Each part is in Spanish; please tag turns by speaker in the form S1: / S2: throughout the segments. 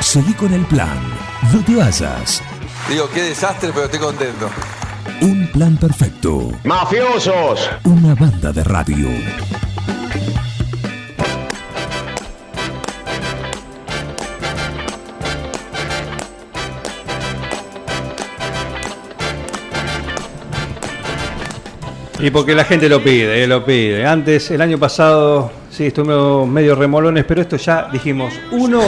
S1: Seguí con el plan. No te vayas.
S2: Digo, qué desastre, pero estoy contento.
S1: Un plan perfecto.
S3: ¡Mafiosos!
S1: Una banda de radio.
S4: Y porque la gente lo pide, eh, lo pide. Antes, el año pasado, sí, estuvimos medio remolones, pero esto ya dijimos uno,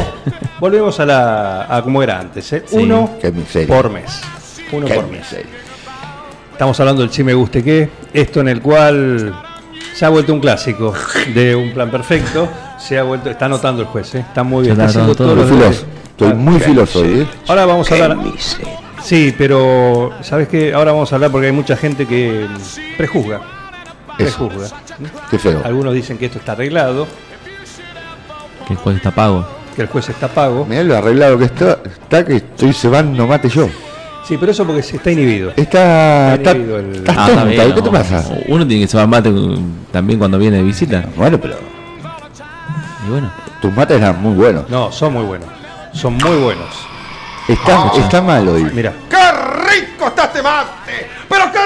S4: volvemos a, la, a como era antes, eh, uno
S5: qué miseria.
S4: por mes. Uno
S5: Qué
S4: por mes.
S5: miseria.
S4: Estamos hablando del Che Me Guste Qué, esto en el cual se ha vuelto un clásico de un plan perfecto. Se ha vuelto, está anotando el juez, eh, está muy bien.
S6: Está
S4: Está haciendo
S6: anotando
S4: todos
S6: todo.
S4: los
S5: Filoso. Estoy muy filoso hoy, ¿eh?
S4: Ahora vamos a
S5: Qué
S4: hablar.
S5: miseria.
S4: Sí, pero ¿sabes qué? Ahora vamos a hablar porque hay mucha gente que mm, prejuzga.
S5: Eso.
S4: Prejuzga.
S5: Qué feo.
S4: Algunos dicen que esto está arreglado,
S6: Que el cual está pago.
S4: que el juez está pago.
S5: Mirá lo arreglado que está, está que estoy cebando mate yo.
S4: Sí, pero eso porque se está inhibido. Está
S5: Está. está,
S4: inhibido el-
S5: estás
S6: Ah,
S5: tonta,
S6: está bien,
S5: ¿y ¿qué te
S6: no.
S5: pasa?
S6: Uno tiene que llevar mate mm, también cuando viene de visita.
S5: Bueno, pero
S6: Y bueno,
S5: tus mates eran muy buenos.
S4: No, son muy buenos. Son muy buenos.
S6: Ah,
S5: Está, está mal hoy.
S4: Mira,
S7: ¡Qué rico está este mate! ¡Pero qué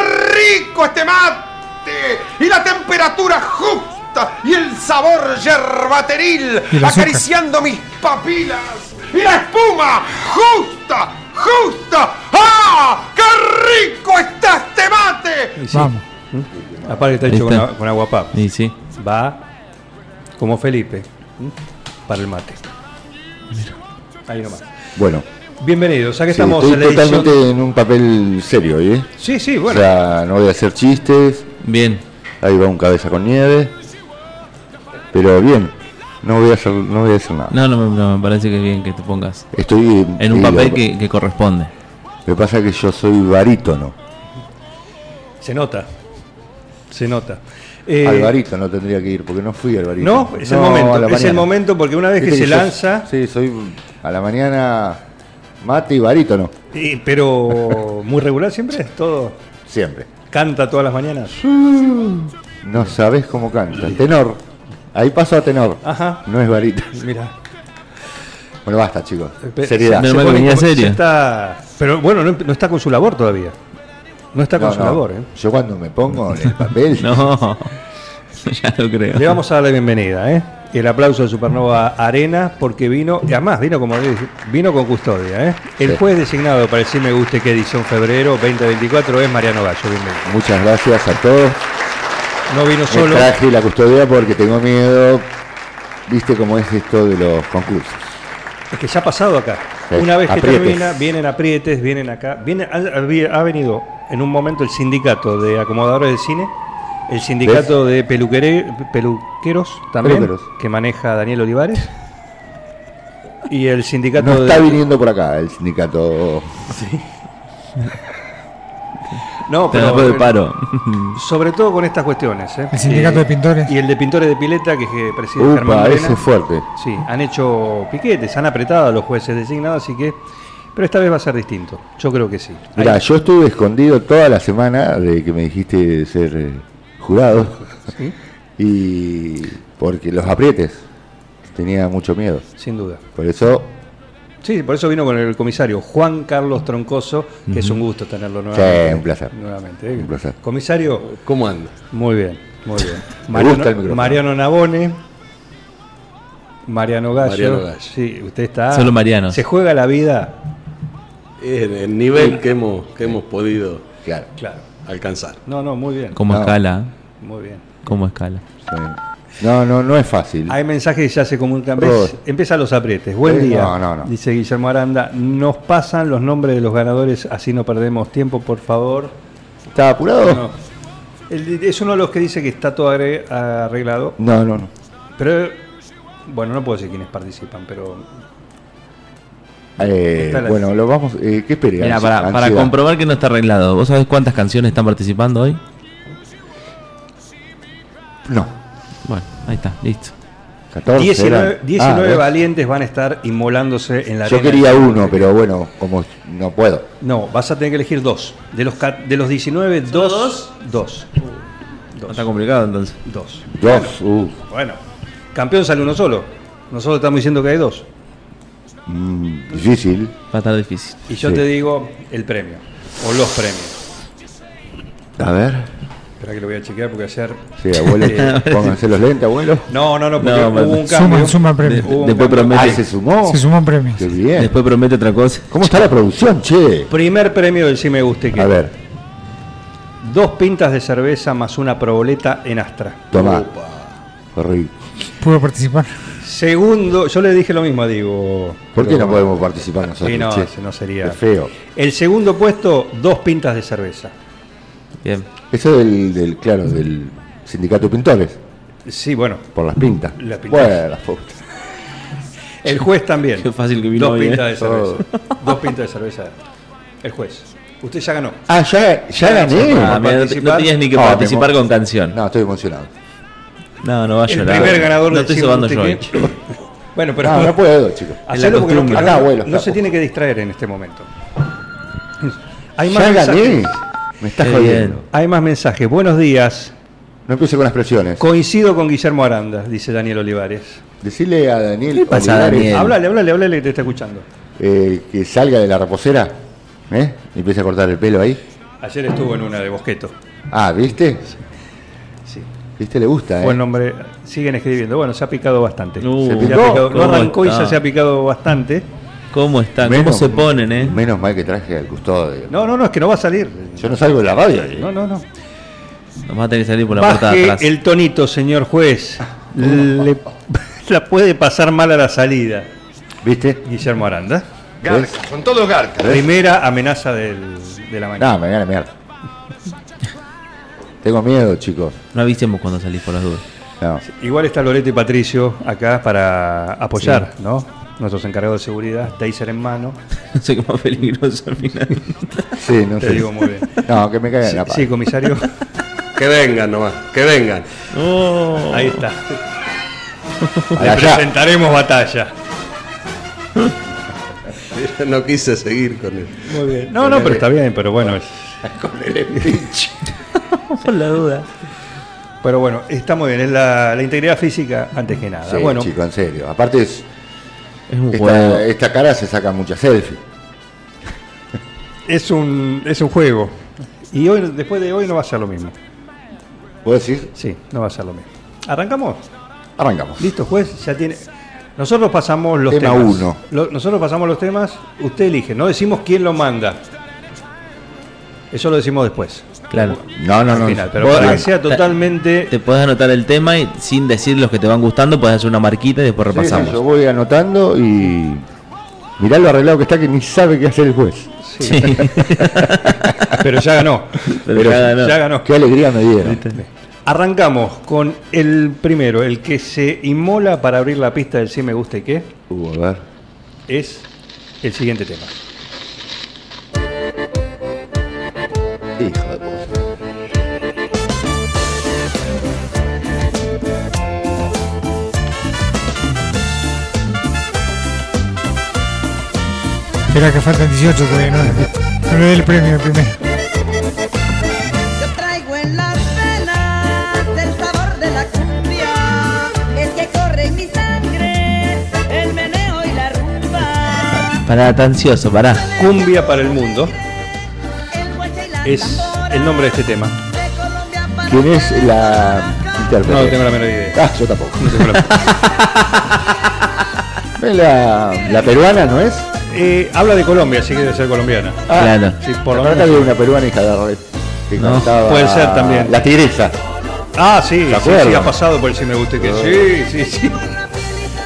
S7: rico este mate! Y la temperatura justa y el sabor yerbateril acariciando mis papilas y la espuma justa, justa. ¡Ah! ¡Qué rico está este mate!
S6: Vamos.
S4: ¿Mm? aparte está
S6: Ahí
S4: hecho con,
S6: está.
S4: a- con agua pap.
S6: y sí.
S4: Va como Felipe ¿m? para el mate. Ahí nomás.
S5: Bueno,
S4: Bienvenidos, aquí
S5: sí,
S4: estamos
S5: estoy
S4: en la edición-
S5: totalmente en un papel serio hoy, ¿eh?
S4: Sí, sí,
S5: O
S4: bueno.
S5: sea, no voy a hacer chistes.
S6: Bien.
S5: Ahí va un cabeza con nieve. Pero bien, no voy a hacer, no voy a hacer nada.
S6: No, no, me- no, me parece que es bien que te pongas
S5: Estoy
S6: en un
S5: eh,
S6: papel
S5: lo-
S6: que, que corresponde.
S5: Lo que pasa es que yo soy barítono.
S4: Se nota. Se nota. Eh,
S5: al barítono tendría que ir, porque no fui al barítono.
S4: No, es el momento,
S5: a la
S4: es el
S5: mañana.
S4: momento, porque una vez que
S5: Viste
S4: se
S5: yo-
S4: lanza-
S5: Sí, soy a la mañana mate y barítono,
S4: eh, pero muy regular siempre, es todo.
S5: siempre.
S4: Canta todas las mañanas.
S5: No sabes cómo canta. Tenor. Ahí paso a tenor.
S4: Ajá.
S5: No es barítono.
S4: Mira.
S5: Bueno, basta, chicos.
S4: Eh, Pe-
S5: Seriedad.
S6: No, Normal que venía
S4: se
S6: seria.
S4: está- pero bueno, no, no está con su labor todavía. No está con
S5: No,
S4: su
S5: no.
S4: labor. ¿eh?
S5: Yo cuando me pongo en el papel,
S6: No, ya lo creo.
S4: Le vamos a dar la bienvenida. ¿eh? El aplauso de Supernova Arena porque vino, y además vino como dije, vino con custodia. ¿eh? El
S5: Sí.
S4: juez designado para decir me guste qué edición febrero 2024 es Mariano Gallo. Bienvenido.
S5: muchas gracias a todos.
S4: No vino
S5: Me
S4: solo.
S5: traje la custodia porque tengo miedo. Viste cómo es esto de los concursos.
S4: Es que ya ha pasado acá.
S5: Sí,
S4: Una vez que
S5: aprietes.
S4: termina, vienen aprietes, vienen acá. Viene, ha, había- ha venido en un momento el sindicato de acomodadores de cine, el sindicato de peluquere- peluqueros también,
S5: Peluqueros.
S4: que maneja Daniel Olivares, y el sindicato
S5: No
S4: de...
S5: está viniendo por acá el sindicato.
S4: No,
S6: Te
S4: pero,
S6: la pongo de paro.
S4: sobre todo con estas cuestiones. ¿eh?
S8: El sindicato
S4: Eh,
S8: de pintores.
S4: Y el de pintores de pileta que, que preside Germán
S5: Upa,
S4: Morena.
S5: ese es fuerte.
S4: Sí, han hecho piquetes, han apretado a los jueces designados, así que... Pero esta vez va a ser distinto, yo creo que sí.
S5: Mirá, yo estuve escondido toda la semana de que me dijiste ser eh, jurado. Y porque los aprietes. Tenía mucho miedo.
S4: Sin duda.
S5: Por eso,
S4: Sí, por eso vino con el comisario Juan Carlos Troncoso, que es un gusto tenerlo nuevamente.
S5: Sí, un placer.
S4: Nuevamente, ¿eh?
S5: Un placer.
S4: Comisario,
S2: ¿Cómo anda?
S4: muy bien, muy bien.
S5: Me gusta el micrófono.
S4: Mariano Nabone, Mariano Gallo.
S2: Mariano Gallo.
S4: Sí, usted está.
S6: Solo Mariano.
S4: Se juega la vida.
S2: Es el nivel que hemos, que hemos podido
S5: claro.
S4: Claro.
S2: alcanzar.
S4: No, no, muy bien.
S6: Como
S5: No.
S6: escala,
S4: Muy bien.
S6: como escala.
S5: sí. No, no, no es fácil.
S4: Hay mensajes que ya se comunican. ¿Ves?
S5: Robert.
S4: Empieza los aprietes. Buen
S5: Eh,
S4: día.
S5: no, no, no.
S4: Dice Guillermo Aranda. Nos pasan los nombres de los ganadores, así no perdemos tiempo, por favor.
S5: ¿Estaba apurado?
S4: No. El- es uno de los que dice que está todo agre- arreglado.
S5: No, no, no.
S4: Pero, bueno, no puedo decir quiénes participan, pero
S5: Eh,
S4: Está la-
S5: bueno, lo vamos. Eh, ¿Qué esperé?
S6: Mira,
S5: Ansi-
S6: para, para
S5: ansiedad.
S6: comprobar que no está arreglado, ¿vos sabés cuántas canciones están participando hoy?
S5: No.
S6: Bueno, ahí está, listo.
S5: 14
S4: 19,
S5: eran.
S4: 19
S5: Ah,
S4: valientes van a estar inmolándose en la
S5: Yo
S4: arena.
S5: quería uno, pero bueno, como no puedo.
S4: No, vas a tener que elegir dos. De los, ca- de los 19, dos. Dos. Uh, Dos.
S6: No está complicado entonces.
S4: Dos.
S5: Dos, uh,
S4: Bueno, campeón sale uno solo. Nosotros estamos diciendo que hay dos.
S5: Mm, difícil.
S6: Va a estar difícil.
S4: Y yo
S5: Sí.
S4: te digo el premio, o los premios.
S5: A ver.
S4: Espera que lo voy a chequear porque ayer.
S5: Sí, abuelo, pónganse los lentes, abuelo.
S4: No, no, no, porque
S6: No,
S4: hubo un
S6: bueno.
S4: cambio.
S3: Suman, suman
S6: De-
S3: premios.
S4: Hubo un
S6: después
S4: cambio.
S5: Ah,
S6: promete.
S5: se sumó.
S3: Se suman premios.
S5: Qué bien.
S6: Después promete otra cosa.
S5: ¿Cómo está la producción, che?
S4: Primer premio del Sí Me Guste que
S5: A ver,
S4: Dos pintas de cerveza más una proboleta en Astra.
S5: toma. Corrí.
S3: Pudo participar.
S4: Segundo, yo le dije lo mismo a Diego.
S5: ¿Por qué
S4: Pero-
S5: no podemos participar nosotros?
S4: Sí, no,
S5: che?
S4: ese no sería.
S5: Qué feo.
S4: El segundo puesto, dos pintas de cerveza.
S6: Bien.
S5: Eso del, del, claro, del sindicato de pintores,
S4: Sí, bueno.
S5: por las pintas.
S4: La pinta.
S5: Bueno, las putas.
S4: El juez también.
S6: Qué fácil que vino
S4: Dos
S6: hoy,
S4: pintas
S6: eh.
S4: de cerveza. Dos pintas de cerveza. El juez. Usted ya ganó.
S5: Ah, ya, ya gané.
S6: Ah, mira, no, te- no
S4: participar.
S6: tenías ni que
S5: Ah,
S6: participar
S5: tengo-
S6: con canción.
S5: No, estoy emocionado.
S6: No, no va a
S4: El
S6: llorar.
S4: primer ganador
S6: no
S4: del
S6: estoy
S4: Sí Me
S6: sobando
S4: Guste
S6: yo.
S4: Que- Bueno, pero
S5: Ah, No, Ah, no puedo, chicos.
S4: Hacelo porque no,
S6: costumbre.
S5: Acá, abuelo,
S4: no
S5: está.
S4: se tiene que distraer en este momento. Hay más,
S5: Ya gané.
S4: mensajes.
S5: Me estás
S6: Qué
S5: jodiendo.
S6: bien.
S4: Hay más mensajes. Buenos días.
S5: No empieces con las presiones.
S4: Coincido con Guillermo Aranda, dice Daniel Olivares.
S5: Decirle a Daniel,
S6: ¿Qué pasa,
S5: Olivares,
S6: Daniel? Bien.
S4: Háblale, háblale, háblale que te está escuchando.
S5: eh, que salga de la reposera ¿eh? y empiece a cortar el pelo ahí.
S4: Ayer estuvo en una de Bosqueto.
S5: Ah, ¿viste?
S4: Sí.
S5: ¿Viste? Le gusta, ¿eh?
S4: Buen nombre. Siguen escribiendo. Bueno, se ha picado bastante.
S6: Uh,
S4: Se ha
S5: ¿se picó?
S4: picado- no
S6: ¿Cómo
S4: arrancó y
S6: está?
S4: ya se ha picado bastante.
S6: ¿Cómo están? ¿Cómo
S5: Menos-
S6: se ponen, eh?
S5: Menos mal que traje al custodio.
S4: No, no, no, es que no va a salir.
S5: Yo no salgo de la radio. ¿eh?
S4: No, no, no.
S6: Nos va a tener que salir por la puerta de
S4: Baje
S6: atrás.
S4: el tonito, señor juez. Le- la puede pasar mal a la salida.
S5: ¿Viste?
S4: Guillermo Aranda.
S7: Garcas, son todos garcas.
S4: Primera amenaza del- de la mañana.
S5: No, me gana mierda. Tengo miedo, chicos.
S6: No avisemos cuando salís por las dudas.
S5: No.
S4: Igual está Loreto y Patricio acá para apoyar, ¿no? Nuestros encargados de seguridad, taser en mano.
S6: No sé qué más peligroso al final.
S5: Sí, no
S4: Te
S5: sé.
S4: digo muy bien.
S5: No, que me caigan
S4: Sí,
S5: la paz.
S4: sí, comisario.
S2: Que vengan nomás, que vengan.
S4: Ahí está. Le
S5: Allá.
S4: presentaremos batalla.
S2: No quise seguir con él.
S4: Muy bien. No, no, pero está bien, pero bueno. es-
S6: por la duda.
S4: Pero bueno, está muy bien. Es la, la integridad física antes que nada.
S5: Sí,
S4: bueno,
S5: chico, en serio. Aparte, es-
S6: Es un juego.
S5: esta, esta cara se saca muchas selfies.
S4: es un, es un juego. Y hoy, después de hoy no va a ser lo mismo.
S5: ¿Puedo decir?
S4: Sí, no va a ser lo mismo. ¿Arrancamos?
S5: Arrancamos.
S4: Listo, juez, ya tiene. Nosotros pasamos los
S5: Tema
S4: temas.
S5: uno.
S4: Lo- nosotros pasamos los temas, usted elige, no decimos quién lo manda. Eso lo decimos después,
S6: Claro.
S5: No, no,
S4: al
S5: no.
S4: final. Pero
S5: Vos-
S4: para
S5: ah,
S4: que sea totalmente.
S6: Te puedes anotar el tema y sin decir los que te van gustando, puedes hacer una marquita y después
S5: sí,
S6: repasamos.
S5: Yo voy anotando y. Mirá lo arreglado que está que ni sabe qué hacer el juez.
S4: Sí. Pero ya ganó.
S6: Pero
S5: Pero
S6: ya ganó.
S4: Ya ganó.
S5: Qué alegría me dieron.
S4: Arrancamos con el primero, el que se inmola para abrir la pista del si me gusta y qué,
S5: Uh, a ver.
S4: es el siguiente tema.
S5: Hijo de puta.
S3: Espera que faltan 18 todavía, ¿no? No le dé el premio primero.
S8: Yo traigo en las venas el sabor de la cumbia, el que corre en mi sangre, el meneo y la rumba,
S6: Pará, está ansioso, pará.
S4: Cumbia para el mundo
S8: el guacha y la
S4: es
S8: tambora,
S4: el nombre de este tema.
S8: de Colombia para
S5: ¿Quién es la
S4: No
S5: intérprete?
S4: tengo la menor idea.
S5: Ah, yo tampoco.
S4: No tengo la-
S5: La, la peruana, ¿no es? Ah,
S4: Eh, habla de Colombia, así que debe ser colombiana.
S6: Claro.
S4: Sí, por
S5: Por
S4: lo
S5: lo
S4: menos-
S5: había una peruana hija de Red. Que
S6: No,
S5: cantaba
S4: puede ser también.
S5: La tigresa.
S4: Ah, sí, sí,
S5: acuerdan?
S4: sí, ha pasado por el si me gusta que sí, sí, sí.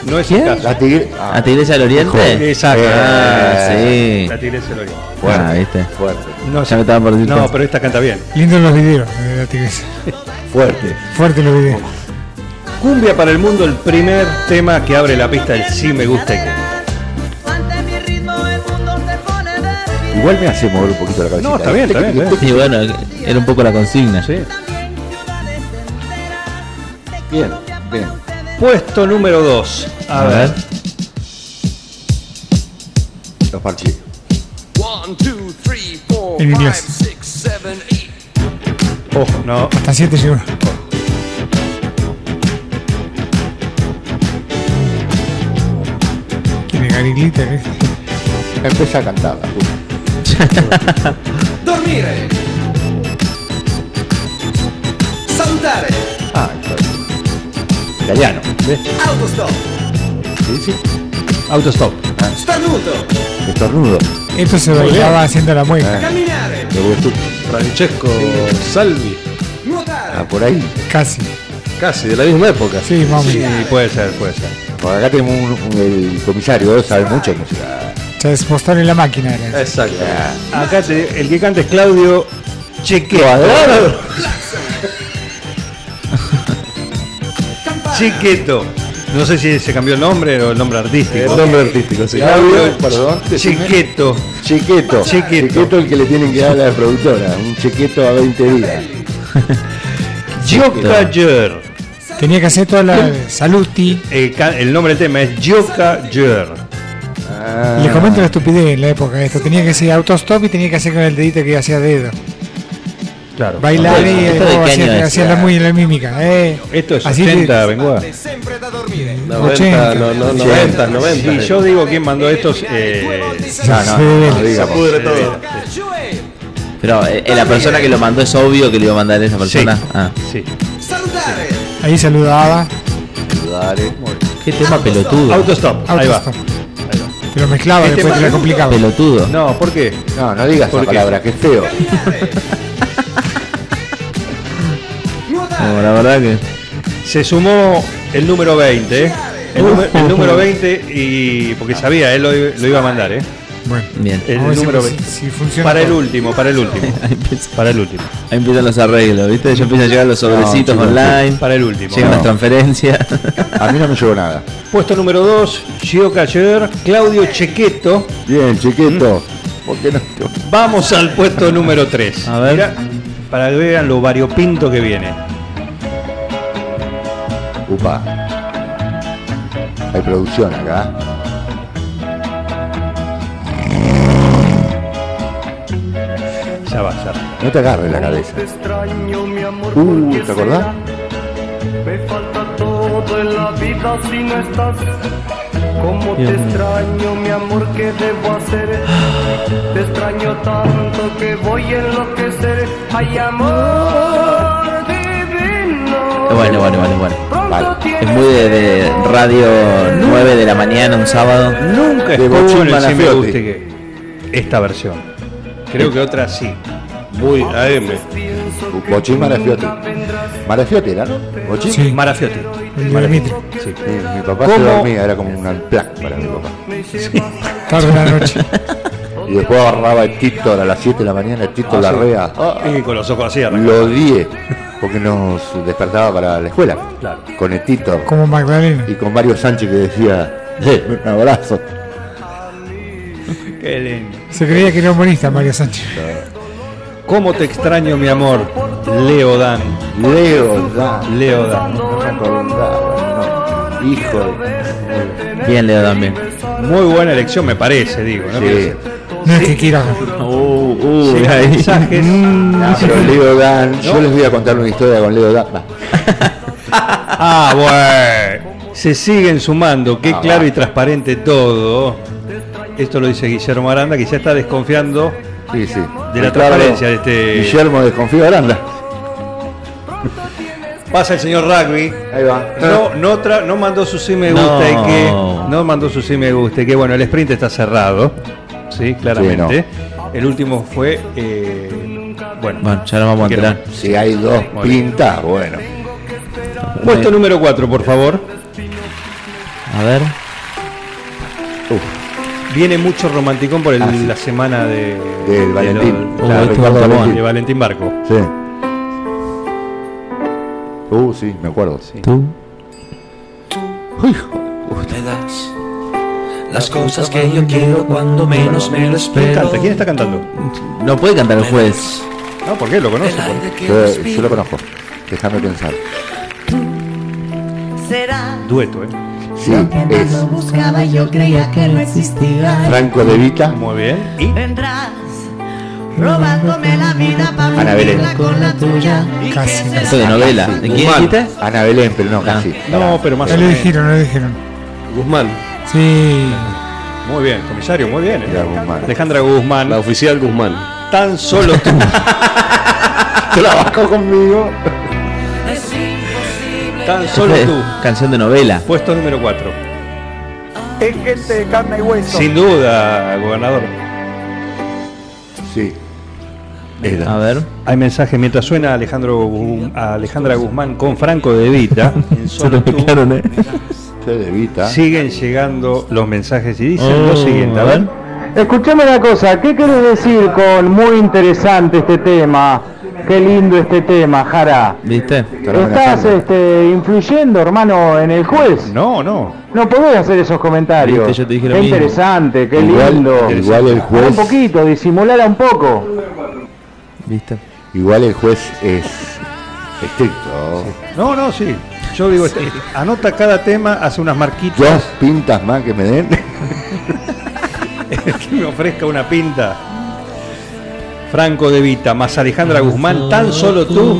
S4: No es el
S6: ¿Quién?
S4: caso.
S5: La tigre. ah,
S6: ¿A Tigres del Oriente?
S4: Exacto.
S6: Ah,
S5: Eh,
S6: sí.
S4: La tigresa del oriente.
S5: fuerte,
S6: Ah, viste.
S5: Fuerte.
S4: No,
S6: Ya me estaba por decir
S4: no,
S6: cosas.
S4: pero esta canta bien.
S3: Lindos los videos de la tigresa.
S5: Fuerte.
S3: Fuerte los videos.
S4: Cumbia para el mundo, el primer tema que abre la pista del sí me gusta que.
S8: Ante mi ritmo el mundo se pone de pie.
S5: Igual me hace mover un poquito la cabeza.
S4: No, está bien, está bien, está bien.
S6: Sí, bueno, era un poco la consigna.
S4: Sí.
S8: También ciudades enteras de
S5: Bien,
S8: Colombia para
S5: bien.
S8: ustedes.
S4: Puesto número 2. A,
S6: A
S4: ver.
S6: ver.
S5: Los parches.
S3: En inglés.
S4: Oh, no.
S3: Hasta 7 llegó. ¿Quién es Gary arreglita. ¿eh?
S5: Empecé a cantar. la puta.
S7: Dormire. Salutare.
S5: Ah, claro. Italiano. ¿ves?
S7: Autostop.
S5: Sí, sí.
S4: Autostop.
S7: Starnuto.
S5: Estornudo.
S3: Esto se bailaba haciendo la mueca.
S7: Camminare.
S5: Lo voy a decir.
S2: Francesco Salvi,
S7: Nuotare.
S5: Ah, por ahí.
S3: Casi.
S2: casi de la misma época.
S3: Sí, mami.
S4: Sí, puede ser, puede ser.
S5: Por acá tenemos un, un- el comisario, ¿eh? sabe mucho de música.
S3: Se despostaron en la máquina. Era.
S2: Exacto.
S4: Acá te- el que canta es Claudio Chequeto. Chequeto. No sé si se cambió el nombre o el nombre
S2: El
S4: artístico.
S2: nombre artístico, sí.
S5: Claudio, perdón.
S4: Chequeto.
S5: Chequeto.
S4: Chequeto.
S5: el que le tienen que dar a la productora. Un chequeto a 20 días.
S4: Jokajer.
S3: Tenía que hacer toda la saluti.
S4: El, ca- el nombre del tema es Jokajer.
S5: Ah,
S3: Les comento la estupidez en la época de esto. Tenía que hacer autostop y tenía que hacer con el dedito que hacía dedo.
S4: Claro.
S3: Bailar y
S6: Ah, ¿esto de
S3: luego
S6: qué
S3: hacía,
S6: año es?
S3: hacía la, muy, la mímica. eh.
S4: Esto es
S3: Así
S4: 80, Benguá.
S2: 90, no, no, 90, 90.
S4: Y yo digo quién mandó estos. eh,
S5: no, no, no, no digamos.
S2: Pudre todo.
S6: Pero eh, eh, la persona que lo mandó es obvio que le iba a mandar a esa persona. Ah,
S4: sí.
S3: Ahí saludaba.
S5: Dale.
S6: qué tema pelotudo.
S4: Autostop. Ahí va.
S3: Autostop. Te lo mezclaba
S4: Este
S3: después, te lo
S4: maluco.
S3: complicaba.
S6: Pelotudo.
S4: No, ¿por qué?
S5: No, no digas
S4: ¿Por
S5: esa
S4: qué?
S5: palabra, que es feo.
S6: No, la verdad que.
S4: Se sumó el número 20. eh. El, nume- el número 20 y. Porque sabía, él lo, i- lo iba a mandar, ¿eh?
S3: Bueno,
S6: Bien.
S4: El
S3: vamos a ver si-
S4: número
S3: si,
S4: 20.
S3: si funciona.
S4: Para el último, para el último.
S6: Ahí empieza-
S4: Para el último.
S6: Ahí empiezan los arreglos, ¿viste? Ya empiezan a llegar los sobrecitos
S5: chicos,
S6: online.
S4: Para el último.
S6: Llegan las transferencias.
S5: A mí no me llegó nada.
S4: Puesto número 2, Gio Cayer, Claudio Chequeto.
S5: Bien, chequeto. ¿Mm? ¿Por qué no?
S4: Vamos al puesto número 3.
S6: A ver.
S4: para que vean lo variopinto que viene.
S5: Upa. Hay producción acá.
S4: Ya va, ya. va.
S5: No te agarres la cabeza. Uh, ¿te acordás?
S9: Me falta todo en la vida si no estás. Como te extraño, mi amor, ¿qué debo hacer? Te extraño tanto que voy a enloquecer. Ay, amor divino.
S6: Bueno, bueno, bueno, bueno.
S9: Pronto
S5: Vale.
S9: tienes
S6: Es muy de, de radio 9 de la mañana un sábado.
S4: Nunca
S5: De
S4: estuvo
S5: Bochín
S4: en el Si me
S5: Malafiotti.
S4: guste que esta versión. Creo que otra sí.
S2: Muy AM.
S5: Bochín Marafiotti. Marafiotti era, ¿no? Bochín.
S3: Sí.
S4: Marafiotti.
S3: El de Dimitri.
S5: Sí, mi papá se
S4: ¿Cómo?
S5: dormía, era como un plac para mi papá.
S3: Tarde de la noche.
S5: Y después agarraba el Tito a las 7 de la mañana, el Tito Larrea. Ah,
S4: Y con los ojos así arranca.
S5: lo odié, porque nos despertaba para la escuela.
S4: Claro.
S5: Con el Tito
S3: Como Magdalena.
S5: y con Mario Sánchez que decía, "Eh, un abrazo.
S4: Qué lindo.
S3: Se creía que era humorista Mario Sánchez.
S4: ¿Cómo te extraño, mi amor? Leo Dan.
S5: Leo, da,
S4: Leo Dan.
S5: no me acordaba, no. Hijo de...
S6: Bien, Leo también.
S4: Muy buena elección, me parece, digo. ¿no?
S5: Sí. Uh,
S3: No es que quiera.
S4: Llegan mensajes.
S5: Ah, pero Leo Dan, yo les voy a contar una historia con Leo Dan. Va.
S4: Ah, bueno. Se siguen sumando, qué
S5: Ah,
S4: claro
S5: va.
S4: y transparente todo. Esto lo dice Guillermo Aranda, que ya está desconfiando.
S5: Sí, sí.
S4: De la
S5: Ricardo
S4: transparencia de este-
S5: Guillermo desconfía de Aranda.
S4: Pasa el señor Rugby.
S5: Ahí va.
S4: No, no, tra- no mandó su sí me
S6: No.
S4: gusta y que. No mandó su sí me gusta y que, bueno, el sprint está cerrado. Sí, claramente. El último fue. eh, bueno,
S6: Bueno, ya nos vamos a
S4: Que
S6: enterar.
S5: Si hay dos
S4: Muy bien.
S5: pintas, bueno.
S4: Puesto número 4, por favor.
S6: A ver.
S4: Viene mucho romanticón por el- la semana de,
S5: Del
S4: lo-
S5: Valentín.
S4: claro,
S5: Ah,
S4: de
S5: Ricardo
S4: Barco-
S5: Valentín.
S4: de Valentín Barco.
S5: Sí. Uh, sí, me acuerdo.
S6: Tú.
S10: Me das las cosas que yo quiero cuando menos me lo
S4: ¿Quién
S10: espero.
S4: canta? ¿Quién está cantando?
S6: No puede cantar el juez.
S4: No, ¿por qué? Lo conoce.
S10: El aire que
S5: Yo,
S10: respiro.
S5: yo lo conozco. Déjame pensar.
S8: Será
S4: Dueto, ¿eh?
S5: Sí,
S8: que no
S5: es
S8: lo buscaba, yo creía que no existía.
S5: Franco de Vita.
S4: Muy bien. Y
S8: Vendrás robándome la vida para
S5: Ana Belén.
S8: vivirla con la tuya. ¿Y
S3: Casi.
S8: qué será?
S6: Esto de novela. ¿De quién
S2: Guzmán.
S6: dijiste? Ah.
S5: Ana Belén, pero no, casi.
S4: No, pero más
S3: No
S4: o
S3: le
S4: menos.
S3: dijeron, no le dijeron.
S2: Guzmán.
S3: Sí.
S4: Muy bien, comisario, muy bien. eh.
S5: Era Guzmán.
S4: Alejandra Guzmán,
S2: La oficial Guzmán.
S4: tan solo tú.
S5: Trabajó conmigo.
S4: Tan solo
S6: Esta Este es
S4: tú.
S6: Canción de novela.
S4: Puesto número 4. Sin duda, gobernador.
S5: Sí. Era.
S6: A ver.
S4: Hay mensaje mientras suena Alejandro Gu- a Alejandra Guzmán con Franco de Vita. en Solo Tú,
S6: ¿eh?
S5: Se levita.
S4: siguen llegando los mensajes y dicen lo siguiente. Oh, A ver.
S11: Escuchame una cosa, ¿qué querés decir con muy interesante este tema? Qué lindo este tema, Jara.
S6: ¿Viste?
S5: Estará
S11: Estás
S5: amenazando.
S11: este, influyendo, hermano, en el juez.
S4: No, no.
S11: No podés hacer esos comentarios.
S6: Viste, yo te dije lo
S11: qué
S6: mismo.
S11: interesante, qué lindo.
S5: Igual, igual el
S11: Pará Un
S5: juez.
S11: poquito, disimulala un poco.
S6: ¿Viste?
S5: Igual el juez es estricto.
S4: No, no, sí. Yo digo, este, anota cada tema, hace unas marquitas
S5: Dos pintas más que me den.
S4: que me ofrezca una pinta. Franco de Vita más Alejandra Guzmán, tan solo tú.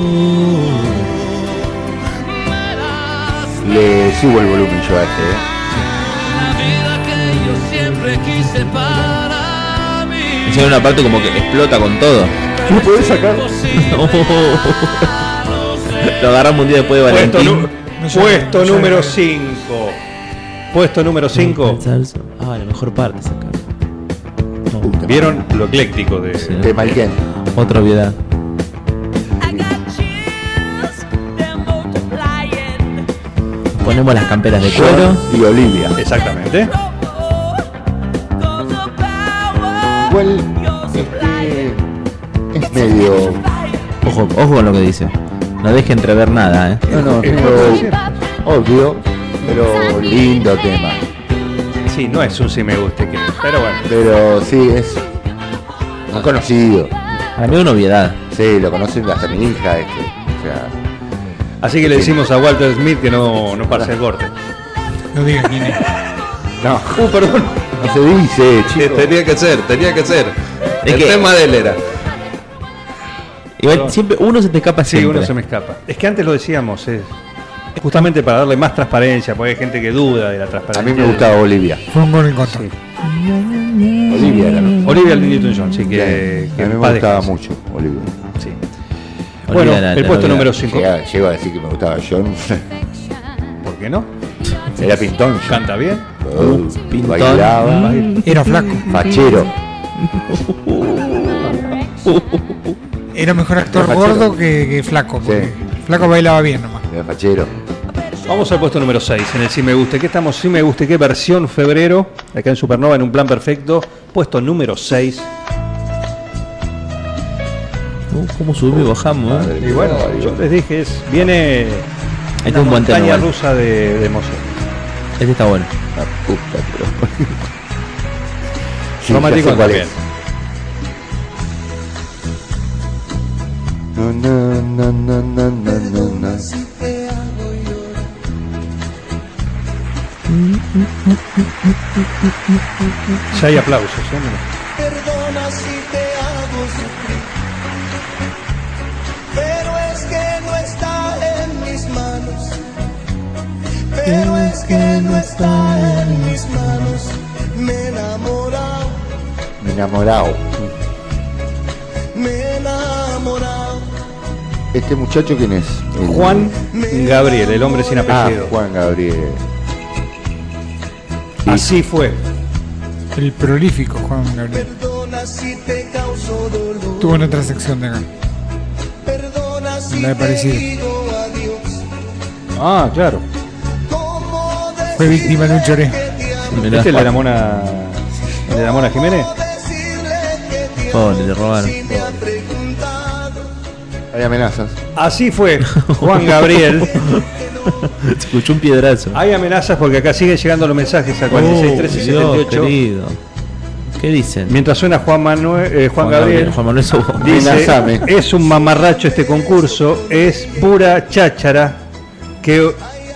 S5: Le subo el volumen yo a este. ¿eh?
S6: Encima hay una parte como que explota con todo.
S5: ¿Lo podés sacar?
S6: Lo agarramos un día después de
S4: Puesto,
S6: Valentín.
S4: nu- puesto número 5. Puesto número 5.
S6: Ah, la mejor parte sacar.
S5: Puta,
S4: ¿Vieron lo ecléctico de.?
S5: Te malquén.
S6: Otra obviedad. Ponemos las camperas de cuero.
S5: Yo y Olivia.
S4: Exactamente.
S5: Igual este, es medio.
S6: Ojo, ojo con lo que dice. No deje entrever nada, eh.
S5: No, no, es medio obvio, pero lindo tema.
S4: Sí, no es un si me guste, que- pero bueno.
S5: Pero sí, es un conocido.
S6: Para mí es una obviedad.
S5: Sí, lo conocen hasta mi hija. Este. O sea,
S4: Así que le decimos a Walter Smith que no, no pase el corte. Uh,
S3: No digas quién es.
S5: no. perdón. No se dice, chico.
S2: Eh, Tenía que ser, tenía que ser.
S6: Es
S2: el
S6: que-
S2: tema de él era.
S6: Igual siempre uno se te escapa
S4: Sí,
S6: siempre.
S4: uno se me escapa. Es que antes lo decíamos, es es justamente para darle más transparencia, porque hay gente que duda de la
S5: A
S4: transparencia.
S5: mí me gustaba Olivia.
S3: Fue un gol en contra.
S5: Olivia era. ¿no?
S4: Olivia Newton-John, sí, que, que
S5: a mí
S4: en
S5: me
S4: paz
S5: gustaba
S4: descanse.
S5: mucho Olivia.
S4: Sí.
S6: Olvida
S4: Bueno,
S6: la-
S4: el
S6: la
S4: puesto
S6: obviedad.
S4: número 5.
S5: Llega- Llego a decir que me gustaba John.
S4: ¿Por qué no?
S5: era pintón. John.
S4: Canta bien.
S5: Oh, Bailaba.
S3: Era flaco.
S5: Fachero.
S3: Era mejor actor
S5: Era
S3: gordo
S5: fachero.
S3: que, que flaco. Porque
S5: Sí.
S3: Flaco bailaba bien nomás.
S5: Era fachero.
S4: Vamos al puesto número 6, en el Si Me Guste. ¿Qué estamos? Si Me Guste, ¿qué versión febrero? Acá en Supernova, en un plan perfecto. Puesto número 6.
S6: Uh, ¿Cómo subimos y bajamos? eh?
S4: Y bueno, yo les dije, es, viene
S6: Este es
S4: una
S6: un buen tema.
S4: montaña
S6: igual.
S4: rusa de, de emociones.
S6: Este está bueno.
S5: La puta, pero. Sí,
S4: Romanticón
S5: ya sé cuál
S4: también.
S5: es. No, no, no, no, no, no, no, no.
S4: Ya hay aplausos. ¿eh?
S10: Perdona si te hago sufrir, pero es que no está en mis manos. Pero es que no está en mis manos. Me he enamorado,
S5: Me he enamorado.
S10: me he enamorado.
S5: ¿Este muchacho quién es? El-
S4: Juan Gabriel, el hombre sin
S5: Ah,
S4: apellido.
S5: Juan Gabriel.
S4: Así fue.
S3: El prolífico Juan Gabriel.
S10: Perdona si te causo dolor.
S3: Tuvo en otra sección de acá.
S10: Perdona si
S3: La de
S10: te
S3: parecido.
S10: digo adiós.
S4: Ah, claro.
S10: ¿Cómo
S3: Fue víctima de un choré.
S6: Mirá,
S4: Este es el de la Mona, el de la Mona Jiménez.
S10: decirle que te
S6: Pobre, le robaron.
S10: me ha preguntado?
S5: Hay amenazas.
S4: Así fue, Juan Gabriel.
S6: Escuchó un piedrazo.
S4: Hay amenazas porque acá siguen llegando los mensajes a 46 13
S6: Oh, Dios,
S4: 78.
S6: querido. ¿Qué dicen?
S4: Mientras suena Juan Manuel, eh, Juan, Gabriel,
S6: Juan Manuel Sobo.
S4: dice,
S5: Amenazame.
S4: es un mamarracho este concurso, es pura cháchara que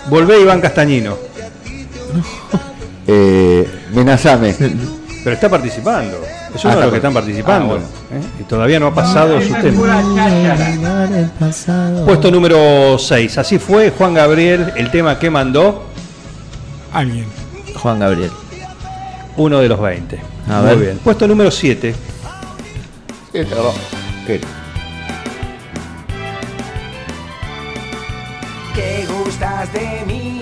S4: volvé Iván Castañino.
S5: Eh, amenazame.
S4: Pero está participando. Es uno
S5: Ah,
S4: de
S5: está
S4: los que están
S5: participando.
S4: participando.
S5: Ah,
S4: ¿eh? Y todavía no ha pasado su tema. Puesto número 6. Así fue Juan Gabriel, el tema que mandó.
S3: Alguien.
S6: Juan Gabriel.
S4: uno de los 20.
S6: A
S4: Muy
S6: ver.
S4: bien. Puesto número 7.
S10: Que gustas de mí,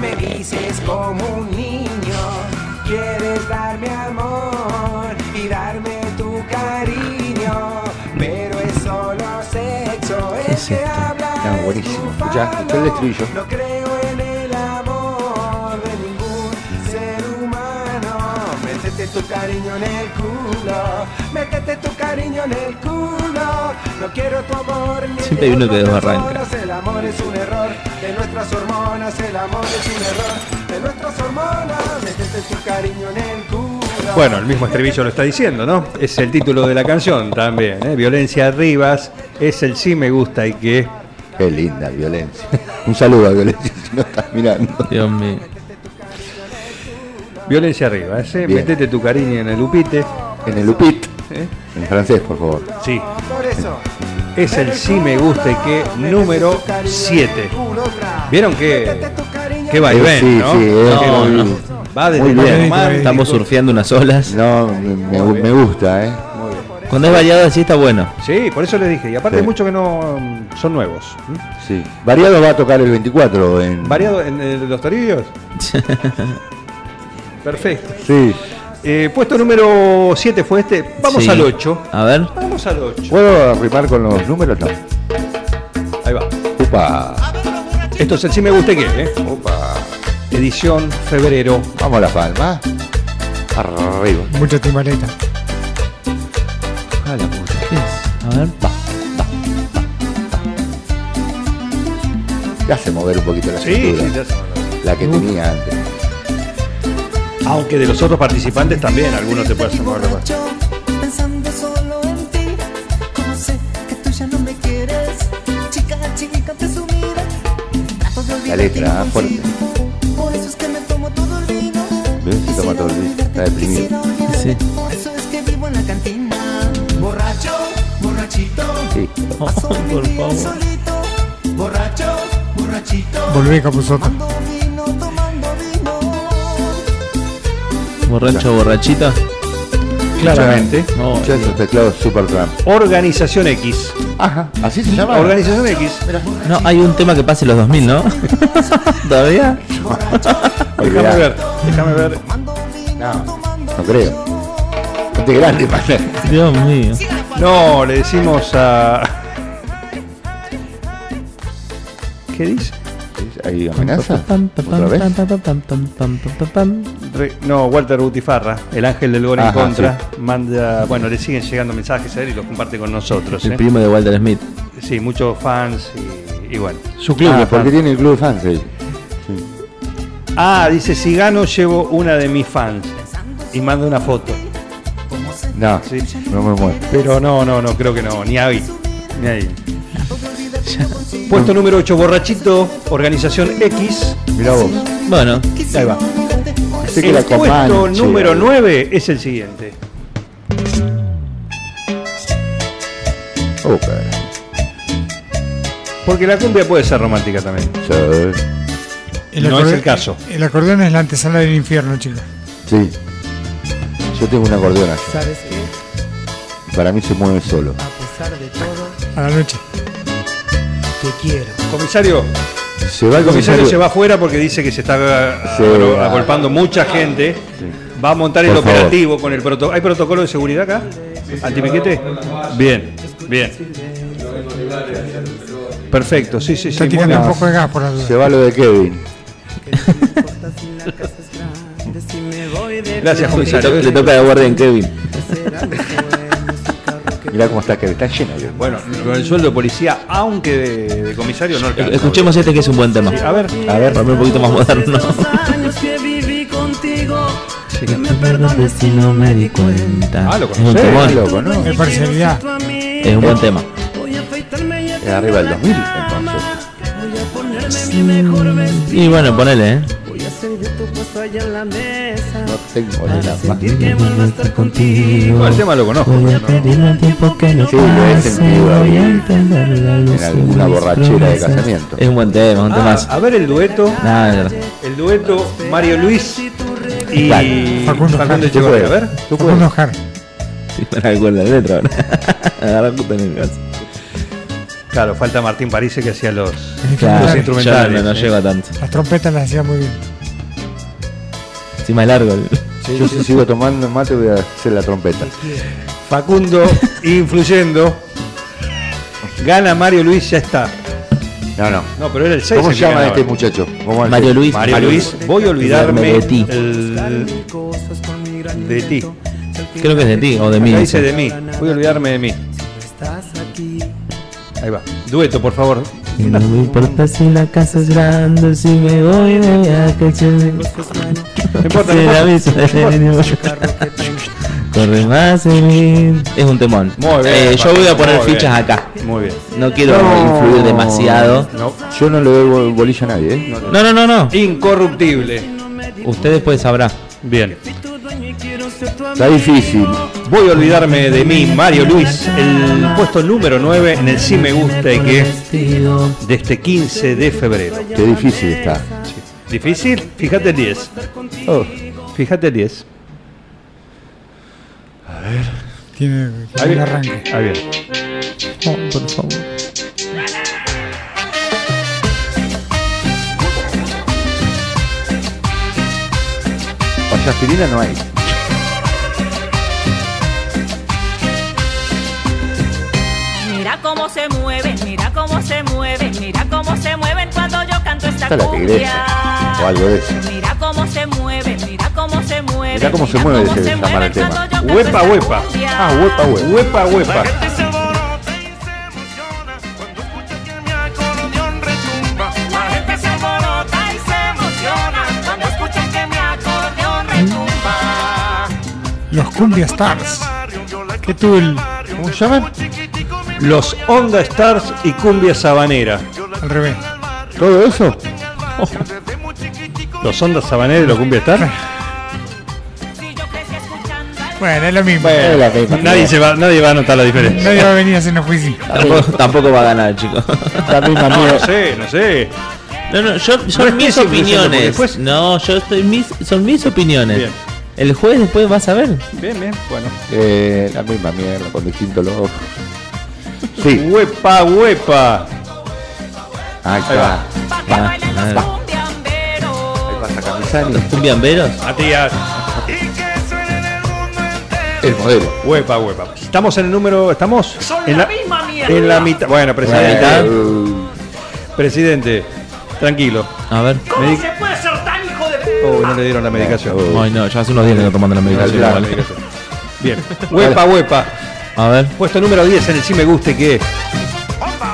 S10: me dices como un niño. Quieres darme amor y darme tu cariño, pero es solo sexo.
S5: ¿Qué es esto? Ah, buenísimo. Ya, escuchá el estribillo.
S10: No creo en el amor de ningún ser humano. Métete tu cariño en el culo, métete tu cariño en el culo. No quiero tu amor ni el
S6: Siempre hay
S10: de
S6: uno que
S10: otras
S6: desbarranca.
S10: personas. El amor es un error de nuestras hormonas, el amor es un error de nuestras hormonas. Métete tu cariño en el culo.
S4: Bueno, el mismo estribillo lo está diciendo, ¿no? Es el título de la canción también. ¿eh? Violencia Rivas es el sí me gusta y que.
S5: Qué linda violencia. Un saludo a Violencia si no estás mirando.
S6: Dios mío.
S4: Violencia Rivas, ¿eh?
S5: Bien.
S4: Metete tu cariño en el upite.
S5: En el upit.
S4: ¿Eh?
S5: En francés, por favor.
S4: Sí.
S10: Por eso,
S4: Es el sí me gusta y que número 7. ¿Vieron que, que vaivén,
S5: Sí,
S4: no?
S5: sí, es
S4: No,
S5: muy-
S4: no. Va desde
S5: muy
S4: lo
S5: bien.
S4: normal.
S6: Estamos surfeando unas olas.
S5: No, me, me- me gusta, ¿eh?
S6: Cuando es variado así está bueno.
S4: Sí, por eso les dije. Y aparte
S5: Sí.
S4: hay muchos que no mm, son nuevos. ¿m?
S5: Sí. Variado va a tocar el 24 en...
S4: ¿Variado en, eh, los torillos? Perfecto.
S5: Sí.
S4: Eh, puesto número 7 fue este. Vamos
S6: Sí.
S4: al 8.
S6: A ver.
S4: Vamos al 8.
S5: ¿Puedo rimar con los números? No.
S4: Ahí va.
S5: Upa.
S4: Esto es el sí me gusta y que, ¿eh?
S5: Upa.
S4: Edición febrero.
S5: Vamos a la palma. Arriba.
S3: Mucha timbaleta.
S6: A la puta. ¿Qué es? A ver.
S5: Te hace mover un poquito la
S4: Sí,
S5: cintura.
S4: sí, ya saben.
S5: La que tenía antes.
S4: Aunque de los otros participantes también algunos te pueden mover la mano.
S8: borracho, pensando solo en ti. Como sé que tú ya no me quieres, chica, chica, presumida. Trato de
S5: La
S8: olvidarte y
S5: letra,
S8: no
S5: ah, fuerte.
S8: consigo. Por eso es que me tomo todo el vino.
S5: ¿Ves? Se toma todo el vino. Está deprimido.
S8: Quisiera olvidarte,
S6: Sí.
S8: Por eso es que vivo en la cantina.
S10: borracho, borrachito,
S5: Sí.
S8: Paso mi
S6: por
S8: día
S6: favor.
S8: solito.
S10: borracho, borrachito.
S3: Volví Capuzotto.
S8: Tomando vino, tomando vino.
S6: Borracho, borrachita.
S4: Claramente.
S6: No,
S5: Escuchá
S4: eh.
S5: esos teclados super
S4: Organización X.
S5: Ajá. ¿Así se llama?
S4: Organización X.
S6: no, hay un tema que pase los 2000, ¿no? ¿Todavía?
S4: Déjame ver. Déjame ver.
S5: No, no creo. No te grande, man.
S6: Dios mío.
S4: No, le decimos a. ¿Qué dice?
S5: ¿Hay amenaza?
S6: Pam, pam,
S5: ¿Otra
S6: pam,
S5: vez?
S6: pam, pam, pam, pam, pam, pam, pam.
S4: Re- no, Walter Butifarra, el ángel del gol en
S5: Ajá,
S4: contra, manda. Bueno, le siguen llegando mensajes a él y los comparte con nosotros.
S6: El
S4: ¿eh?
S6: primo de Walter Smith.
S4: Sí, muchos fans y, y bueno. Su
S5: Ah, porque tiene el club de fans ahí.
S4: Ah, dice: si gano, llevo una de mis fans. Y manda una foto.
S5: No,
S4: Sí.
S5: no me muero.
S4: Pero no, no, no, creo que no, ni ahí. Ni ahí. Puesto número 8, Borrachito, Organización X.
S5: Mirá vos.
S6: Bueno,
S4: Ahí va.
S5: Sé que
S4: El
S5: la
S4: puesto
S5: Comanche.
S4: número 9 es el siguiente.
S5: Oh, cara.
S4: Porque la cumbia puede ser romántica también.
S5: Sí.
S4: No
S3: acorde-
S4: es el caso.
S3: El acordeón es la antesala del infierno, chicos.
S5: Sí. Yo tengo un acordeón allá. Para mí se mueve solo.
S3: A la noche.
S4: Comisario,
S5: Se va el
S4: el comisario
S5: comisario.
S4: se va afuera porque dice que se está ah,
S5: Se
S4: bueno,
S5: va.
S4: agolpando mucha gente. Va a montar el
S5: Por favor.
S4: operativo con el protocolo. ¿Hay protocolo de seguridad acá? ¿Antipiquete? Bien, bien. Perfecto, sí, sí, sí.
S3: Está
S4: muy
S3: tirando
S4: bien.
S3: un poco de gas por la duda.
S5: Se va lo de Kevin.
S4: Gracias, comisario.
S6: le toca de guardia en Kevin.
S5: Mirá cómo está Kevin. Está lleno. Kevin.
S4: Bueno, con el sueldo de policía, aunque de, de comisario, no alcanza.
S6: Escuchemos este que es un buen tema.
S4: A ver,
S6: A
S5: Eh,
S6: ver, para mí un poquito más moderno.
S10: años que viví contigo,
S6: si no me di cuenta.
S4: Ah, lo
S6: es un
S4: conocés,
S6: temón.
S5: Está loco, ¿no?
S3: Es parcialidad.
S6: Es un buen tema.
S5: Es arriba del 2000, entonces.
S6: Y bueno, ponele, ¿eh?
S5: No tengo nada más.
S4: no, el tema lo conozco.
S5: Sí, lo he sentido ahí. En alguna borrachera de casamiento.
S6: Es un buen tema, un
S4: Ah,
S6: tema.
S4: a ver el dueto.
S6: Nada,
S4: El dueto Mario Luis y
S5: Dale.
S4: Facundo,
S5: Facundo
S4: Echeverría. A ver,
S5: puedes, tú puedes.
S6: Sí, no me acuerdo la letra ahora. Agarra puta en el caso.
S4: claro, falta Martín París que hacía los,
S6: Claro,
S4: los
S6: yo
S4: instrumentales.
S6: no, no, no
S4: ¿eh?
S6: llego a tanto.
S3: Las trompetas las hacía muy bien.
S6: Sí, más largo. el-
S5: Yo si sigo tomando mate voy a hacer la trompeta.
S4: Facundo influyendo. Gana Mario Luis, ya está.
S5: No, no.
S4: No, pero era el 6.
S5: ¿Cómo se llama este muchacho? ¿Cómo es?
S6: Mario Luis.
S4: Mario Luis, voy a olvidarme
S6: de ti.
S4: el- de ti.
S6: Creo que es de ti o de mí.
S4: Acá
S6: dice.
S4: dice de mí. Voy a olvidarme de mí. Ahí va. Dueto, por favor.
S6: Y No me importa si la casa es grande, o si me voy de viaje, si
S4: No importa,
S6: si
S4: no
S6: la
S4: importa.
S6: misa Corre más en Es un temón.
S4: Muy bien,
S6: Eh, yo voy a poner
S4: muy bien.
S6: fichas acá.
S4: Muy bien.
S6: No quiero
S5: No.
S6: influir demasiado.
S4: No,
S5: Yo no le doy bol- bolilla a nadie, ¿eh?
S6: No, no, no, no.
S4: Incorruptible.
S6: Usted después sabrá.
S4: Bien.
S5: Está difícil.
S4: Voy a olvidarme de mí, Mario Luis, el puesto número 9 en el Sí Me Gusta y que de este 15 de febrero.
S5: Qué difícil está.
S4: ¿Difícil? Fíjate el 10. Fíjate el 10.
S3: Tiene, tiene
S4: Ahí
S3: un
S4: bien.
S3: arranque.
S4: Ahí bien.
S5: Aspirina no hay.
S12: Mira cómo se mueven, mira cómo se mueven, mira cómo se mueven cuando yo canto esta
S5: Está la
S12: cumbia.
S5: tigresa. O algo de eso.
S12: Mira cómo se mueven, mira cómo se mueven.
S5: Mirá cómo se mueve,
S12: cómo
S5: se
S12: se
S5: llama el
S12: mueven
S5: tema.
S12: cuando yo canto
S4: Huepa,
S12: esta
S4: huepa.
S12: cumbia.
S5: Ah, huepa,
S4: Huepa,
S5: huepa.
S4: huepa.
S12: La gente se alborota y se emociona cuando escuchan que mi acordeón retumba.
S3: Los Cumbia Stars. ¿Qué tuvo el,
S5: ¿Cómo se llaman?
S4: Los Onda Stars y Cumbia Sabanera.
S3: al revés?
S5: ¿Todo eso?
S4: Oh. ¿Los Onda Sabanera y los Cumbia Stars?
S12: Si yo crecí escuchando al
S3: Bueno, es lo mismo.
S5: Es la misma.
S4: Nadie, se va, nadie va a notar la diferencia.
S3: Nadie va a venir a hacernos juicio.
S6: Tampoco, tampoco va a ganar, chicos.
S5: La misma
S4: No, no
S5: mierda.
S4: sé, no sé.
S6: No, no, yo, son
S4: No
S6: mis
S4: estoy influyendo,
S6: opiniones.
S4: porque después-
S6: No, yo estoy mis, son mis opiniones.
S4: Bien.
S6: El juez después va a saber.
S4: Bien, bien, bueno.
S5: Eh, la misma mierda, con distinto logo. Sí,
S4: Huepa, huepa.
S5: ahí está.
S12: pa' que
S6: Ah,
S12: bailen los
S6: claro.
S12: cumbiamberos.
S5: Pasa Camisani.
S6: Los cumbiamberos.
S4: Matías.
S5: El modelo.
S4: Huepa, huepa. Estamos en el número. Estamos
S12: Son
S4: en
S12: la
S4: la,
S12: misma mierda.
S4: en la mitad. Bueno,
S5: Eh,
S4: presidente.
S6: mitad.
S4: Presidente, tranquilo.
S6: A ver.
S12: ¿Cómo se puede ser tan hijo de p-
S4: Oh, no le dieron la medicación.
S5: Oh.
S6: Ay, no, ya hace unos días que no tomando la medicación.
S5: Claro,
S6: igual.
S5: medicación.
S4: Bien. Huepa, huepa.
S6: A ver.
S4: Puesto número 10 en el Si Me Guste que es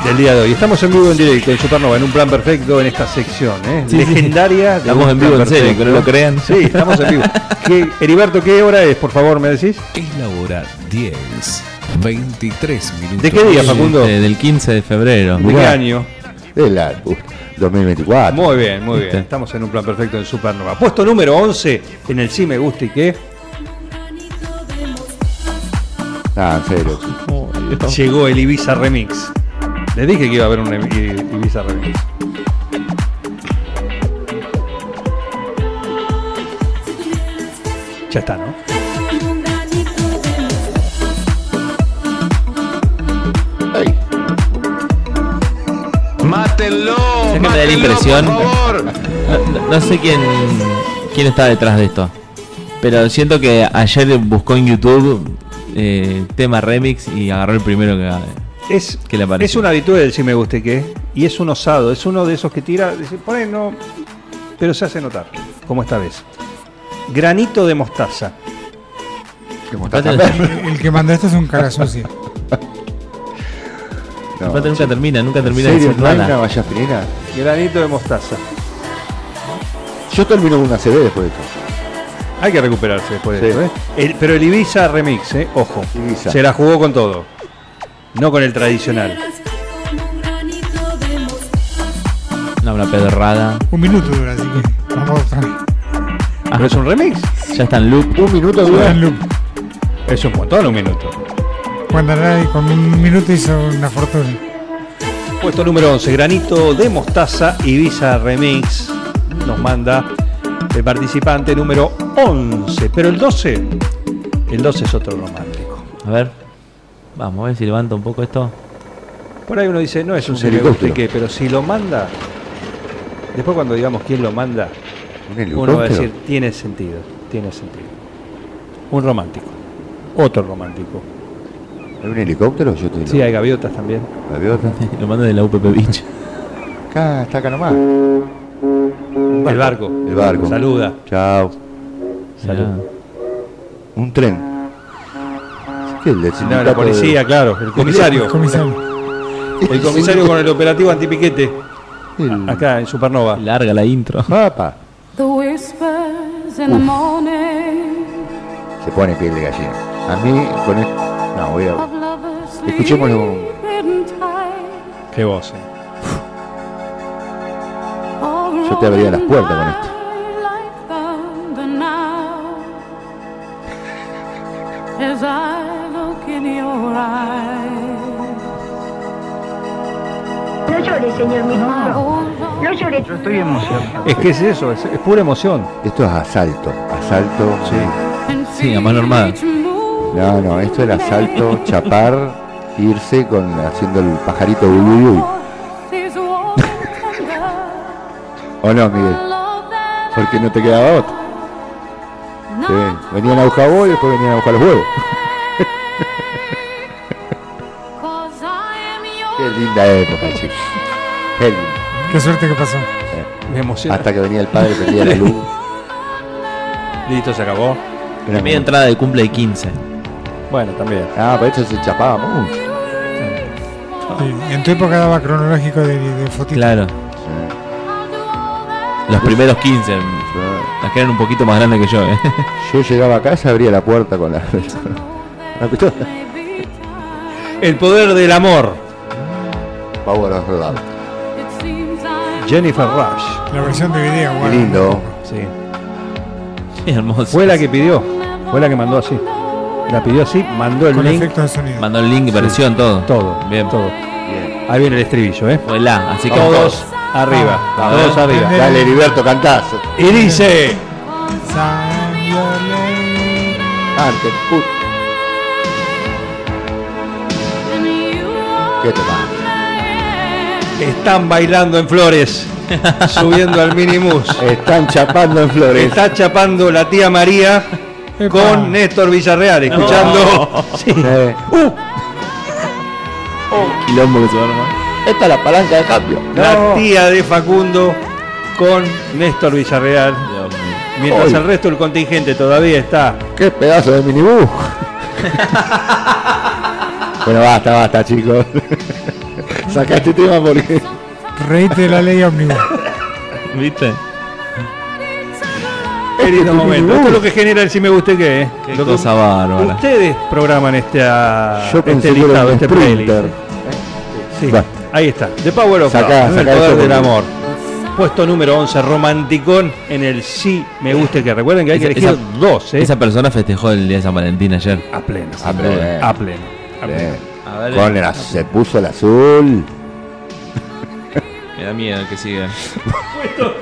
S4: del día de hoy. Estamos en vivo en directo en Supernova, en un plan perfecto en esta sección, ¿eh?
S6: Sí, sí.
S4: Legendaria. de
S6: Estamos
S4: Un
S6: en vivo,
S4: Plan
S6: en serio,
S4: Perfecto.
S6: que no lo crean.
S4: Sí, estamos en vivo. ¿Qué- Heriberto, ¿qué hora es, por favor, me decís?
S1: Es la hora 10, 23 minutos.
S4: ¿De qué día, Facundo?
S6: Este, del 15 de febrero.
S4: ¿De qué
S5: Mirá.
S4: año?
S5: De la uh,
S6: Ah,
S5: 2024.
S4: Muy bien, muy bien. Estamos en un plan perfecto en Supernova. Puesto número 11 en el Si Me Guste y que
S5: Ah, en serio.
S4: llegó el Ibiza Remix. Les dije que iba a haber un Ibi- Ibiza Remix. Ya está, ¿no?
S5: Ay,
S6: ¿Sabes que me da la impresión? No, no- no sé quién, quién está detrás de esto. Pero siento que ayer buscó en YouTube eh, tema remix y agarró el primero que,
S4: Es,
S6: que le apareció.
S4: es una habitué del si me guste que y es un osado, es uno de esos que tira, dice, por ahí no, pero se hace notar, como esta vez. Granito de mostaza.
S5: qué
S6: Aparte,
S5: mostaza.
S6: aparte
S3: El que mandó esto es un cara sucio.
S5: No,
S6: nunca termina, nunca
S5: ¿En
S6: termina de
S5: serio?
S6: decir
S5: ¿No hay una
S6: nada.
S5: valla aspirina?
S4: Granito de mostaza.
S5: Yo termino con una CD después de esto.
S4: Hay que recuperarse después de
S5: Sí.
S4: esto, ¿eh? El- pero el Ibiza remix, ¿eh? Ojo.
S5: Ibiza.
S4: Se la jugó con todo. No con el tradicional.
S6: No, una pedorrada.
S3: Un minuto dura, así que. Vamos a
S6: Ah,
S4: ¿Pero es un remix?
S6: ya está en loop.
S5: Un minuto
S3: Está
S5: dura.
S3: en loop.
S4: Es un montón, un minuto.
S3: Cuando nadie con un minuto hizo una fortuna.
S4: Puesto número 11, Granito de Mostaza, Ibiza Remix, nos manda el participante número 11. Pero el 12, el 12 es otro romántico.
S6: A ver, vamos a ver si levanta un poco esto.
S4: Por ahí uno dice, no es un
S6: Un
S4: cerebro
S6: helicóptero.
S4: qué, pero si lo manda, después cuando digamos quién lo manda, uno va a
S6: helicóptero?
S4: decir, tiene sentido, tiene sentido. Un romántico, otro romántico.
S5: ¿Hay un helicóptero? Yo te digo.
S4: Sí, hay gaviotas también.
S5: Gaviota.
S6: Lo manda de la UPP Beach.
S5: Acá, está acá nomás.
S4: El barco.
S5: El barco.
S4: Saluda.
S5: Chao.
S6: Salud.
S5: Un tren. ¿Qué es el del
S4: No,
S5: sindicato
S4: la
S5: de-
S4: policía, claro, el comisario. El comisario con el operativo antipiquete. Acá en Supernova.
S6: Larga la intro.
S13: The whispers in the morning
S5: Se pone piel de gallina. A mí, con esto. No, voy a.
S13: of lovers
S5: Escuchémoslo.
S13: sleeping tight.
S4: Qué voz. eh.
S13: All
S5: Yo te abría las
S13: rolling
S5: puertas con esto.
S13: by like thunder now. As I look in your eyes.
S14: No llore, señor Mismaro. No llore. Yo estoy emocionado.
S4: Es que es eso, es, es pura emoción.
S5: Esto es asalto. Asalto. Sí.
S6: Sí, a mano armada.
S5: No, no, esto era asalto, chapar, irse con haciendo el pajarito uy, uy, uy.
S13: These walls tender.
S5: ¿O no, Miguel? Porque no te quedaba otro. Sí, Venían a buscar vos y después venían a buscar los huevos. Qué linda época, chicos. Qué linda.
S3: Qué suerte que pasó.
S4: Me emociona.
S5: Hasta que venía el padre, prendía la luz.
S4: Listo, se acabó.
S6: Primera entrada de cumple de 15.
S4: Bueno, también.
S5: Ah, pero eso se chapaba mucho.
S3: Sí, En tu época daba cronológico de, de fotitos.
S6: Claro. Los primeros 15. Las que eran un poquito más grandes que yo, eh.
S5: Yo llegaba a casa, abría la puerta con la, la pistola.
S4: El poder del amor.
S5: Power of Love.
S4: Jennifer Rush.
S3: La versión de video,
S5: Qué
S3: bueno.
S5: lindo.
S4: Sí.
S6: Es hermoso.
S4: Fue la que pidió. Fue la que mandó así. La pidió así, mandó el
S3: Con
S4: link.
S3: efectos de sonido.
S6: Mandó el link, versión, todo. Todo. Bien. Todo.
S4: Ahí viene el estribillo, ¿eh?
S6: Fue la, así que
S4: Todos arriba.
S6: Vamos.
S4: Todos arriba.
S5: Dale, Heriberto, cantás.
S4: Y dice.
S5: Antes, put. ¿Qué te pasa?
S4: Están bailando en flores. subiendo al minimus.
S5: Están chapando en flores.
S4: Está chapando la tía María con Néstor Villarreal, escuchando. Sí.
S5: Uh. Oh. Quilombo que se arma. Esta es la palanca de cambio.
S4: La tía de Facundo con Néstor Villarreal. Mientras
S5: Hoy.
S4: el resto del contingente todavía está.
S5: Qué pedazo de minibús. bueno, basta, basta, chicos. Saca este tema porque.
S3: Reíte de la ley ómnibus.
S6: ¿Viste?
S4: Qué lindo
S5: Este
S4: momento.
S5: minibús.
S4: Esto es lo que genera el si me guste que, ¿eh?
S6: Qué
S4: Lo que
S6: cosa bárbara.
S4: Ustedes programan esta,
S5: Yo pensé
S4: este
S5: que era
S4: listado,
S5: un
S4: este playlist.
S5: sprinter.
S4: Sí,
S5: Bueno.
S4: ahí está. The Power of
S5: Sacá,
S4: Love,
S5: sacá
S4: el
S5: esto
S4: poder del
S5: porque-
S4: amor. Puesto número 11, romanticón en el sí me guste que. Recuerden que hay que
S6: Esa-
S4: elegir
S6: esa-
S4: dos, ¿eh?
S6: Esa persona festejó el día de San Valentín ayer.
S4: A pleno.
S5: A pleno.
S4: A pleno. A pleno.
S5: Eh,
S6: A ver,
S5: con el az- se puso el azul.
S6: me da miedo el que siga.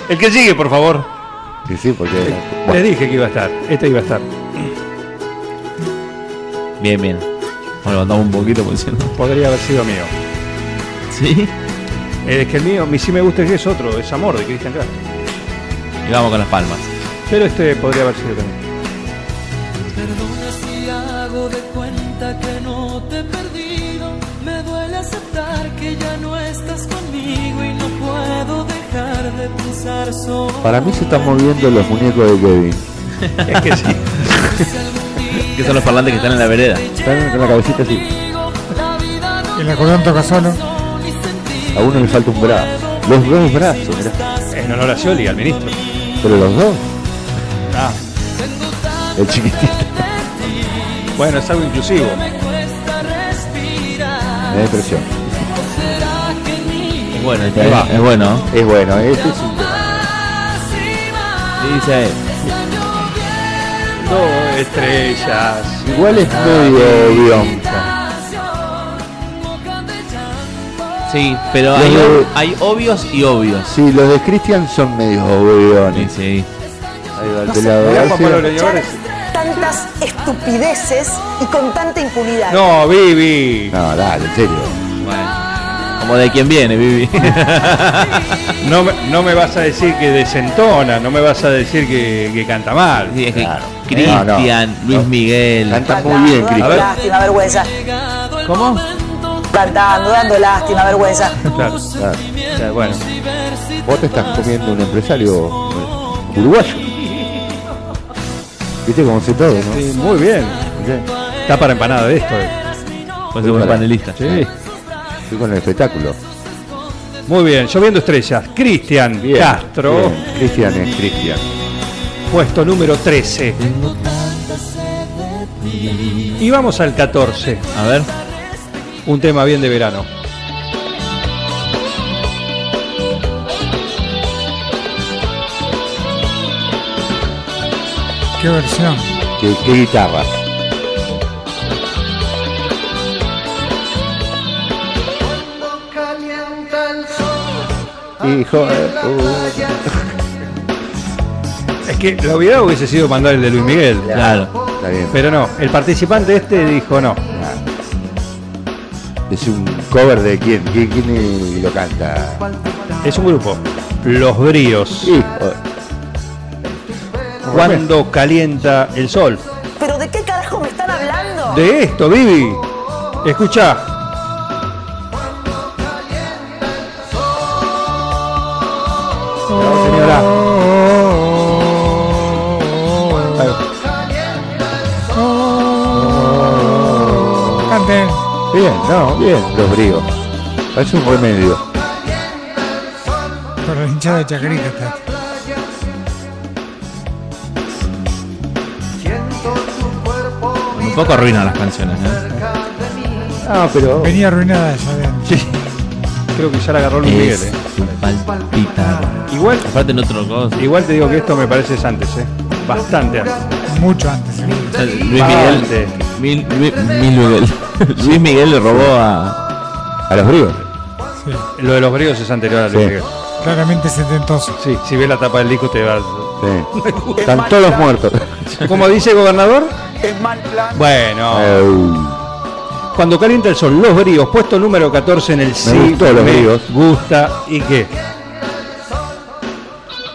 S4: El que sigue, por favor.
S5: Y sí, porque.
S4: Les dije que iba a estar. Este iba a estar.
S6: Bien, bien. Bueno, levantamos un poquito por cierto.
S4: Podría haber sido mío. Eh,
S6: ¿Sí?
S4: Es que el mío, mi sí me gusta que es otro, es amor de Cristian Castro.
S6: Y vamos con las palmas.
S4: Pero este podría haber sido también.
S15: Perdona si hago de cuenta que no te he perdido. Me duele aceptar que ya no estás conmigo y no puedo dejar de pensar sobre
S5: Para mí se están moviendo los muñecos de Kevin.
S4: Es que sí.
S6: Que son los parlantes que están en la vereda.
S5: Están con la cabecita así.
S3: El acordeón toca solo.
S5: A uno le falta un brazo. Los dos brazos, mirá.
S4: En honor a Scioli, al ministro.
S5: Pero los dos.
S4: Ah.
S5: El chiquitito.
S4: Bueno, es algo inclusivo.
S5: Me da impresión.
S6: Es bueno,
S5: Ahí
S6: este,
S5: va.
S6: es bueno.
S5: Es bueno, este es un
S6: Dice,
S4: Dos estrellas.
S5: Igual es
S4: Ah,
S5: medio guionca.
S6: sí, pero hay, ob- hay obvios y obvios.
S5: Sí, los de Christian son medios
S6: Sí,
S5: guiones. Ahí
S6: sí.
S5: va el
S4: No sé,
S5: pelado
S4: mirá,
S5: García.
S4: Juan Pablo Leñadores.
S16: Tantas estupideces y con tanta impunidad.
S4: No, Vivi.
S5: No, dale, en serio.
S6: Como de quien viene, Vivi. Ah.
S4: No me, no me vas a decir que desentona, no me vas a decir que, que canta mal.
S6: Cristian, Luis Miguel.
S5: Canta
S16: Cantando, dando
S4: A ver.
S16: lástima, vergüenza. ¿Cómo? Cantando, dando lástima, vergüenza.
S4: Claro,
S5: claro.
S4: bueno.
S5: Vos te estás comiendo un empresario eh, uruguayo. ¿Viste cómo sé todo, no?
S4: Sí, muy bien. Está para empanada de esto. eh.
S5: Soy
S4: buen
S5: para-
S4: panelista.
S5: Sí. Estoy con el espectáculo.
S4: Muy bien, lloviendo estrellas. Cristian
S5: Bien,
S4: Castro,
S5: bien. Cristian es Cristian.
S4: puesto número 13. Y vamos al 14.
S6: A ver.
S4: Un tema bien de verano.
S3: Qué versión.
S5: ¿Qué, qué guitarra? Hijo eh, uh. de puta.
S4: Es que la obviedad hubiese sido mandar el de Luis Miguel.
S6: Claro.
S5: Está bien.
S4: Pero no, el participante este dijo no.
S5: Es un cover de quién? ¿Quién, quién lo canta?
S4: Es un grupo. Los Bríos. Cuando calienta el sol.
S16: ¿Pero de qué carajo me están hablando?
S4: De esto, Vivi. Escucha. No, señora. Ahí va.
S3: Cante.
S5: Bien, no, bien, los bríos. Parece un remedio.
S3: Por la hinchada de Chacarita está.
S6: Un poco arruinan las canciones, ¿eh?
S5: Ah, pero.
S3: Venía arruinada esa de antes.
S4: Creo que ya la agarró Luis Miguel.
S6: Es
S4: eh.
S6: un palpitar.
S4: Igual,
S6: Aparte en otro cosa.
S4: igual te digo que esto me parece es antes, eh. Bastante antes.
S3: Mucho antes. seguro.
S6: O sea, Luis Miguel. Mil- Luis- Mil Miguel. Luis Miguel le robó a.
S5: Ah, A los bríos.
S4: Lo de los bríos es anterior a Luis
S5: Sí.
S4: Miguel.
S3: Claramente setentoso.
S4: Sí, si ves la tapa del disco te vas.
S5: Sí. Están todos muertos.
S4: Como dice el gobernador.
S10: Es mal plan.
S4: Bueno.
S5: Au.
S4: Cuando calienta el sol, los bríos, puesto número 14 en el sí.
S5: gustó los
S4: me
S5: bríos.
S4: gusta y qué.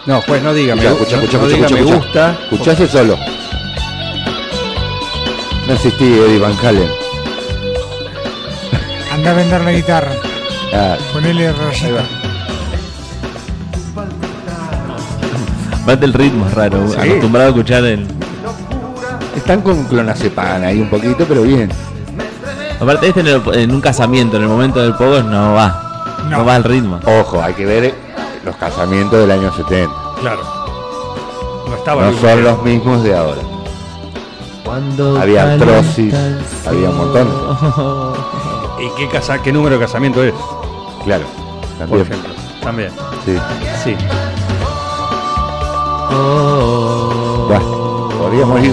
S4: No, pues no diga, me, gu-
S5: Escuchá,
S4: no-
S5: escuchá,
S4: no diga
S5: escuchá, escuchá,
S4: me
S5: escuchá.
S4: gusta.
S5: Escuchá ese solo. No existí Eddie Van Halen.
S3: Anda a vender la guitarra.
S5: Ah,
S3: Ponele rayita.
S6: Aparte el ritmo es raro.
S4: Sí.
S6: Acostumbrado a escuchar el.
S5: están con clonazepam ahí un poquito, pero bien.
S6: Aparte este en, el- en un casamiento, en el momento del pogo no va. No, va el ritmo.
S5: Ojo, hay que ver eh, los casamientos del año 70.
S4: Claro. No estaba
S5: No
S4: Luis
S5: son
S4: Miguel.
S5: los mismos de ahora.
S6: Cuando
S5: Había
S6: calienta
S5: Atrocis,
S6: el sol.
S5: había un montón.
S4: ¿Y qué, casa, qué número de casamiento es?
S5: Claro.
S4: Por
S5: También.
S4: ejemplo. También.
S5: Sí.
S4: Sí.
S5: Bueno, podría morir.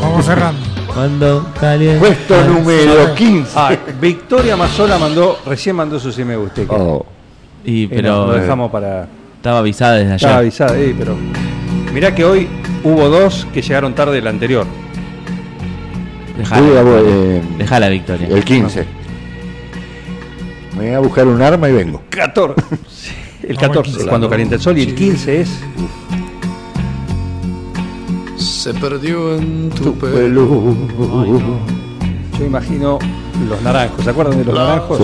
S3: Vamos cerrando.
S6: Cuando calienta.
S5: Puesto
S6: el
S5: número
S6: sol.
S5: 15.
S4: Ah, Victoria Mazola mandó, recién mandó su sí me gusta. y qué.
S5: Oh,
S6: Y
S4: Y no,
S6: pero eh,
S4: lo dejamos para.
S6: estaba avisada desde
S4: Estaba
S6: allá.
S4: avisada, eh, pero. Mirá que hoy hubo dos que llegaron tarde del anterior.
S6: Dejala,
S5: voy a, eh,
S6: dejala, Victoria.
S5: el 15. Me voy a buscar un arma y vengo.
S4: 14. Sí, El 14 es cuando calienta el sol y el 15 es.
S12: Se perdió en tu pelo.
S5: Pelú.
S4: Yo imagino los naranjos. ¿Se acuerdan de los naranjos?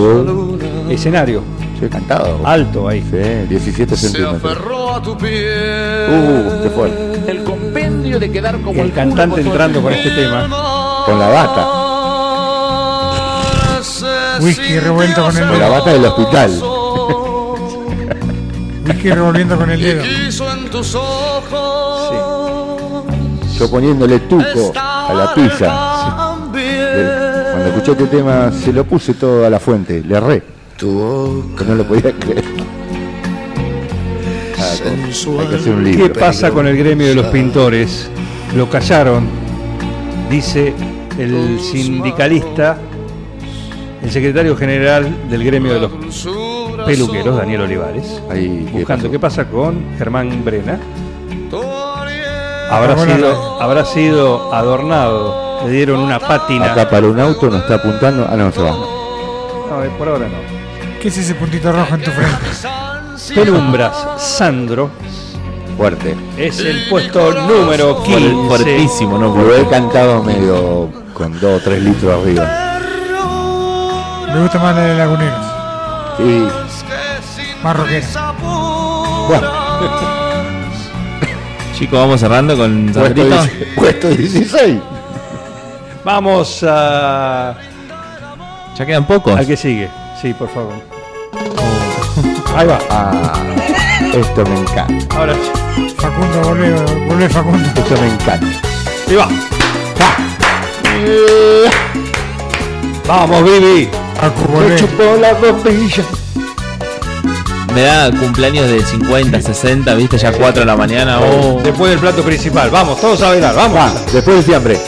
S4: Escenario.
S5: Sí, cantado.
S4: Alto ahí.
S5: Sí, 17
S12: Ah. Se
S5: centímetros.
S12: aferró a tu pie.
S5: Uh, qué fuerte.
S10: El compendio de quedar como
S4: El cantante entrando con este tema.
S5: Con la bata.
S3: Whisky revuelto con el
S5: Con la
S3: dedo.
S5: bata del hospital.
S3: Whisky revolviendo con el dedo.
S12: Quiso en tus ojos.
S5: Yo poniéndole tuco a la pizza.
S12: También.
S5: Eh, Cuando escuché este tema se lo puse todo a la fuente. Le erré. Que no lo podía creer. Ah, con- hay que hacer un
S4: ¿Qué
S5: libro.
S4: pasa con el gremio de los pintores? Lo callaron, dice el sindicalista, el secretario general del gremio de los peluqueros, Daniel Olivares.
S5: Ahí, ¿qué
S4: Buscando
S5: pasó?
S4: qué pasa con Germán Brena. Habrá sido, habrá sido adornado. Le dieron una pátina.
S5: Acá para un auto nos está apuntando. Ah, no, se va.
S4: No, eh, por ahora no.
S3: ¿Qué es ese puntito rojo en tu frente?
S4: Penumbras, Sandro.
S5: Fuerte.
S4: Es el puesto número 15.
S5: Fuert- Fuertísimo, ¿no? Lo he cantado medio con 2 o 3 litros arriba.
S3: Me gusta más la de Laguneros.
S5: Y
S3: Más rockera.
S6: Chicos, vamos cerrando con Sandrito.
S5: Puesto 16.
S4: Vamos a.
S6: Ya quedan pocos.
S4: Al que sigue. Sí, por favor. Ahí va.
S5: Ah, esto me encanta.
S4: Ahora
S3: Facundo, volvé, volvé Facundo.
S5: Esto me encanta.
S4: Y va. Ah. Vamos, Vivi.
S5: Me chupó la bombilla.
S6: Me da cumpleaños de 50, 60, viste, ya 4 de la mañana. Oh.
S4: Después del plato principal. Vamos, todos a bailar. Vamos.
S5: Después de siempre.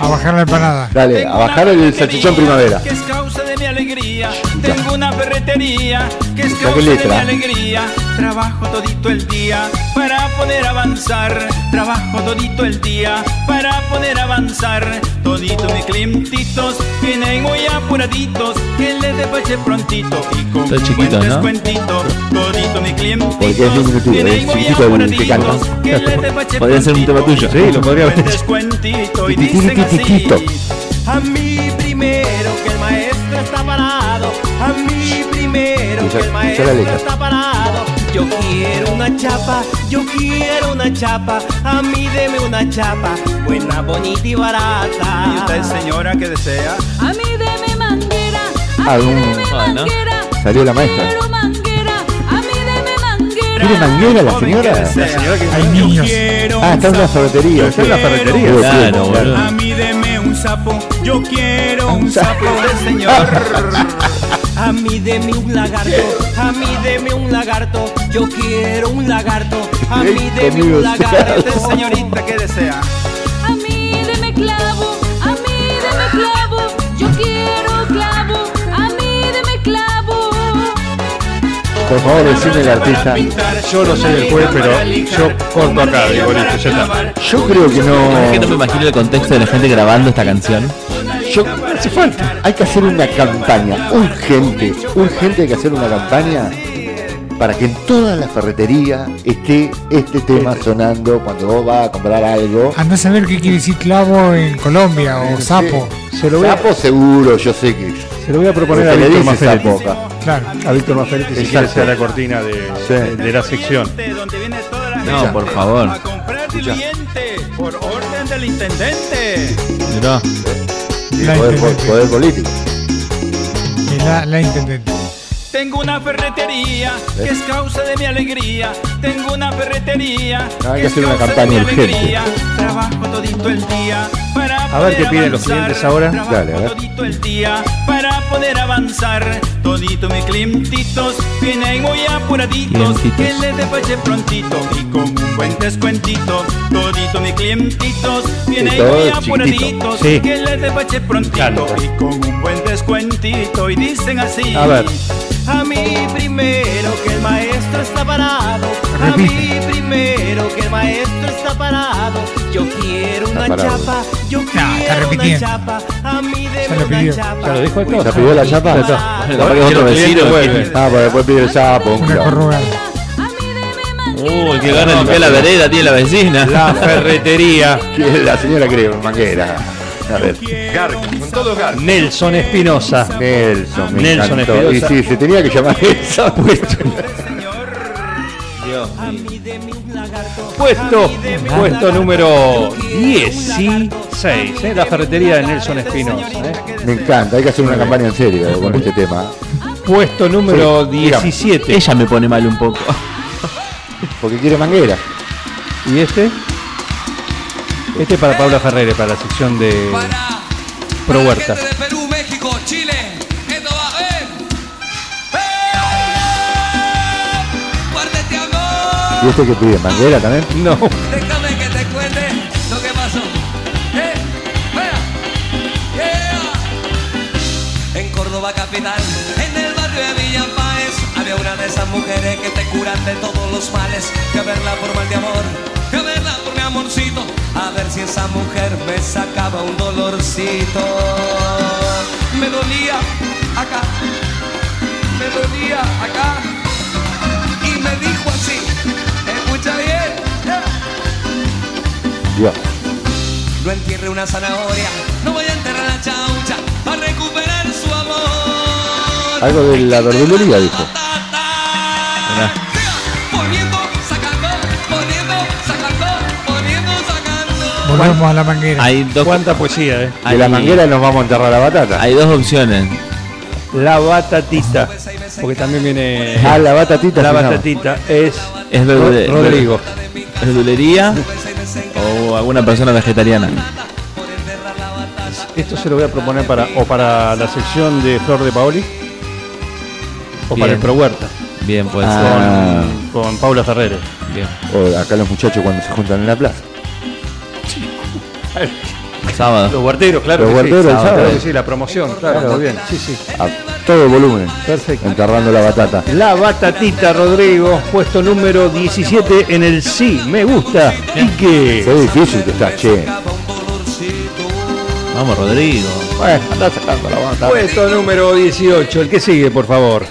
S3: A bajar la empanada.
S5: Dale, a bajar el salchichón primavera.
S12: Que es causa de mi alegría. Tengo una ferretería que es
S5: Ya que
S12: causa de mi
S5: letra.
S12: alegría. Trabajo todito el día para poder avanzar. Trabajo todito el día para poder avanzar. Todito mis clientitos vienen muy apuraditos. Que les despache prontito y con
S6: Está chiquito,
S12: buen
S6: ¿no?
S12: descuentito. Todito mi clientitos
S5: Porque es diminutivo, es chiquito el que canta.
S12: que les despache
S6: Podría ser un tema tuyo.
S4: Sí, lo podría haber hecho.
S12: descuentito y dicen así. A mí primero que el maestro está parado. A mí primero
S5: Escucha-
S12: que el
S5: escucha la
S12: maestro
S5: letra.
S12: está parado. Yo quiero una chapa, yo quiero una chapa. A mí deme una chapa, buena, bonita y barata. ¿Y usted, señora, qué desea?
S13: A mí deme manguera,
S5: Algún-
S6: Bueno.
S5: Salió la maestra.
S13: quiero manguera, a mí deme manguera.
S5: ¿Tiene manguera la señora?
S3: Hay niños.
S5: Ah, está en la ferretería.
S4: Está en la ferretería.
S5: Digo,
S6: Claro,
S5: sí,
S6: boludo.
S12: A mí deme un sapo, yo quiero un sapo del señor. A mí deme un lagarto, a mí deme un lagarto, yo quiero un lagarto. A mí deme un lagarto, señorita que desea.
S13: A mí deme clavo, a mí deme clavo, yo quiero clavo, a mí deme clavo.
S5: Por favor, decime el artista.
S4: Yo no soy el juez, pero yo corto acá, digo, listo, ya está.
S5: Yo creo que
S6: Es que no me
S5: no.
S6: imagino el contexto de la gente grabando esta canción.
S5: Yo, hace falta. Hay que hacer una campaña urgente. Urgente hay que hacer una campaña para que en toda la ferretería esté este tema sonando cuando vos vas a comprar algo.
S3: Andás a ver qué quiere decir clavo en Colombia o sapo.
S4: Se lo voy a,
S5: Sapo seguro, yo sé que.
S4: se lo voy a proponer a
S5: se le
S4: Víctor
S5: dice
S4: Maferetti.
S5: sapo acá.
S3: Claro.
S4: A Víctor Maferetti, si
S5: Exacto.
S4: quiere sea la cortina de,
S5: Sí.
S4: de- de la sección.
S12: Donde viene toda la gente
S6: No, por favor.
S12: a comprar diligente por orden del intendente.
S6: Mirá.
S5: Sí,
S3: La
S5: poder,
S3: intendente.
S5: poder político.
S3: Y la, la intendente.
S12: Tengo una ferretería
S5: ¿Eh?
S12: que es causa de mi alegría. Tengo una ferretería
S5: No, hay
S12: que
S5: que
S12: es
S5: hacer una
S12: causa
S5: campaña
S12: de mi
S5: urgente.
S12: alegría. Trabajo todito el día para
S4: A ver qué
S12: poder
S4: piden los
S12: avanzar.
S4: clientes ahora.
S12: Trabajo
S5: Dale, a ver.
S12: todito el día para poder avanzar. Todito mis clientitos vienen muy apuraditos.
S6: Clientitos.
S12: Que les despache prontito y con un buen descuentito. Todito mis clientitos vienen
S5: todo
S12: muy
S5: es chiquitito.
S12: apuraditos.
S4: Sí.
S12: Que les despache prontito
S4: Claro.
S12: y con un buen descuentito. Y dicen así.
S4: A ver.
S12: A mí primero que el maestro está parado. A mí primero que el maestro está parado. Yo quiero una
S5: parado.
S12: chapa. Yo
S3: está
S12: quiero una
S3: repitiendo.
S12: chapa. A mí
S3: Ya
S12: deme
S3: lo
S12: una
S3: pidió.
S12: chapa.
S4: ¿Ya lo dijo esto?
S5: ¿La pidió la chapa?
S12: Bueno,
S5: Capaz que
S6: quiero
S5: otro
S6: que
S5: vecino.
S4: vuelve.
S5: Ah, pues después pide el sapo.
S3: Una
S5: claro.
S3: corrugada.
S6: Uy, que gana limpiar la vereda, tiene la vecina.
S4: La ferretería.
S5: Que La señora cree, manguera. A ver.
S7: con todo gar.
S4: Nelson Espinosa.
S5: Nelson, me
S4: Nelson
S5: encantó. Y
S4: Espinosa.
S5: sí, se tenía que llamar esa puesto.
S4: Puesto, puesto número 16. ¿eh? La ferretería de Nelson Espinosa. ¿eh?
S5: Me encanta, hay que hacer una campaña en serio con este tema.
S4: Puesto número
S5: Sí, digamos.
S4: 17.
S6: Ella me pone mal un poco.
S5: Porque quiere manguera.
S4: ¿Y este? Este es para Paula Ferreira, para la sección de Pro Huerta.
S17: de Perú, México, Chile. Esto va, ¡eh! ¡Guárdate amor!
S5: ¿Y este que pide? ¿Manguera también?
S4: No,
S17: Déjame que te cuente lo que pasó. ¡Eh! ¡Vea! ¡Yeah! En Córdoba capital, en el barrio de Villa Páez, había
S12: sería una de esas mujeres que te curan de todos los males. Que a verla por mal de amor, que a verla por mi amorcito. A ver si esa mujer me sacaba un dolorcito. Me dolía acá, me dolía acá. Y me dijo así, escucha bien. eh".
S5: Dios.
S12: No entierre una zanahoria, no voy a enterrar la chaucha para recuperar su amor.
S5: Algo de la verdulería dijo.
S12: Poniendo, sacando, poniendo, sacando, poniendo, sacando.
S1: Volvemos a la manguera.
S6: Hay dos,
S4: ¿Cuánta poesía, eh?
S5: De la manguera nos vamos a enterrar la batata.
S6: hay dos opciones.
S4: La batatita. Porque también viene.
S5: Ah, la batatita.
S4: La
S5: se llama.
S4: batatita es
S6: Es verdule-
S4: Ro- Rodrigo.
S6: verdulería o alguna persona vegetariana.
S4: Esto se lo voy a proponer para o para la sección de Flor de Paoli o
S6: Bien.
S4: para el Pro Huerta
S6: Bien, pues.
S5: Ah,
S4: con Paula Ferreres.
S6: Bien.
S5: o acá los muchachos cuando se juntan en la plaza.
S6: Sábado.
S4: Los huerteros, claro.
S5: Los
S4: que sí.
S5: huerteros, el
S4: Claro,
S5: sábado.
S4: que sí, la promoción, claro, muy bien. Sí, sí.
S5: A todo volumen.
S4: Perfecto.
S5: Enterrando la batata.
S4: La batatita Rodrigo, puesto número 17 en el sí, me gusta. Y que
S5: Qué difícil que está, che.
S6: Vamos, Rodrigo.
S5: Bueno, andá sacando la batata.
S4: Puesto número 18, el que sigue, por favor.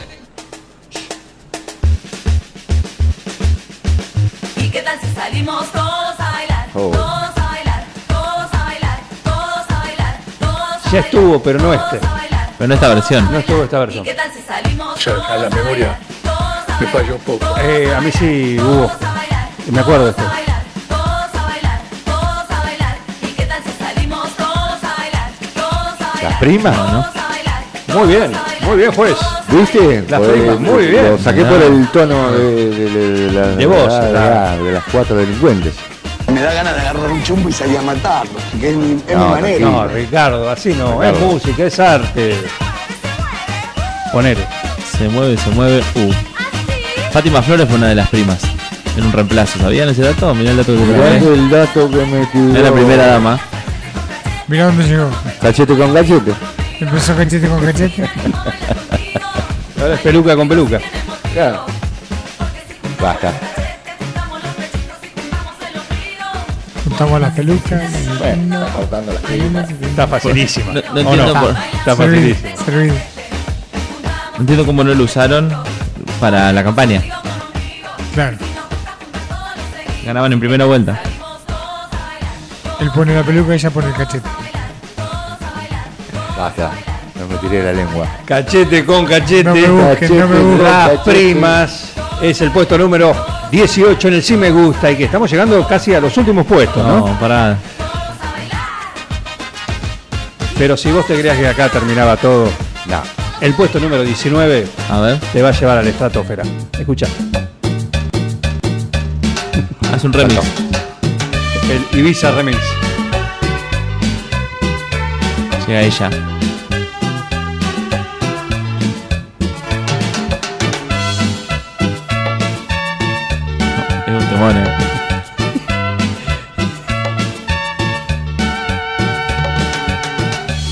S18: ¿Y qué tal si salimos todos a bailar?
S4: Oh.
S18: Todos a bailar, todos a bailar, todos a bailar, todos a
S4: Ya
S18: bailar.
S4: estuvo, pero no este.
S6: Pero no esta versión.
S4: No estuvo esta versión.
S18: ¿Qué tal si salimos
S19: Ya
S18: todos
S19: a la memoria me falló un poco.
S4: Eh, a mí sí hubo. Me acuerdo de este.
S5: ¿Las primas o no?
S4: Muy bien, muy bien, juez.
S5: ¿Viste?
S4: Las
S5: Por-
S4: primas, muy bien.
S5: Lo saqué por el tono de, de, de- de la-
S4: De voz,
S5: de,
S4: claro.
S5: de las cuatro delincuentes.
S3: Me da ganas de agarrar un chumbo y salir a matarlo, que es mi, es
S5: No,
S3: mi manera.
S4: No, Ricardo, así no.
S5: Ricardo.
S4: Es música, es arte. Poner.
S6: Se mueve, se mueve. Uh. Fátima Flores fue una de las primas. En un reemplazo. ¿Sabían ese dato? Mirá el dato que
S5: Mirá
S6: te
S5: el dato que me tiró.
S6: Es la primera dama.
S1: Mirá dónde llegó.
S5: Cachete con cachete.
S1: Empezó cachete con cachete.
S4: Ahora es peluca con peluca.
S5: Claro. Basta.
S1: Juntamos las pelucas.
S5: Bueno, está cortando las primas.
S4: Está facilísima.
S6: No, no
S4: ¿O
S6: entiendo por-
S1: Servido,
S4: Está facilísima.
S1: servido.
S6: no entiendo cómo no lo usaron para la campaña.
S1: Claro.
S6: Ganaban en primera vuelta.
S1: Él pone la peluca y ella pone el cachete.
S5: Basta. No me tiré la lengua.
S4: Cachete con
S1: No me
S4: cachete.
S1: busquen, no me
S5: Cachete,
S1: busquen.
S4: Las
S6: Ah,
S5: cachete.
S4: primas. Es el puesto número 18 en el sí me gusta. Y que estamos llegando casi a los últimos puestos, ¿no?
S6: No, pará.
S4: Pero si vos te creías que acá terminaba todo,
S5: No.
S4: el puesto número 19
S6: A ver.
S4: te va a llevar a la estratosfera. Escucha,
S6: Haz un remix.
S4: el Ibiza Remix.
S6: Llega ella. Es un temor, eh.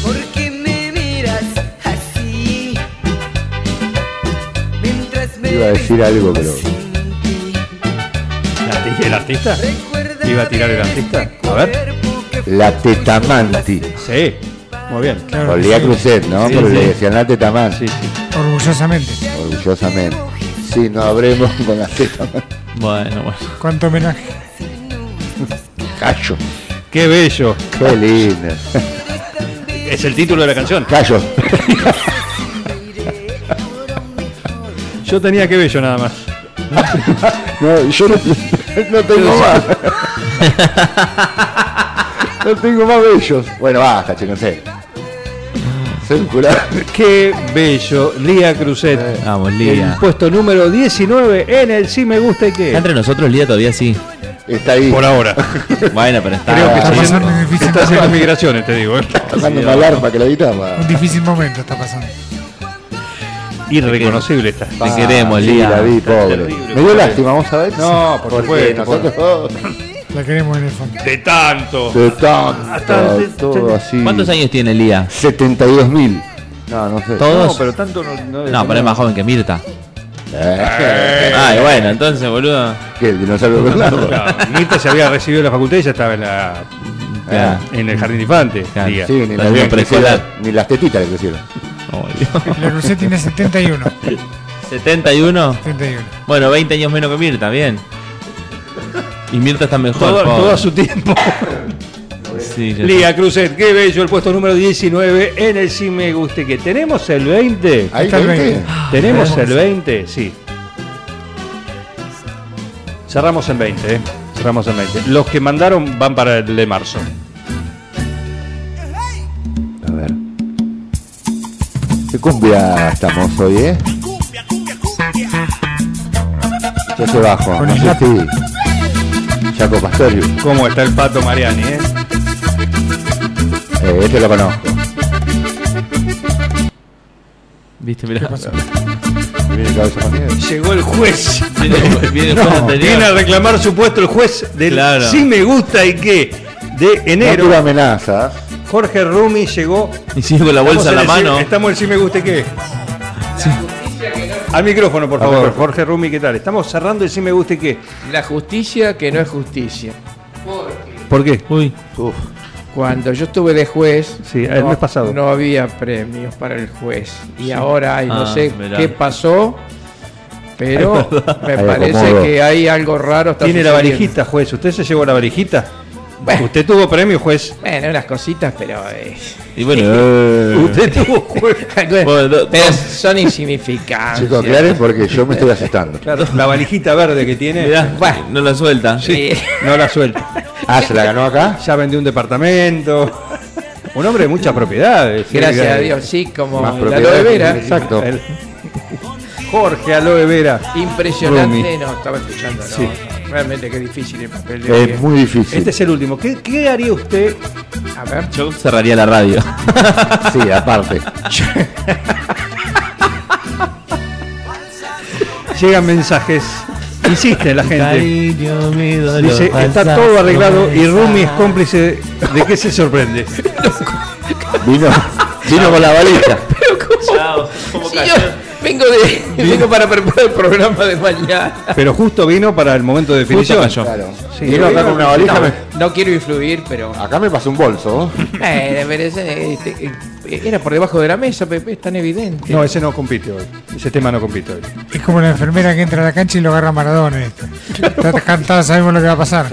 S2: ¿Por qué me miras así? Mientras me
S5: Iba a decir algo, pero.
S4: ¿El artista? ¿Iba a tirar el artista? A ver.
S5: La tetamanti.
S4: Sí, muy bien.
S1: Claro. que
S5: Olía
S1: sí.
S5: Cruzet, ¿no?
S6: Sí,
S5: Pero le
S6: sí.
S5: decían la
S4: Sí,
S5: tetamanti.
S4: sí.
S1: Orgullosamente.
S5: Orgullosamente. Sí, no habremos con la tetamanti.
S6: Bueno, bueno.
S1: Cuánto homenaje.
S5: Cacho.
S4: Qué bello.
S5: Qué lindo.
S4: Es el título de la canción.
S5: Callo.
S4: Yo tenía que bello nada más.
S5: No, yo no, no tengo más. No tengo más bellos. Bueno, basta, che, no sé. Soy un curado.
S4: Qué bello. Lía Cruzet.
S6: Vamos,
S4: El
S6: Lía.
S4: puesto número 19 en el sí me gusta y
S6: Acá
S4: que.
S6: Entre nosotros, Lía todavía sí.
S5: Está ahí.
S4: ahora.
S6: Bueno, pero está.
S4: Creo que
S1: Está
S4: sí.
S1: pasando un difícil,
S4: Está haciendo migraciones, te digo. ¿eh?
S5: Tocando una alarma que la
S1: un
S5: guitarra.
S1: difícil momento está pasando.
S4: Irreconocible está.
S6: Te queremos,
S5: Sí,
S6: Lía.
S5: la vi, pobre.
S4: terrible.
S5: Me dio lástima, vamos a ver.
S4: No, por
S5: Porque
S4: supuesto,
S5: Nosotros
S1: La queremos en el fondo.
S4: De tanto.
S5: de tanto, todo así.
S6: ¿Cuántos años tiene Lía?
S5: 72.000. No, no sé.
S6: ¿Todos?
S4: No, pero tanto no.
S6: No, pero es más joven que Mirta.
S5: Eh.
S6: Ay, bueno, entonces, boludo.
S5: ¿Qué? El dinosaurio Bernardo.
S4: Mirta se había recibido en la facultad y ya estaba en la.
S5: Claro.
S4: En el jardín infante. diga.
S5: Sí, ni, las, ni ni las tetitas le crecieron.
S3: La Lucet tiene 71.
S6: 71.
S3: 71.
S6: Bueno, 20 años menos que Mirta, bien. Y Mirta está mejor.
S4: Todo,
S6: pobre.
S4: todo a su tiempo.
S6: Sí, ya
S4: Liga Cruzet, qué bello el puesto número 19 en el Si Me Guste. Que tenemos el 20.
S5: Ahí está el Ah, 20.
S4: Tenemos el 20, sí. Cerramos en 20, eh. Cerramos en 20. Los que mandaron van para el de marzo.
S5: A ver. ¿Qué cumbia estamos hoy, eh? Yo se bajo.
S4: Con
S5: no
S4: el
S5: sé
S4: lápiz.
S5: si- Chaco Pastorio.
S4: ¿Cómo está el pato Mariani, eh?
S5: Eh, este lo conozco.
S6: Viste, mirá.
S5: Viene cabeza más nieve.
S4: Llegó el juez.
S6: Viene, pues, viene el juez anterior.
S4: Viene a reclamar su puesto el juez del
S6: Claro.
S4: Si Me Gusta y qué. De
S5: No
S4: enero.
S5: tuve amenaza.
S4: Jorge Rumi llegó.
S6: Y sigue con la bolsa en la
S4: Estamos el
S6: mano.
S4: Si- Estamos en Si Me Guste qué. Al micrófono, por
S5: Al
S4: favor.
S5: micrófono.
S4: Jorge Rumi, ¿qué tal? Estamos cerrando el Si Me Guste qué.
S20: La justicia que no es justicia.
S4: ¿Por qué?
S6: Uy.
S5: Uf.
S20: Cuando yo estuve de juez,
S4: Sí, el mes pasado.
S20: no había premios para el juez. Y
S4: Sí.
S20: ahora hay, no
S4: Ah,
S20: sé
S4: mirá.
S20: qué pasó, pero
S4: Es verdad.
S20: me
S4: Ahí
S20: parece
S4: acomodó.
S20: que hay algo raro. está
S4: Tiene la
S20: sucediendo.
S4: varijita, juez. ¿Usted se llevó la varijita? Usted tuvo premio, juez.
S20: Bueno, unas cositas, pero. eh,
S6: Y bueno. eh.
S5: Uh,
S4: Usted tuvo juez.
S20: algunas-
S6: Bueno, do-
S20: pero son insignificantes.
S5: Chicos, aclaren porque yo me estoy asustando.
S4: Claro, la varijita verde que tiene.
S6: Mirá, no la suelta.
S4: Sí, no la suelta.
S5: Ah, ¿se la ganó acá?
S4: Ya vendió un departamento. Un hombre de muchas propiedades.
S20: Gracias
S4: Sí,
S20: a Dios, sí, como
S5: Más
S20: la
S5: propiedades
S20: aloe vera.
S5: que- Exacto.
S4: El- Jorge Aloe Vera.
S20: Impresionante,
S4: Rumi.
S20: no, estaba escuchando, no, no, realmente qué difícil el papel de
S5: Es muy difícil.
S4: Este es el último. ¿Qué, qué haría usted?
S20: A ver,
S6: Yo cerraría la radio.
S20: Este-
S5: Sí, aparte.
S4: Llegan mensajes. Insiste la gente.
S6: Cariño, mi dolor
S4: Dice, está
S6: pasa
S4: todo arreglado
S6: por
S4: y Rumi es
S6: esa-
S4: cómplice. ¿De qué se sorprende?
S5: Vino, vino con la valija.
S6: Chao, ¿cómo
S20: Sí, yo
S6: cayó?
S20: vengo, de, vengo para preparar el programa de mañana.
S4: Pero justo vino para el momento de definición.
S6: cayó.
S5: Claro.
S4: Sí.
S5: vino acá con una valija.
S20: No,
S5: me-
S20: no quiero influir, pero.
S5: Acá me pasó un bolso.
S20: Eh, me parece, este, eh, era por debajo de la mesa, Pepe, es tan evidente.
S4: No, ese no compite hoy. Ese tema no compite hoy.
S3: Es como la enfermera que entra a la cancha y lo agarra Maradona. este. Está cantada, sabemos lo que va a pasar.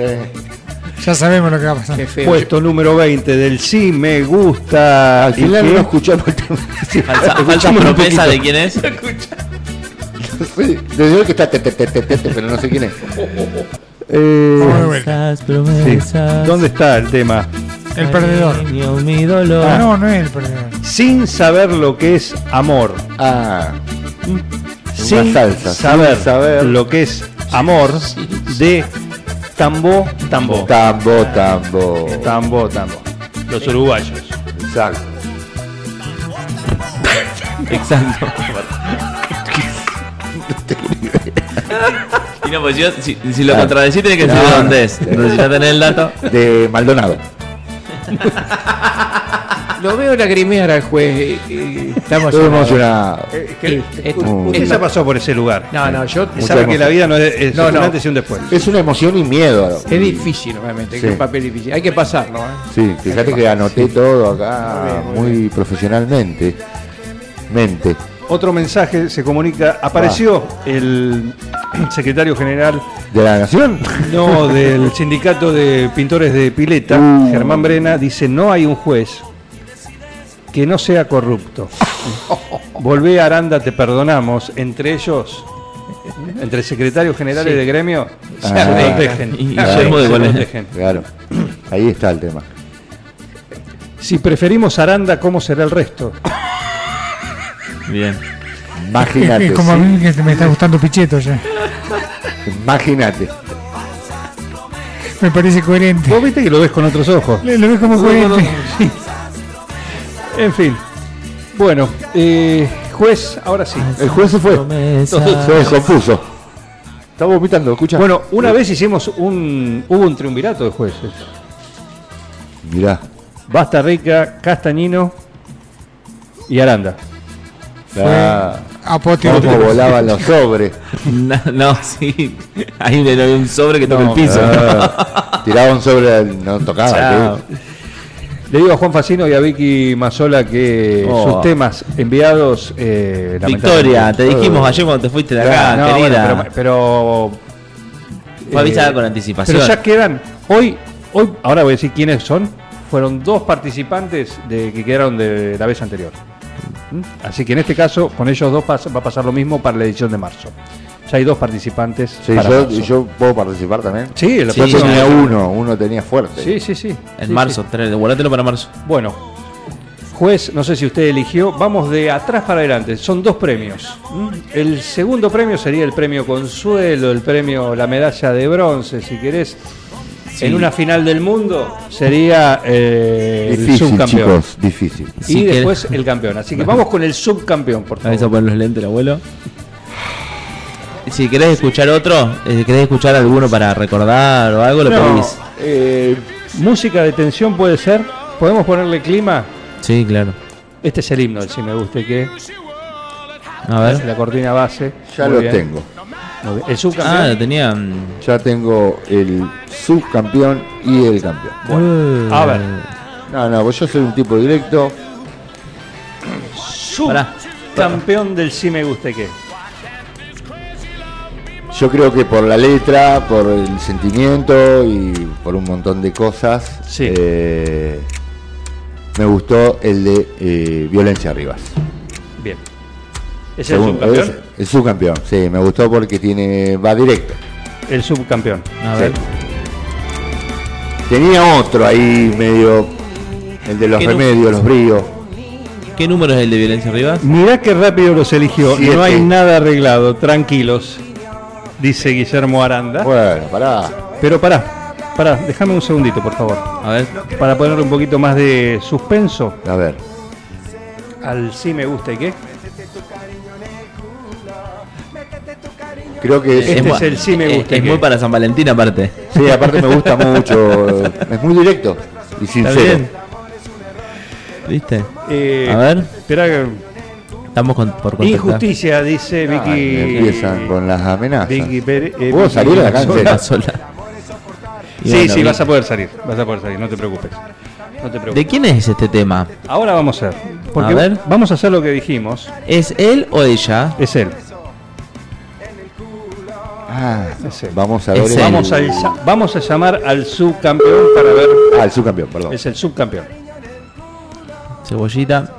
S3: Ya sabemos lo que va a pasar.
S20: Qué feo.
S4: Puesto número 20 del Sí Me Gusta.
S5: Al
S4: ¿Y
S5: final
S4: qué?
S5: no escuchamos el tema. Sí,
S6: Falsa, falsa
S5: escuchamos un
S6: promesa
S5: poquito.
S6: de quién es.
S5: Sí, desde hoy que está te, te, te, te, te, te, pero no sé quién es.
S4: Eh,
S3: Vamos de vuelta.
S6: Falsas
S4: sí.
S6: promesas.
S4: ¿Dónde está el tema?
S3: El perdedor.
S6: Cariño, mi dolor.
S3: Ah, no, no es el perdedor.
S4: Sin saber lo que es amor.
S5: Ah,
S4: Sin
S5: salsa, sin
S4: saber,
S5: saber.
S4: lo que es amor de Tambo Tambo.
S5: tambo, tambo.
S4: Tambo Tambo. Los uruguayos.
S5: Exacto.
S6: Exacto. Y no, pues yo, si, si lo
S5: Claro.
S6: contradecís, tenés que
S5: No,
S6: decir
S5: no.
S6: dónde es. Entonces, si no tenés el dato.
S5: De Maldonado.
S20: Lo veo lagrimear al juez. eh, estamos
S5: Estoy emocionado.
S20: Eh, esto-
S5: Mucha
S4: Ella
S20: esto-
S4: pasó por ese lugar.
S20: No, no, yo.
S4: Sabe que la vida no es, es
S20: No,
S4: un
S20: no.
S4: antes y un después.
S5: Es una emoción y miedo.
S20: Es difícil, realmente,
S5: Sí.
S20: es un papel difícil. Hay que pasarlo, ¿eh?
S5: Sí, fíjate que anoté todo acá muy profesionalmente. Mente.
S4: Otro mensaje se comunica. Apareció el secretario general
S5: ¿De la nación?
S4: No, del sindicato de pintores de pileta,
S5: Uh.
S4: Germán Brena, dice, no hay un juez que no sea corrupto. Volvé a Aranda, te perdonamos. Entre ellos, entre secretarios generales
S20: Sí.
S4: de gremio, se
S5: Ah.
S4: protegen.
S6: Y- y
S4: Claro,
S6: Guillermo de
S4: se
S6: Golem.
S4: protegen.
S5: Claro. Ahí está el tema.
S4: Si preferimos Aranda, ¿cómo será el resto?
S6: Bien.
S5: Imagínate.
S3: Es como a
S5: sí.
S3: mí que me está gustando Pichetto ya.
S5: Imagínate.
S3: Me parece coherente.
S4: Vos viste que lo ves con otros ojos.
S3: Le- Lo ves como coherente.
S4: Sí. En fin. Bueno, eh, juez, ahora sí.
S5: El juez se fue.
S6: Promesas.
S5: Se descompuso. Está vomitando, escucha.
S4: Bueno, una vez hicimos un... Hubo un triunvirato de jueces.
S5: Mirá.
S4: Basta Rica, Castañino y Aranda.
S5: Ah,
S3: Fue Apoteo.
S5: Cómo volaban los sobres.
S6: No, no, sí. Hay un, hay un sobre que toca el piso.
S5: Ah, tiraba un sobre, no tocaba.
S4: Chao.
S5: ¿qué?
S4: Le digo a Juan Facino y a Vicky Mazola que
S6: Oh.
S4: sus temas enviados. eh,
S6: Victoria,
S4: lamentablemente-
S6: te dijimos ayer cuando te fuiste de
S4: Claro,
S6: acá,
S4: Ah, no,
S6: querida.
S4: bueno, pero. eh, pero,
S6: Fue avisada con anticipación.
S4: Pero ya quedan. Hoy, hoy, ahora voy a decir quiénes son. Fueron dos participantes de, que quedaron de la vez anterior. ¿Mm? Así que en este caso, con ellos dos pasa- va a pasar lo mismo para la edición de marzo. Ya hay dos participantes.
S5: Sí,
S4: para
S5: yo,
S4: marzo.
S5: yo puedo participar también.
S4: Sí, la
S5: yo
S4: próxima-
S5: tenía uno, uno tenía fuerte.
S4: Sí, sí, sí.
S6: En
S4: Sí,
S6: marzo, tra- guardatelo para marzo.
S4: Bueno, juez, no sé si usted eligió, vamos de atrás para adelante, son dos premios. ¿m? El segundo premio sería el premio Consuelo, el premio, la medalla de bronce, si querés. En una final del mundo sería eh, el
S5: Difícil,
S4: subcampeón.
S5: chicos, difícil.
S4: Y
S6: Si querés-
S4: después el campeón. Así que vamos con el subcampeón, por
S6: Avisa
S4: favor.
S6: por los lentes, el abuelo. Si querés escuchar otro, eh, querés escuchar alguno para recordar o algo, lo
S4: No,
S6: pedís.
S4: eh, música de tensión puede ser. ¿Podemos ponerle clima?
S6: Sí, claro.
S4: Este es el himno del Si Me Guste Que.
S6: A ver. Ah,
S4: La cortina base.
S5: Ya
S4: Muy
S5: lo
S4: bien.
S5: tengo.
S4: Muy bien. El subcampeón.
S6: Ah, lo tenía. mm,
S5: Ya tengo el subcampeón y el campeón.
S6: Bueno,
S4: a ver.
S5: No, no, pues yo soy un tipo directo.
S4: Campeón del sí me guste que.
S5: Yo creo que por la letra, por el sentimiento y por un montón de cosas. eh, me gustó el de eh, Violencia Rivas.
S4: Bien. ¿Es
S5: Según-
S4: el subcampeón?
S5: es el subcampeón, sí, me gustó porque tiene va directo.
S4: El subcampeón.
S6: A
S5: Sí.
S6: ver.
S5: Tenía otro ahí medio. El de los
S6: Que no-
S5: remedios, los bríos.
S6: ¿Qué número es el de Violencia Rivas?
S4: Mirá qué rápido los eligió.
S5: Siete.
S4: No hay nada arreglado. Tranquilos. Dice Guillermo Aranda.
S5: Bueno, pará.
S4: Pero pará. Pará, déjame un segundito, por favor. A
S6: ver.
S4: Para ponerle un poquito más de suspenso
S5: A ver.
S4: al sí me gusta y qué.
S5: Creo que
S4: Este es el sí me
S6: es- eh,
S4: gusta
S6: Es,
S4: que.
S6: muy para San Valentín, aparte.
S5: Sí, aparte me gusta mucho. Es muy directo y
S6: ¿Está
S5: sincero.
S6: bien? ¿Viste?
S4: Eh,
S6: A ver.
S4: Esperá que-
S6: Estamos con, por contestar.
S4: Injusticia, dice Vicky.
S5: Ay, empiezan Ah, con las amenazas.
S4: Vicky Pérez. eh,
S5: ¿Puedo
S4: Vicky
S5: salir a la
S4: Mazola.
S5: cancha?
S4: Sí,
S6: bueno,
S4: sí,
S6: bien.
S4: vas a poder salir. Vas a poder salir, no te preocupes. No te preocupes.
S6: ¿De quién es este tema?
S4: Ahora vamos a ver. Porque
S6: A ver.
S4: vamos a hacer lo que dijimos.
S6: ¿Es él o ella?
S4: Es él.
S5: Ah,
S4: Es él.
S5: vamos a ver. el-
S4: Vamos, al sa- vamos a llamar al subcampeón para ver.
S5: Ah, el subcampeón, perdón.
S4: Es el subcampeón.
S6: Cebollita.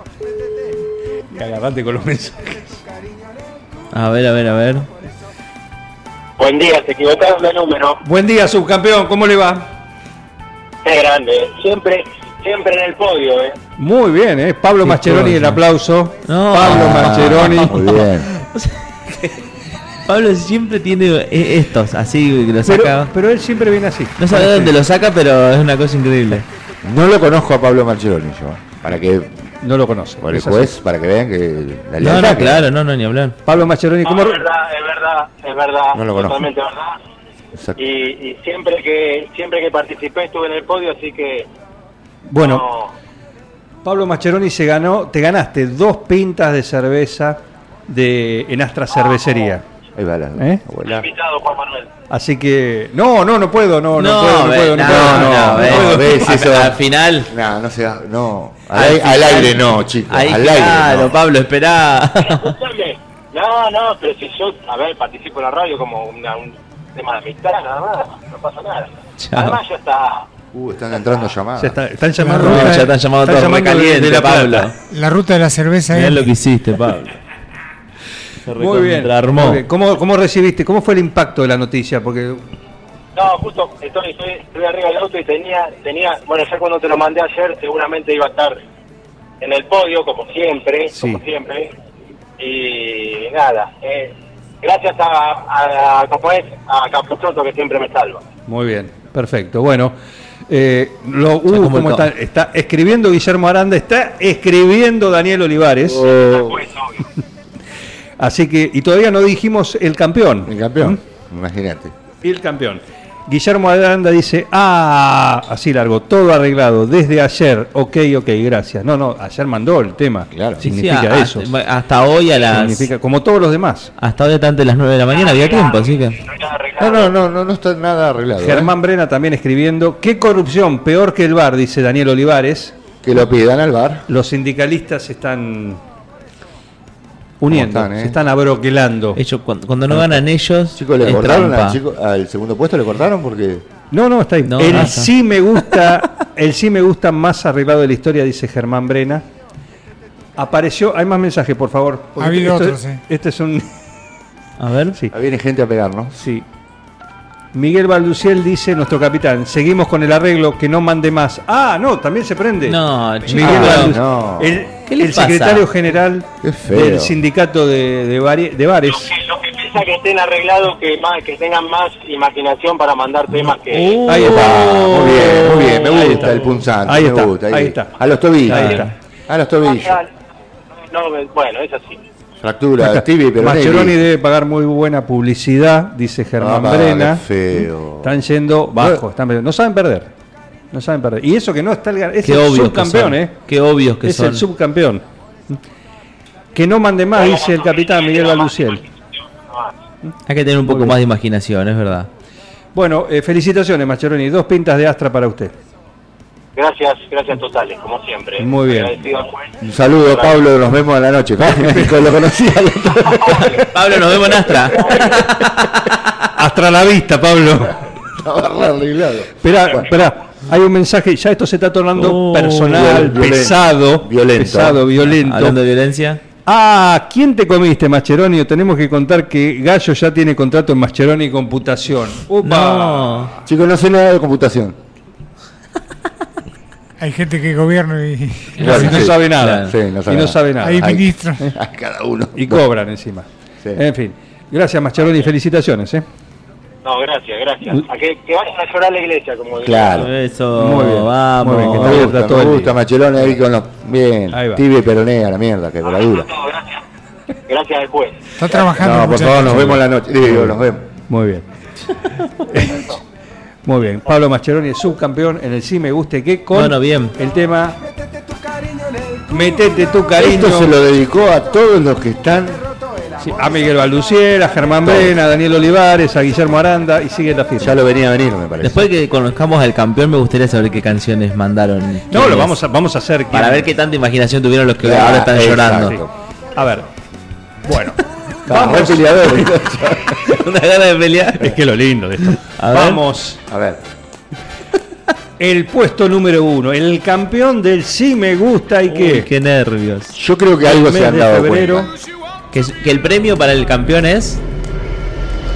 S4: Y agarrate con los mensajes.
S6: A ver, a ver, a ver.
S21: Buen día, se equivocaron de número.
S4: Buen día, subcampeón. ¿Cómo le va?
S21: Qué grande. Siempre, siempre en el podio, ¿eh?
S4: Muy bien, ¿eh? Pablo
S6: Qué
S4: Mascheroni,
S6: cosa.
S4: el aplauso.
S6: No.
S4: Pablo
S6: Ah,
S4: Mascheroni.
S5: Muy bien.
S6: Pablo siempre tiene eh, estos, así que lo
S4: Pero,
S6: saca.
S4: pero él siempre viene así.
S6: No sabe de dónde lo saca, pero es una cosa increíble.
S5: No lo conozco a Pablo Marcheroni yo. Para que.
S4: No lo conoce.
S5: Por el
S4: es así.
S6: pues.
S5: juez, para que vean que la
S6: No,
S5: lealtad
S6: no,
S5: que-
S6: claro, no, no, ni hablar.
S4: Pablo Mascheroni, ¿cómo,
S21: es Ah, verdad, es verdad, es verdad.
S5: No lo conozco.
S21: Totalmente verdad.
S5: Exacto.
S21: Y, y siempre que siempre que participé estuve en el podio, así que
S4: Bueno,
S21: no,
S4: Pablo Mascheroni se ganó, te ganaste dos pintas de cerveza de en Astra Cervecería.
S5: Ahí va la
S4: ¿Eh?
S5: abuela.
S21: invitado Juan Manuel.
S4: Así que no, no, no puedo, no, no, puedo, no
S6: ve-
S4: puedo, no,
S6: no,
S4: puedo,
S6: no,
S4: no,
S6: ve-
S4: puedo.
S5: ¿Ves eso?
S6: Al final.
S5: No, no se va- No. Al, al aire no, chicos.
S6: Ahí,
S5: al aire.
S6: claro,
S5: no.
S6: Pablo, esperá.
S21: Escúchame. No, no, pero si yo, a ver, participo en la radio como una- un tema de amistad, nada más, no pasa nada.
S6: Chao.
S21: Además ya está.
S5: Uh, están entrando llamadas.
S4: Ya está- están llamando,
S6: No, ya están llamando todos recaliente,
S4: de La Plata.
S6: Pablo.
S3: La ruta de la cerveza
S6: Mirá
S3: es
S6: lo que hiciste, Pablo. Se
S4: Muy bien.
S6: recontra armó.
S4: muy bien. ¿Cómo, ¿Cómo recibiste? ¿Cómo fue el impacto de la noticia? Porque
S21: No, justo, estoy, estoy, estoy arriba del auto y tenía, tenía, bueno, ya cuando te lo mandé ayer seguramente iba a estar en el podio, como siempre,
S4: Sí.
S21: como siempre. Y nada, eh, gracias a, a, a- como es, a Capuchoto que siempre me salva.
S4: muy bien, perfecto. Bueno, eh, lo, uh,
S6: como
S4: cómo
S6: el
S4: está, está escribiendo Guillermo Aranda, está escribiendo Daniel Olivares. Así que y todavía no dijimos el campeón. ¿Mm?
S5: El campeón. Imagínate.
S4: Y el campeón. Guillermo Aranda dice, ah, así largo, todo arreglado, desde ayer, ok, ok, gracias. No, no, ayer mandó el tema. Claro,
S6: Sí, sí,
S4: significa
S6: a-
S4: eso.
S6: a- Hasta hoy a las.
S4: Significa- como todos los demás.
S6: Hasta hoy, antes de las 9 de la mañana, había tiempo, así que.
S5: No, no, no, no, no está nada
S6: ¿Eh?
S5: arreglado. ¿eh?
S4: Germán Brena también escribiendo, ¿qué corrupción peor que el bar? Dice Daniel Olivares.
S5: Que lo pidan al bar.
S4: Los sindicalistas se están uniendo,
S5: ¿Cómo están, eh?
S4: se están abroquelando.
S6: cuando,
S4: Ah,
S6: no ganan ellos,
S5: Chicos, le
S4: es
S5: cortaron
S4: trampa.
S5: al, chico- al segundo puesto, le cortaron porque.
S4: No, no, está ahí.
S5: No,
S4: el
S5: no está.
S4: sí me gusta, el sí me gusta más arreglado de la historia, dice Germán Brena. Apareció, hay más mensajes, por favor.
S3: Ha habido
S4: Esto-
S3: otros, eh.
S4: Este es un.
S6: A ver.
S4: Sí.
S5: Viene gente a pegarnos.
S4: Sí. Miguel Balduciel dice, nuestro capitán, seguimos con el arreglo, que no mande más. Ah, no, también se prende.
S6: No, chico.
S4: Miguel
S6: Ah,
S4: Balduciel,
S6: no.
S4: El,
S6: ¿Qué le
S4: el
S6: pasa?
S4: secretario general
S6: feo.
S4: del sindicato de, de, vari- de bares.
S21: Lo que piensa que estén arreglados, que, más, que tengan más imaginación para mandar temas que...
S6: Uh.
S5: Ahí está, muy bien, muy bien, me gusta el punzante.
S4: Oh. Ahí
S5: me
S4: está,
S5: gusta,
S4: ahí está.
S5: A los tobillos.
S4: Ahí está.
S5: A los tobillos.
S21: No, me- bueno, es así.
S5: Fractura de
S4: Acá,
S5: tibia, pero
S4: Mascheroni debe pagar muy buena publicidad, dice Germán
S5: Ah,
S4: Brena.
S5: qué feo.
S4: Están yendo bajo, están perdiendo. no saben perder. No saben perder. Y eso que no está el gar- es
S6: Qué
S4: el
S6: obvios que
S4: subcampeón,
S6: son.
S4: eh.
S6: Qué obvios que
S4: es
S6: son.
S4: el subcampeón. Que no mande más, dice el capitán Miguel Baluciel.
S6: Hay que tener un poco más de imaginación, es verdad.
S4: Bueno, eh, felicitaciones, Mascheroni. Dos pintas de Astra para usted.
S21: Gracias, gracias totales, como siempre.
S4: Muy bien.
S21: Agradecido al juez.
S5: Un saludo, Pablo, nos vemos a la noche. lo conocí al otro.
S6: Pablo, nos vemos en Astra.
S4: Astra la vista, Pablo.
S5: Estaba arreglado.
S4: Esperá, esperá. Hay un mensaje, ya esto se está tornando
S6: Oh,
S4: personal,
S6: violen-
S4: pesado,
S6: violento.
S4: pesado, violento.
S6: Hablando de violencia.
S4: Ah, ¿quién te comiste, Mascheroni? Tenemos que contar que Gallo ya tiene contrato en Mascheroni y Computación. ¡Upa!
S5: Chicos, no sé nada de computación.
S3: Hay gente que gobierna y.
S4: Claro, y no
S5: sí.
S4: sabe nada.
S5: Sí, no sabe
S4: y no
S5: nada.
S4: sabe nada.
S3: Hay ministros.
S5: Cada uno.
S4: Y cobran encima.
S5: Sí.
S4: En fin. Gracias, Mascheroni, y felicitaciones. ¿eh?
S21: No, gracias, gracias. A que, que vayan a llorar a la iglesia, como digo.
S5: Claro.
S6: Eso,
S5: Muy bien,
S6: vamos.
S5: Muy bien, que me gusta, me gusta Machelone ahí con los. Bien,
S21: Ahí va.
S5: tibia y peronea, la mierda, que la dura.
S21: Gracias al juez.
S3: Está trabajando.
S5: No, por
S3: muchachos.
S5: favor, nos vemos la noche. Digo, nos vemos.
S4: Muy bien. Muy bien. Pablo Mascheroni es subcampeón en el Sí Me Guste Que con
S6: Bueno, bien.
S4: el tema Metete tu cariño.
S5: Esto se lo dedicó a todos los que están.
S4: Sí, a Miguel Balducier, a Germán Brena, a Daniel Olivares, a Guillermo Aranda y sigue la firma.
S5: Ya lo venía a venir, me parece.
S6: Después que conozcamos al campeón, me gustaría saber qué canciones mandaron.
S4: No,
S6: quiénes.
S4: lo vamos a, vamos a hacer.
S6: Para ver qué tanta imaginación tuvieron los que
S5: Claro,
S6: ahora están
S5: exacto.
S6: llorando.
S4: A ver. Bueno.
S5: Claro, re peleador.
S6: Una gana de pelear.
S4: Es que lo lindo de esto.
S6: A ver.
S4: Vamos.
S5: A ver.
S4: El puesto número uno, el campeón del sí me gusta y
S6: Uy,
S4: qué.
S6: qué nervios.
S5: Yo creo que
S4: El
S5: algo
S4: mes
S5: se han
S4: de
S5: dado
S4: febrero.
S5: cuenta.
S6: Que, es- que el premio para el campeón es.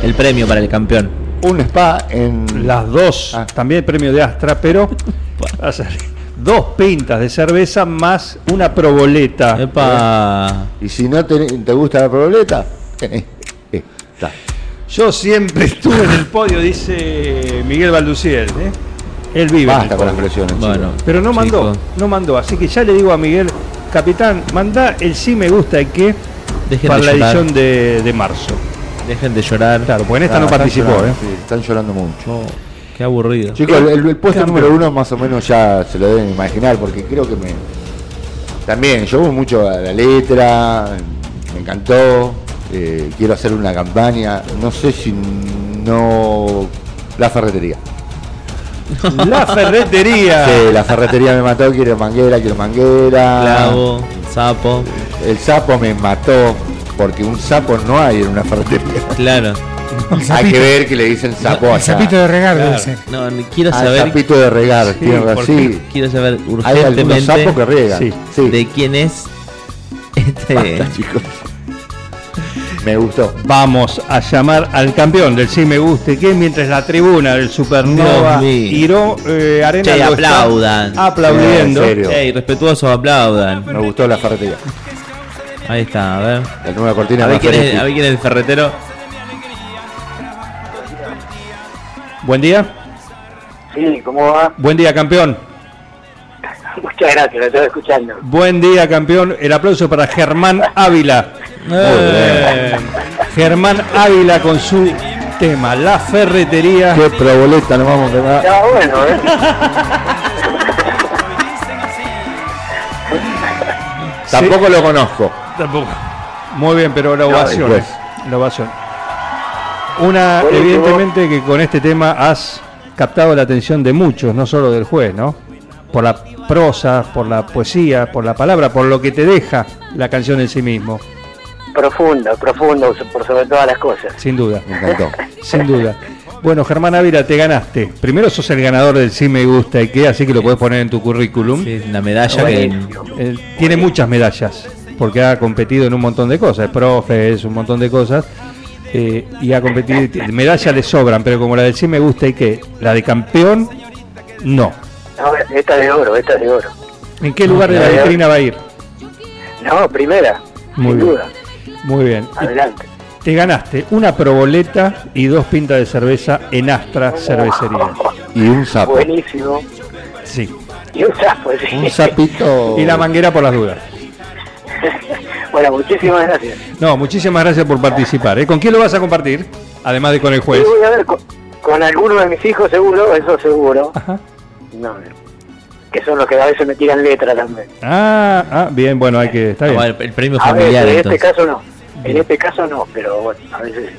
S6: El premio para el campeón.
S5: Un spa en.
S4: Las dos,
S5: Ah.
S4: también premio de Astra, pero va a ser dos pintas de cerveza más una proboleta.
S6: Epa.
S5: Y si no te, te gusta la proboleta, tenés. eh, esta.
S4: Yo siempre estuve en el podio, dice Miguel Balduciel. ¿eh? Él vive. en
S5: Basta
S4: el
S5: con
S4: podio.
S5: las presiones.
S6: Bueno.
S5: chicos.
S4: Pero no mandó,
S6: Chico.
S4: no mandó. Así que ya le digo a Miguel, capitán, manda el sí me gusta y qué
S6: Dejen
S4: para
S6: de
S4: la
S6: llorar.
S4: edición de, de marzo.
S6: Dejen de llorar.
S4: Claro, pues. porque en esta
S5: Ah,
S4: no
S5: están
S4: participó.
S5: llorando,
S4: ¿eh?
S5: sí, están llorando mucho.
S6: Oh, qué aburrido.
S5: Chicos, el, el- el puesto número uno más o menos ya se lo deben imaginar, porque creo que me. También, yo voy mucho a la letra, me encantó, eh, quiero hacer una campaña, no sé si no. La ferretería.
S4: ¿eh? La ferretería.
S5: Sí, la ferretería me mató, quiero manguera, quiero manguera.
S6: Clavo, sapo.
S5: El sapo me mató, porque un sapo no hay en una ferretería.
S6: Claro.
S5: Hay
S3: sapito.
S5: que ver que le dicen sapo
S3: El
S5: allá.
S3: sapito de regar debe
S6: Claro.
S3: ser.
S6: No, ni- quiero
S5: Ah,
S6: saber.
S5: sapito de regar,
S6: Sí,
S5: tiene razón,
S6: porque
S5: sí.
S6: Quiero saber
S5: Hay algunos
S6: urgentemente.
S5: sapos que riegan.
S4: Sí.
S5: sí.
S6: de quién es este.
S5: Basta, chicos. Me gustó.
S4: Vamos a llamar al campeón del sí me guste que mientras la tribuna del Supernova
S6: Dios mío.
S4: Iro eh, Arena
S6: Che,
S4: lo está
S6: aplaudan.
S4: aplaudiendo.
S5: Sí, en serio.
S6: Ey, respetuosos aplaudan.
S5: Me gustó la ferretería.
S6: Ahí está, a ver.
S5: La nueva cortina
S6: A ver
S5: más
S6: quién es,
S5: feliz.
S6: a ver quién es el ferretero.
S4: Buen día.
S21: Sí, ¿cómo va?
S4: Buen día, campeón.
S21: Muchas gracias, lo estoy escuchando.
S4: Buen día, campeón. El aplauso para Germán Ávila. Eh, Germán Ávila con su tema, la ferretería.
S5: Qué proboleta nos vamos a
S22: Ah,
S5: pegar.
S4: Ya, bueno,
S14: ¿eh?
S5: Tampoco lo conozco.
S4: Tampoco. Muy bien, pero la
S5: No,
S4: ovación.
S5: después.
S4: eh, la ovación. Una,
S5: Buenísimo.
S4: evidentemente, que con este tema has captado la atención de muchos, no solo del juez, ¿no? Por la prosa, por la poesía, por la palabra, por lo que te deja la canción en sí mismo,
S22: Profundo, profundo, por sobre todas las cosas.
S4: sin duda. Sin duda. Bueno, Germán Ávila, te ganaste. Primero sos el ganador del Sí Me Gusta y qué, así que lo podés poner en tu currículum.
S6: la medalla que-
S4: eh, tiene muchas medallas, porque ha competido en un montón de cosas. Es profe, es un montón de cosas. eh, y ha competido. y Medallas le sobran, pero como la del Sí Me Gusta y qué, la de campeón, no.
S22: No, esta de oro, esta de oro.
S4: ¿En qué lugar de la vitrina va a ir?
S22: No, primera,
S4: Muy
S22: sin
S4: bien.
S22: duda.
S4: Muy bien.
S22: Adelante.
S4: Te ganaste una proboleta y dos pintas de cerveza en Astra Cervecería.
S5: Y un sapo.
S22: Buenísimo.
S4: Sí.
S22: Y un sapo, sí.
S4: Y la manguera por las dudas.
S22: Bueno, muchísimas gracias.
S4: No, muchísimas gracias por participar. ¿eh? ¿Con quién lo vas a compartir? Además de con el juez.
S22: Y voy a ver con, con alguno de mis hijos, seguro, eso seguro. No, que son los que a veces me tiran letra también.
S4: Ah, ah, bien, bueno, hay que. Está bien.
S6: El premio
S22: A veces,
S6: familiar,
S22: en este
S6: entonces.
S22: caso no. En este caso no, pero bueno, a veces.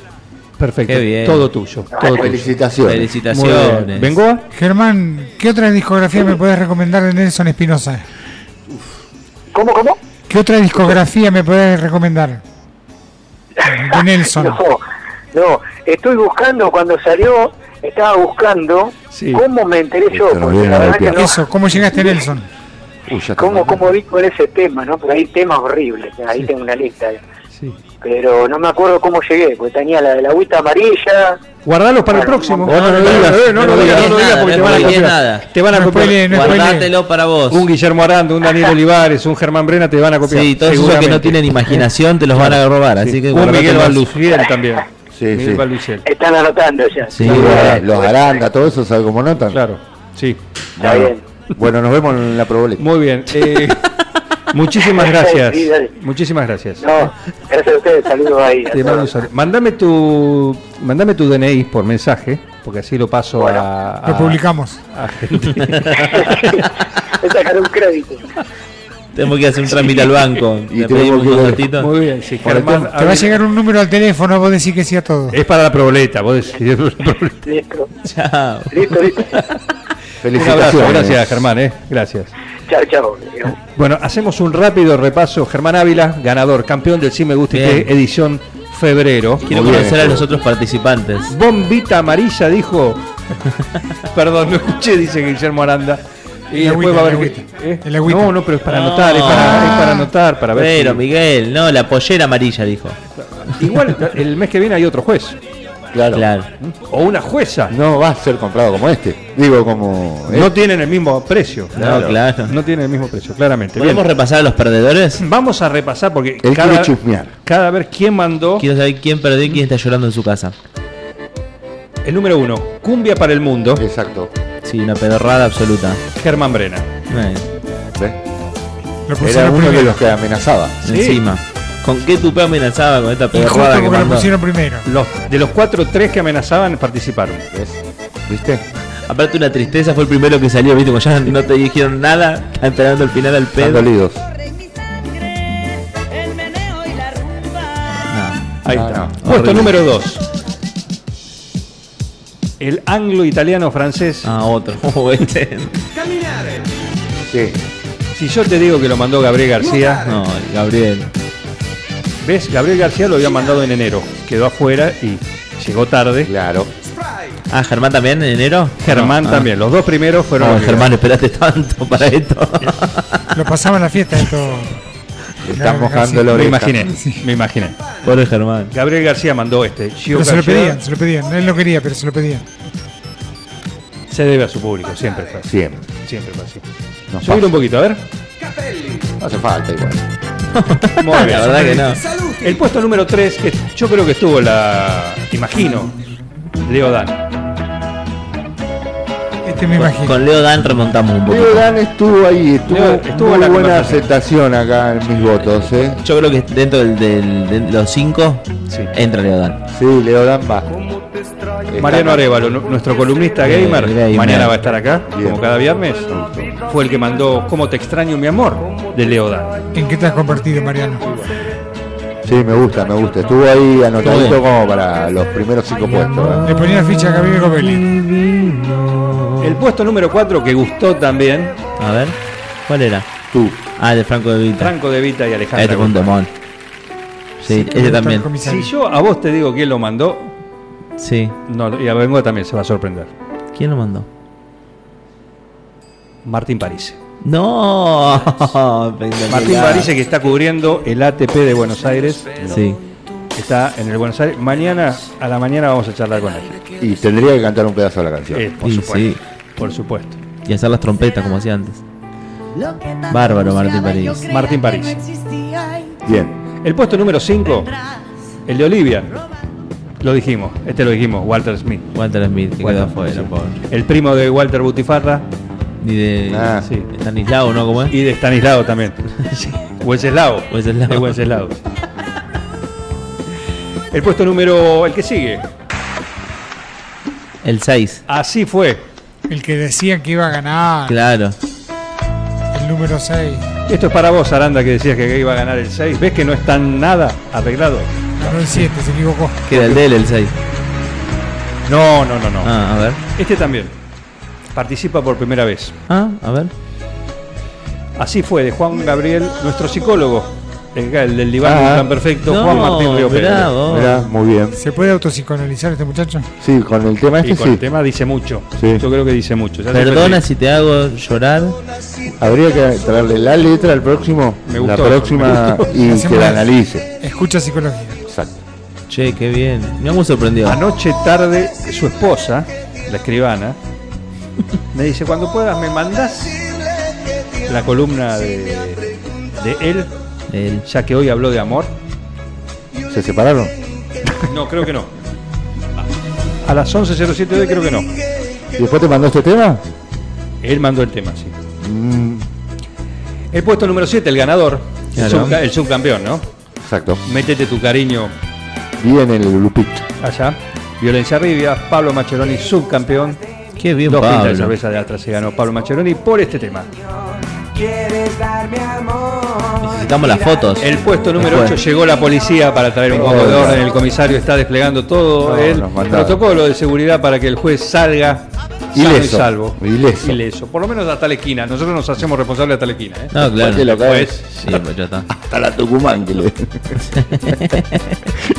S4: Perfecto.
S6: Qué bien.
S4: Todo tuyo.
S22: Ah,
S4: todo tuyo.
S5: felicitaciones.
S4: Muy bien. ¿Bengoa?
S3: Germán, ¿qué otra discografía me podés recomendar de Nelson Espinosa?
S22: ¿Cómo, cómo?
S3: ¿Qué otra discografía me podés recomendar? De Nelson.
S22: No, no, estoy buscando, cuando salió, estaba buscando cómo me enteré yo,
S3: nos
S22: porque
S3: viene
S22: la
S3: a
S22: verdad que
S3: golpear.
S22: no,
S3: Eso, ¿cómo llegaste a Nelson?
S22: cómo, cómo vi con ese tema, ¿no? Porque hay temas horribles, ahí tengo una lista. Pero no me acuerdo cómo llegué, porque tenía la de la agüita amarilla.
S4: Guardalos para el próximo. No, no, no, no, no, no, no, no, no, no, porque te van a
S6: spoilees
S4: copiar.
S6: nada.
S4: Te van a
S6: No
S4: copiar.
S6: spoilees, no spoilees. Guardátelo para vos.
S4: Un Guillermo Aranda, un Daniel Olivares, un Germán Brena te van a copiar.
S6: Sí, todos esos que no
S4: seguramente.
S6: tienen imaginación te los van a robar, así que
S4: un Miguel
S6: guardatelo.
S4: Valuciel también.
S5: Sí,
S4: Miguel
S5: sí.
S4: Valuciel.
S22: Están anotando ya.
S5: Sí, bueno, los arandas, todo eso, ¿sabe cómo notan?
S4: Claro, sí.
S5: Está
S4: bien.
S5: Bueno, nos vemos en la proboleta.
S4: Muy bien. eh, muchísimas gracias.
S22: Sí, dale.
S4: Muchísimas gracias.
S22: No, gracias a ustedes, saludos ahí. a
S4: Te mando un
S22: todos.
S4: saludo. Mandame tu, mandame tu DNI por mensaje, porque así lo paso a, a-
S3: Lo publicamos.
S4: a gente.
S22: Es sacar un crédito.
S6: Tenemos que hacer un trámite al banco.
S4: Y
S6: Te pedimos unos datitos.
S4: Muy bien, sí,
S6: Por el
S4: Germán.
S3: Te va a llegar un número al teléfono, vos decís que sí a todo.
S4: Es para la proboleta, vos decís. Un
S22: Listo.
S6: Chao.
S22: Listo, listo.
S4: abrazo, gracias Germán, eh, gracias.
S22: Chao, chao.
S4: Bueno, hacemos un rápido repaso. Germán Ávila, ganador, campeón del Sí Me Gusta y
S6: Bien.
S4: Qué, edición febrero.
S6: Quiero conocer a los otros participantes.
S4: Bombita amarilla dijo. Perdón, no escuché, dice Guillermo Aranda. Y
S6: El
S4: después
S6: agüita,
S4: va a haber
S6: el
S4: que- ¿eh? No, no, pero es para
S6: No.
S4: anotar, es para, es para anotar, para ver.
S6: Pero,
S4: si-
S6: Miguel, no, la pollera amarilla dijo.
S4: Igual el mes que viene hay otro juez.
S5: Claro.
S4: O una jueza.
S6: ¿Eh?
S5: No va a ser comprado como este. Digo, como.
S4: No tienen el mismo precio.
S5: Claro.
S6: claro.
S4: No tienen el mismo precio, claramente.
S6: ¿Podemos
S4: Bien.
S6: repasar a los perdedores?
S4: Vamos a repasar porque
S6: Él
S4: cada,
S6: quiere chusmear.
S4: cada vez quién mandó.
S6: Quiero saber quién perdió y quién está llorando en su casa.
S4: El número uno, Cumbia para el Mundo.
S5: Exacto.
S6: Sí, una pedorrada absoluta.
S4: Germán Brena.
S6: Bueno.
S5: Era uno de los que amenazaba.
S6: Encima. ¿Con qué tupé amenazaba con esta pedorrada que mandó?
S3: primero.
S4: Los, de los cuatro, tres que amenazaban participaron.
S5: ¿Viste?
S6: Aparte una tristeza fue el primero que salió, viste, como ya no te dijeron nada, están esperando el final al pedo.
S5: Están dolidos.
S6: Ah.
S4: Ahí
S5: No,
S4: está.
S5: no.
S4: Puesto
S5: Horrible.
S4: número 2. El anglo-italiano-francés.
S6: Ah, otro. este.
S5: Sí.
S4: Si yo te digo que lo mandó Gabriel
S5: ah.
S4: García.
S6: No, Gabriel.
S4: ¿Ves? Gabriel García lo había mandado en enero. Quedó afuera y llegó tarde.
S5: Claro.
S6: Ah, Germán también en enero.
S4: Germán
S6: No, ah.
S4: también. Los dos primeros fueron.
S6: No,
S4: los que-
S6: Germán, esperaste tanto para esto.
S3: Lo pasaba en la fiesta esto.
S5: Están
S4: mojando la Me oreja. imaginé, me imaginé.
S6: Pobre Germán.
S4: Gabriel García mandó este. Gio
S3: Pero se lo
S4: Callao.
S3: pedían, se lo pedían. Él lo quería, pero se lo pedían.
S4: Se debe a su público, siempre fue así.
S5: Siempre.
S4: Siempre fue así.
S5: Nos
S4: Subir
S5: pasa.
S4: un poquito, a ver.
S5: No hace falta igual.
S4: Muy bien.
S6: La verdad que no.
S4: El puesto número 3, que yo creo que estuvo la. Imagino. Leo Dan.
S3: Este me imagino.
S6: Con Leo Dan remontamos un poco.
S5: Leo Dan estuvo ahí, estuvo,
S6: Leo, estuvo en
S5: muy buena
S6: la conversación.
S5: aceptación acá en mis votos, ¿eh?
S6: Yo creo que dentro del- del- de los cinco entra Leo Dan.
S5: Sí, Leo Dan va.
S4: Mariano Arevalo, nu- nuestro columnista
S9: Eh,
S4: gamer,
S9: gamer.
S4: mañana va a estar acá,
S9: Bien.
S4: como cada viernes. Fue el que mandó Cómo te extraño mi amor de Leoda.
S3: ¿En qué te has convertido, Mariano?
S5: Sí, me gusta, me gusta. Estuvo ahí anotadito
S3: Estuvo bien.
S5: como para los primeros cinco puestos. ¿eh?
S3: Le ponía ficha a Gabriel Gobelín.
S9: Oh.
S4: El puesto número 4 que gustó también,
S6: A ver, ¿cuál era?
S5: Tú.
S6: Ah, de Franco de Vita.
S4: Franco De Vita y Alejandra.
S6: Este fue un
S4: Guzmán.
S6: demon. Sí, ese también.
S4: Si yo a vos te digo quién lo mandó,
S6: Sí.
S4: no, y a Bengoa también se va a sorprender.
S6: ¿Quién lo mandó?
S4: Martín París.
S6: No.
S4: Martín Barise que está cubriendo el ATP de Buenos Aires.
S6: Sí.
S4: Está en el Buenos Aires. Mañana a la mañana vamos a charlar con él.
S5: Y tendría que cantar un pedazo de la canción.
S4: Eh, por
S6: Sí,
S4: supuesto. Por supuesto.
S6: Y hacer las trompetas como hacía antes. Bárbaro, Martín París.
S4: Martín París.
S5: Bien.
S4: El puesto número 5, el de Olivia. Lo dijimos, este lo dijimos, Walter Smith.
S6: Walter Smith, que
S4: Walter,
S6: quedó afuera,
S4: sí.
S6: pobre.
S4: El primo de Walter Butifarra.
S6: Y de
S4: sí.
S6: Stanislao, ¿no? ¿Cómo es?
S4: Ah. Y de Stanislao también. Wenceslao. De Wenceslao. El puesto número. el que sigue.
S6: El 6.
S4: Así fue.
S3: El que decían que iba a ganar.
S6: Claro.
S3: El número 6.
S4: Esto es para vos, Aranda, que decías que iba a ganar el 6. ¿Ves que no está nada arreglado?
S3: Ganó el 7, se equivocó.
S6: Que era el de él, el 6.
S4: No, no, no, no.
S6: Ah, a ver.
S4: Este también. Participa por primera vez.
S6: Ah, a ver.
S4: Así fue, de Juan Gabriel, nuestro psicólogo. El, el del diván
S5: Ah.
S4: tan perfecto,
S5: No,
S4: Juan Martín Río Pérez.
S5: Mirá, muy bien.
S3: ¿Se puede autopsicoanalizar este muchacho?
S5: Sí, con el tema
S4: Y
S5: este
S4: con el
S5: sí.
S4: tema dice mucho.
S5: Sí.
S4: Yo creo que dice mucho. Ya se
S6: Perdona
S4: perdí.
S6: si te hago llorar.
S5: Habría que traerle la letra al próximo,
S6: Me
S5: la
S6: gustó,
S5: próxima
S6: me gustó.
S5: y
S6: Hacemos
S5: que la
S6: la-
S5: analice.
S3: Escucha psicología.
S5: Exacto.
S6: Che, qué bien. Me hemos sorprendido.
S4: Anoche tarde, su esposa, la escribana, me dice: Cuando puedas, me mandás la columna de, de él, ya que hoy habló de amor.
S5: ¿Se separaron?
S4: No, creo que no. A las 11.07 de hoy, creo que no.
S5: ¿Y después te mandó este tema?
S4: Él mandó el tema, sí.
S5: Mm,
S4: El puesto número 7, el ganador, el
S5: Claro.
S4: subca- el subcampeón, ¿no?
S5: exacto.
S4: Métete tu cariño
S5: Bien en el grupito.
S4: allá. Violencia Rivia, Pablo Maccheroni, subcampeón.
S6: Qué bien,
S4: Dos pintas de
S6: Pablo.
S4: cerveza de Astra se ganó Pablo Maccheroni por este tema.
S10: Quieres darme amor.
S6: Necesitamos las fotos.
S4: El puesto número 8 llegó la policía para traer un
S6: Oh,
S4: poco de
S6: no.
S4: orden. El comisario está desplegando todo
S6: No,
S4: el
S6: nos mandaron.
S4: protocolo de seguridad para que el juez salga sano y
S5: Ileso.
S4: salvo.
S5: Ileso.
S4: Por lo menos hasta la esquina. Nosotros nos hacemos responsables hasta la esquina. ¿eh?
S6: No, claro.
S5: Que lo cae.
S4: Juez,
S6: Sí, pues ya está.
S5: Hasta la Tucumán que le den.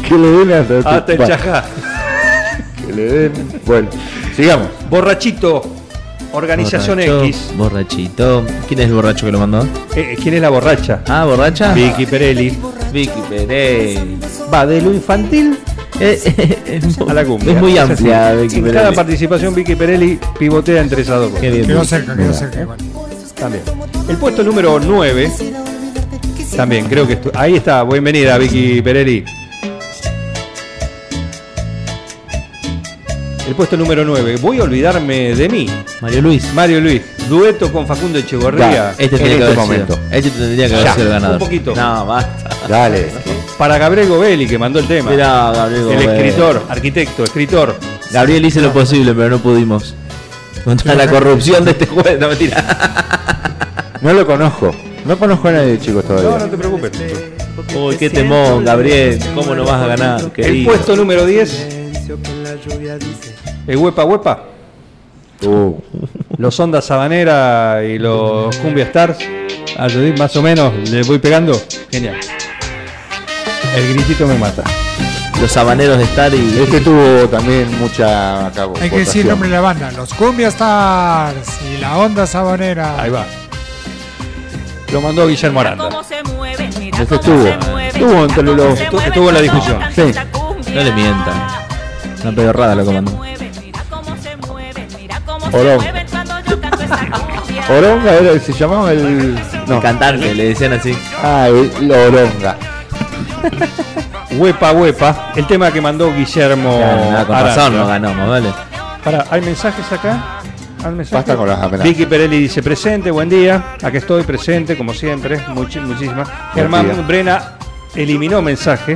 S5: que le den hasta, la
S4: hasta
S6: Ah,
S4: el
S5: Tucumán.
S4: chajá.
S5: Que le den. Bueno, sigamos.
S4: Borrachito, Organización
S6: Borracho,
S4: X.
S6: Borrachito. ¿Quién es el borracho que lo mandó?
S4: Eh, eh, ¿Quién es la borracha?
S6: Ah, borracha.
S4: Vicky Perelli.
S6: Vicky Perelli.
S4: Va de lo infantil
S6: Eh,
S4: a la cumbia.
S6: es muy
S4: Es
S6: amplia,
S4: así.
S6: Vicky
S4: en
S6: Perelli.
S4: cada participación Vicky Perelli pivotea entre esas dos cosas.
S3: Quedó cerca, quedó cerca igual.
S4: También. El puesto número 9. También, creo que estu- ahí está. Bienvenida, Vicky Perelli. El puesto número 9. Voy a olvidarme de mí.
S6: Mario Luis.
S4: Mario Luis. Dueto con Facundo
S6: Ya,
S4: Echeverría.
S6: este tendría que haber sido. Este tendría que haber
S4: Ya,
S6: sido el ganador.
S4: Un poquito.
S6: No, basta.
S5: Dale.
S4: Para Gabriel Govelli, que mandó el tema.
S6: Mirá, Gabriel
S4: el
S6: Govelli.
S4: escritor, arquitecto, escritor.
S6: Gabriel hizo lo posible, pero no pudimos. Contra la corrupción de este juez. No, mentira.
S5: No lo conozco. No conozco a nadie, chicos, todavía.
S4: No, no te preocupes.
S6: Uy, qué temón, Gabriel. ¿Cómo no vas a ganar?
S4: El
S6: querido?
S4: puesto número 10. El Eh, huepa huepa. Los Ondas Sabanera y los Cumbia Stars. A Judith más o menos le voy pegando. Genial. El gritito me mata.
S6: Los sabaneros de estar y.
S5: Este tuvo también mucha acá,
S3: Hay que decir el nombre de la banda. Los Cumbia Stars y la Onda Sabanera.
S4: Ahí va. Lo mandó Guillermo Aranda.
S5: Este estuvo. Estuvo entre los.
S4: Estuvo, estuvo en la discusión.
S5: Sí.
S6: No le mientan. Una pedorrada lo comandó.
S5: Orón. Oronga era el se llamaba el. No.
S6: Cantante, le decían así.
S5: Ah, el la Oronga.
S4: Huepa huepa. El tema que mandó Guillermo
S6: Claro, nada, con
S4: Aranda.
S6: razón no ganamos, ¿vale?
S4: Pará, ¿hay mensajes acá? ¿Hay mensajes?
S5: Basta con las amenazas.
S4: Vicky Perelli dice, presente, buen día. Aquí estoy, presente, como siempre. Muchi- muchísimas. Germán
S5: día. Ah.
S4: Brena eliminó mensaje.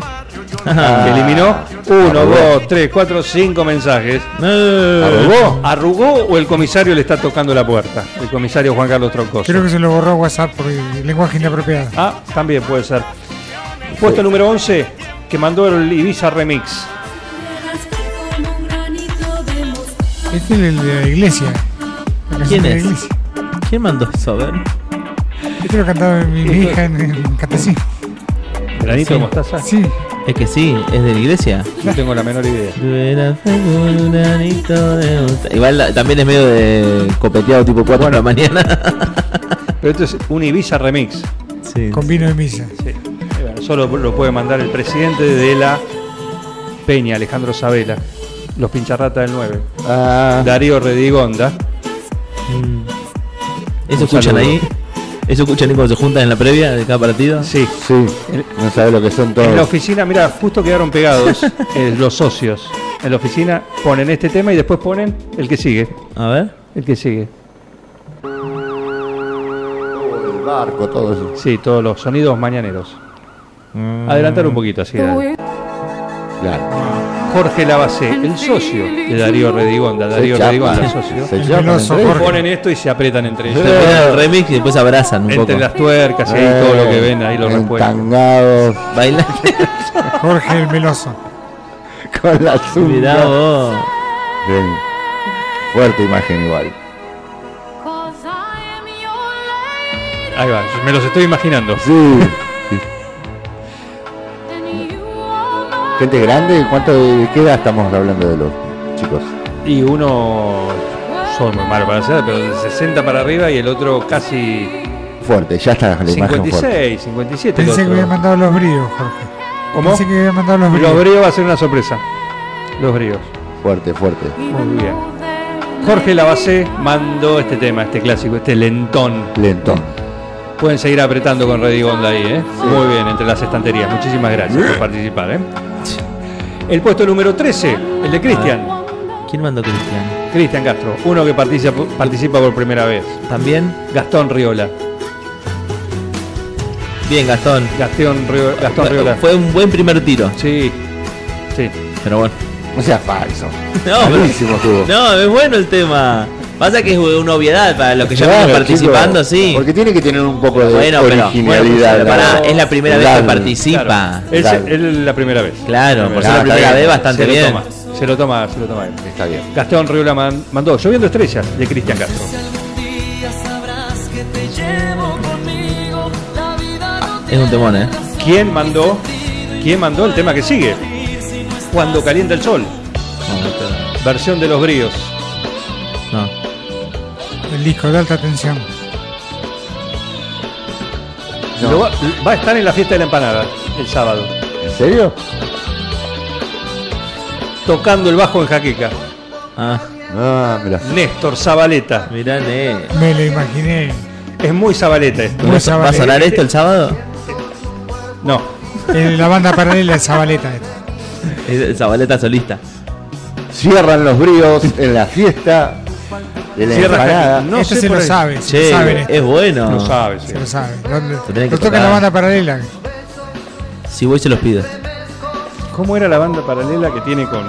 S4: que eliminó uno, dos, tres, cuatro, cinco mensajes.
S3: ¿Arrugó?
S4: ¿Arrugó o el comisario le está tocando la puerta? El comisario Juan Carlos Troncoso.
S3: Creo que se lo borró a WhatsApp por el lenguaje inapropiado.
S4: Ah, también puede ser. Puesto número 11, que mandó el Ibiza Remix.
S3: Este es el de la iglesia. La canción
S6: ¿Quién
S3: de la
S6: es?
S3: iglesia.
S6: ¿Quién mandó eso? A ver.
S3: Este lo cantaba mi, mi hija en el catecismo.
S4: ¿Granito de mostaza?
S3: Sí.
S6: Es que sí, es de la iglesia.
S4: No tengo la menor idea.
S6: Igual la- también es medio de copeteado tipo 4 de la mañana.
S4: Pero esto es un Ibiza Remix.
S6: Sí.
S3: Con vino de misa.
S4: Eh, bueno, Solo lo puede mandar el presidente de la Peña, Alejandro Sabela. Los pincharrata del 9.
S6: Ah.
S4: Darío Redigonda.
S6: ¿Eso
S4: Un
S6: escuchan
S4: saludo.
S6: ahí? ¿Eso escuchan ahí cuando se juntan en la previa de cada partido?
S4: Sí.
S5: Sí, no sabe lo que son todos.
S4: En la oficina, mira, justo quedaron pegados eh, los socios. En la oficina ponen este tema y después ponen el que sigue.
S6: A ver.
S4: El que sigue.
S5: El barco, todo eso.
S4: Sí, todos los sonidos mañaneros.
S6: Mm.
S4: Adelantar un poquito así. era. Jorge Lavacé, el socio de Darío Redigonda.
S6: Se
S4: Darío
S6: chapan,
S4: Redigonda,
S6: se
S4: socio.
S6: chapan El entre ellos. Jorge.
S4: Ponen esto y se aprietan entre ellos.
S6: Se pegan el remix y después se abrazan un
S4: Entre
S6: poco.
S4: las tuercas y
S6: Eh,
S4: todo lo que ven, ahí lo respuestan.
S5: Entangados.
S6: Bailan
S3: Jorge el Meloso.
S5: con la zunga.
S6: Mirá vos.
S5: Bien. Fuerte imagen igual.
S4: Ahí va, me los estoy imaginando.
S5: Sí. Gente grande, ¿cuánto de qué edad estamos hablando de los chicos?
S4: Y uno, son muy malos para hacer, pero de 60 para arriba y el otro casi
S5: Fuerte, ya está la imagen fuerte.
S4: 56, 57. el
S3: Pensé que
S4: otro.
S3: había mandado los bríos, Jorge.
S4: ¿Cómo?
S3: Pensé que había mandado los bríos.
S4: Los bríos va a ser una sorpresa. Los bríos.
S5: Fuerte, fuerte.
S4: Muy bien. Jorge Lavacé mandó este tema, este clásico, este lentón.
S5: Lentón.
S4: Pueden seguir apretando con Redigonda ahí, ¿eh? Muy bien, entre las estanterías. Muchísimas gracias por participar, ¿eh? El puesto número 13, el de Cristian.
S6: ¿Quién mandó Cristian?
S4: Cristian Castro, uno que participa, participa por primera vez.
S6: También
S4: Gastón Riola.
S6: Bien, Gastón.
S4: Gastón, Rio- Gastón
S6: Fue-
S4: Riola.
S6: Fue un buen primer tiro.
S4: Sí. Sí.
S6: Pero bueno.
S5: No seas falso.
S6: No, pero-
S5: Buenísimo estuvo.
S6: No, es bueno el tema. Pasa que es una obviedad para los que ya
S5: Claro,
S6: vienen participando,
S5: chicos,
S6: sí.
S5: Porque tiene que tener un poco de
S6: Bueno, pero-
S5: originalidad.
S6: bueno, pero
S5: la
S6: pará,
S5: verdad.
S6: es la primera vez que
S5: Dale.
S6: participa.
S4: Claro, es-
S5: Claro.
S4: él es la primera vez.
S6: Claro, por
S4: Ah,
S6: ser la
S4: está
S6: primera
S4: bien.
S6: vez bastante
S4: Se lo
S6: bien.
S4: toma, se lo toma, se lo toma. él.
S5: Está bien.
S4: Gastón Riola man- mandó Lloviendo Estrellas de Cristian Castro.
S15: día sabrás que te llevo conmigo. La vida no
S6: Es un temón, eh.
S4: ¿Quién mandó? ¿Quién mandó el tema que sigue? Cuando calienta el sol. Versión de los bríos.
S6: No.
S3: El disco de alta tensión.
S4: Lo va, va a estar en la fiesta de la empanada el sábado.
S5: ¿En serio?
S4: Tocando el bajo en Jaqueca.
S6: Ah,
S5: Ah, mirá.
S4: Néstor Zabaleta.
S6: mirá, eh.
S3: Me lo imaginé.
S4: Es muy Zabaleta esto.
S3: Muy
S6: ¿Va a
S3: Zabaleta.
S6: sonar esto el sábado?
S4: No.
S3: Eh, la banda paralela de Zabaleta. esta.
S6: Es el Zabaleta solista.
S5: Cierran los bríos en la fiesta de la
S4: Cierra
S5: empanada.
S4: Jaqueca. No
S3: Esto
S4: sé
S3: se
S4: por
S3: Este lo
S4: ahí.
S3: sabe, se
S6: Che,
S3: lo saben esto,
S6: es bueno.
S4: Lo sabes.
S3: se lo saben. Lo, lo-
S6: Lo tenés que
S3: lo toca la
S6: tocar.
S3: banda paralela.
S6: Si voy se los pido.
S4: ¿Cómo era la banda paralela que tiene con,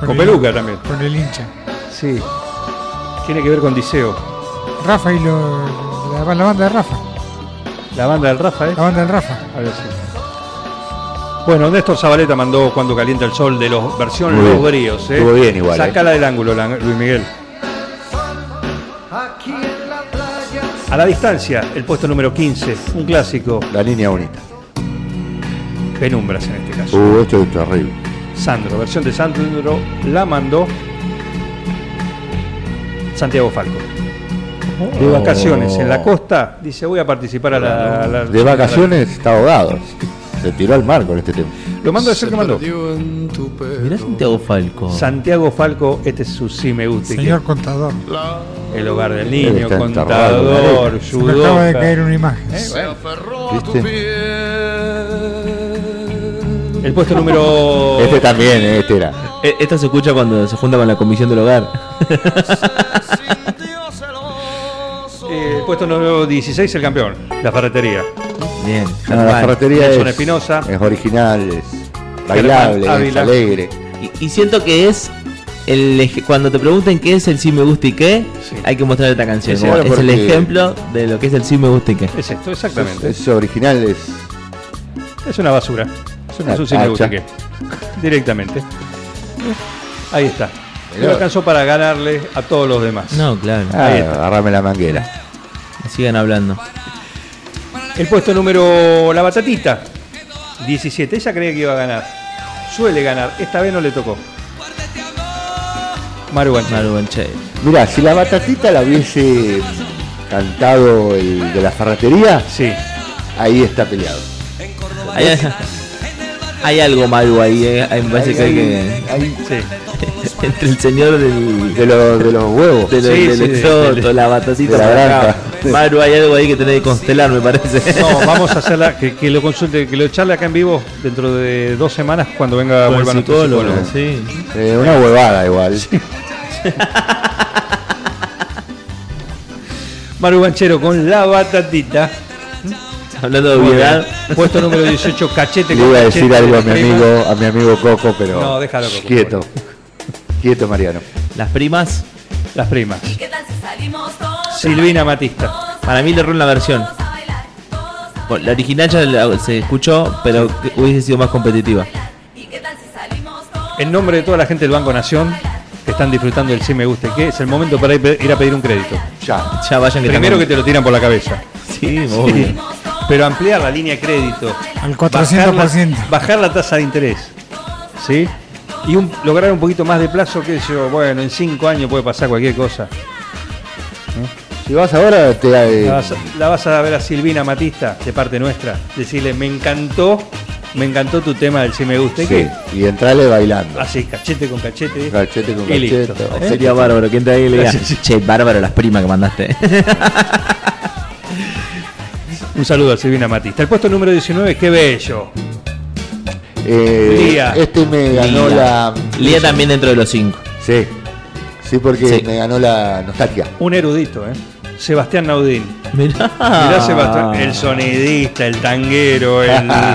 S4: con,
S3: el-
S4: Peluca también?
S3: Con el hincha.
S4: Sí. Tiene que ver con Diseo.
S3: Rafa y lo, la, la banda de Rafa.
S4: La banda del Rafa, ¿eh?
S3: La banda del Rafa.
S4: A ver si- Bueno, Néstor Zabaleta mandó Cuando calienta el sol de los versión
S5: Muy
S4: Los
S5: bien.
S4: Bríos, ¿eh?
S5: Estuvo bien igual,
S4: Sácala del ángulo, la- Luis Miguel. A la distancia, el puesto número 15, un clásico,
S5: La línea bonita.
S4: penumbras en este caso.
S5: Uh, esto es terrible.
S4: Sandro, versión de Sandro la mandó Santiago Falco. De
S5: Oh.
S4: vacaciones en la costa, dice voy a participar a la. a la-
S5: De vacaciones está ahogado. Se tiró al mar con este tema.
S4: Lo mando es el que mandó.
S6: Mirá Santiago Falco.
S4: Santiago Falco, este es su sí me gusta. y que-
S3: Señor contador. Este
S4: El hogar del niño,
S5: Está enterrado en
S4: contador,
S3: Se me acaba de
S4: judoka.
S3: caer una imagen.
S13: ¿Eh?
S5: ¿Viste?
S4: El puesto
S6: Oh.
S4: número.
S5: Este también, eh, este era.
S6: E- Esta se escucha cuando se junta con la comisión del hogar.
S4: eh, puesto número 16, el campeón, la ferretería.
S5: Bien. la
S4: Germán,
S5: ferretería
S4: Nelson
S5: es,
S4: Espinosa.
S5: es original, es bailable,
S6: Germán
S5: es
S6: Ávila.
S5: alegre.
S6: Y, y siento que es. El, ej- cuando te pregunten qué es el sí me gusta y qué, hay que mostrar esta canción.
S5: Sí,
S6: como
S5: claro,
S6: es el
S5: porque-
S6: ejemplo de lo que es el sí me gusta y qué.
S4: Es esto, exactamente.
S5: Es, es original, es
S4: Es una basura. Es,
S5: una
S4: un cine
S5: tacha.
S4: boutique. Directamente. Ahí está. No
S5: Mirá.
S4: alcanzó para ganarle a todos los demás.
S6: No, claro.
S4: Ahí
S5: Ah,
S4: está.
S5: agarrame la manguera.
S6: Sigan hablando.
S4: El puesto número La Batatita. 17. Ella creía que iba a ganar. Suele ganar. Esta vez no le tocó. Maru
S5: Mirá, si la batatita la hubiese cantado el de la ferretería, ahí está peleado.
S6: Hay, hay algo malo ahí, eh. Ahí me parece que hay que. Entre el señor del-
S5: de, los, de los huevos.
S6: de
S5: Sí,
S6: del
S5: sí, de-
S6: exoto,
S5: del-
S6: la batacita
S5: de la
S6: para acá.
S5: granja.
S6: Maru, hay algo ahí que tenés que constelar, me parece.
S4: No, vamos a hacerla, que, que lo consulte, que lo charle acá en vivo dentro de dos semanas cuando venga
S6: Con el
S4: vuelva nuestro
S6: psicólogo,
S4: psicólogo.
S5: Eh, una huevada igual.
S4: Maru Banchero con la batatita.
S6: Hablando de
S4: Muy
S6: obviedad.
S4: bien. Puesto número 18, cachete
S5: Le
S4: con
S5: iba a
S4: cachete
S5: decir algo a mi
S4: prima.
S5: amigo, a mi amigo Coco, pero.
S4: No, déjalo, Coco,
S5: Quieto. Quieto, Mariano.
S6: Las primas.
S4: Las primas.
S13: ¿Qué tal si salimos todos?
S4: Silvina Matista.
S6: Para mí le erró en la versión. Bueno, La original ya la- se escuchó, pero que hubiese sido más competitiva.
S4: En nombre de toda la gente del Banco Nación, que están disfrutando del Sí Me Gusta y Qué, es el momento para ir ir a pedir un crédito.
S5: Ya.
S6: Ah, Ya vayan que
S4: Primero
S6: están-
S4: que te lo tiran por la cabeza.
S6: Sí,
S4: obvio. Pero ampliar la línea de crédito.
S3: Al 400%.
S4: Bajar la, bajar la tasa de interés. ¿Sí? Y un- lograr un poquito más de plazo que yo, bueno, en cinco años puede pasar cualquier cosa.
S5: Si vas ahora, te. eh,
S4: La vas, a, la vas a ver a Silvina Matista, de parte nuestra, decirle, me encantó, me encantó tu tema del Si Me Gusta. y
S5: sí,
S4: qué".
S5: y entrale bailando.
S4: Así, cachete con cachete.
S5: Cachete con
S4: Y listo.
S5: cachete.
S4: ¿Eh?
S6: Sería bárbaro que entre ahí y le diga,
S4: Sí,
S6: che, bárbaro las primas que mandaste.
S4: Un saludo a Silvina Matista. El puesto número 19, qué bello.
S5: Eh,
S4: Lía.
S5: Este me ganó
S6: Lía.
S5: la.
S6: Lía también dentro de los cinco.
S5: Sí. Sí, porque
S6: Sí.
S5: me ganó la nostalgia.
S4: Un erudito, ¿eh? Sebastián Naudín.
S6: Mirá.
S4: Mirá,
S5: Ah.
S4: Sebastián. El sonidista, el tanguero, el.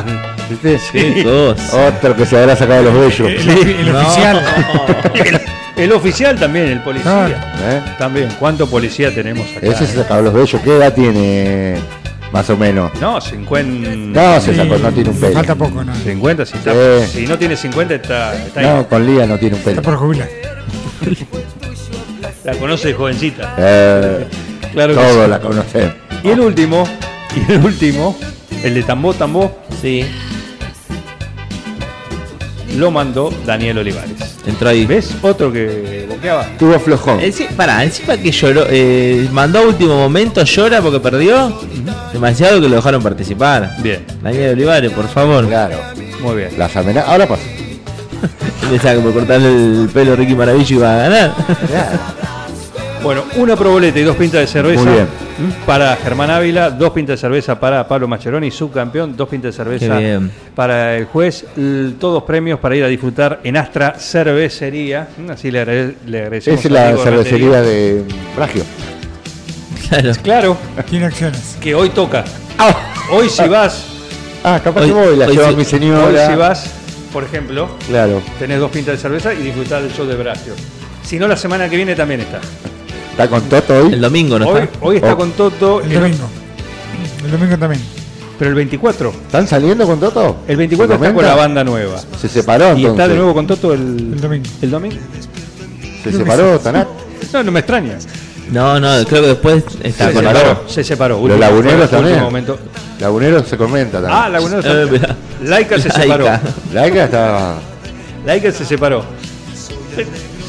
S5: ¿Viste?
S4: Sí. Oh,
S5: Otro que se habrá sacado los bellos.
S4: No. El, el oficial también, el policía.
S5: ¿Eh?
S4: También. ¿Cuánto policía tenemos acá? eh?
S5: Ese se sacaba los bellos. ¿Qué edad tiene? Más o menos.
S4: No, 50.
S5: No, se sacó, no tiene un pelo.
S3: Falta poco, ¿no?
S4: 50, si, está-
S5: Sí.
S4: si no tiene 50, está, está ahí.
S5: No, con Lía no tiene un pelo.
S3: Está por jubilar.
S4: La conoce de jovencita.
S5: Eh,
S4: Claro que
S5: todo
S4: sí.
S5: la conocemos.
S4: Y el último, y el último, el de Tambo Tambo.
S6: Sí.
S4: Lo mandó Daniel Olivares.
S6: Entró ahí.
S4: ¿Ves? Otro que boqueaba.
S5: Tuvo flojón.
S6: Enci- pará, encima que lloró, eh, mandó a último momento, llora porque perdió. Demasiado que lo dejaron participar.
S4: Bien.
S6: Daniel Olivares, por favor.
S5: Claro.
S4: Muy bien.
S5: Las amenazas. Ahora pasa.
S6: Pensaba que por cortarle el pelo a Ricky Maravillo iba a ganar.
S4: Bueno, una proboleta y dos pintas de cerveza ¿Mm?
S5: Muy bien.
S4: para Germán Ávila, dos pintas de cerveza para Pablo Mascheroni, subcampeón, dos pintas de cerveza
S6: Qué bien.
S4: para el juez, l- todos premios para ir a disfrutar en Astra Cervecería. Mm, Así le, agrade- le agradecemos.
S5: Es
S4: al
S5: la
S4: amigo
S5: cervecería
S4: Rentería.
S5: de Bragio.
S6: Claro.
S4: Claro,
S3: Tiene acciones.
S4: que hoy toca. Hoy si vas,
S5: Ah, capaz
S6: Ah. Hoy-
S5: que voy, la
S6: hoy
S5: lleva
S6: sí-
S5: mi
S4: hoy
S5: señora.
S4: si vas, por ejemplo,
S5: Claro.
S4: tenés dos pintas de cerveza y disfrutar del show de Brasio. Si no, la semana que viene también está.
S5: Está con Toto
S6: El
S5: hoy.
S6: domingo no
S4: Hoy,
S6: está.
S4: hoy está
S5: Oh.
S4: con Toto,
S3: El
S4: el-
S3: domingo. El domingo también.
S4: pero el 24.
S5: ¿Están saliendo con Toto?
S4: El 24
S5: ¿Se
S4: está con
S5: comentan?
S4: la banda nueva.
S5: Se
S6: Ah,
S5: separó entonces.
S4: Y está de nuevo con Toto el,
S3: El domingo.
S4: el domingo.
S5: Se separó, Tanat.
S4: No, no me extraña.
S6: No, no, creo que después está
S5: Se
S6: con la
S5: separó.
S6: ropa.
S4: Se separó.
S5: Los laguneros
S4: último
S5: también.
S4: momento.
S5: Lagunero se comenta también.
S4: Ah, laguneros
S6: Eh,
S4: también.
S6: mirá.
S4: Laika se
S6: Laika.
S4: separó.
S5: La hija estaba.
S4: Laika se separó.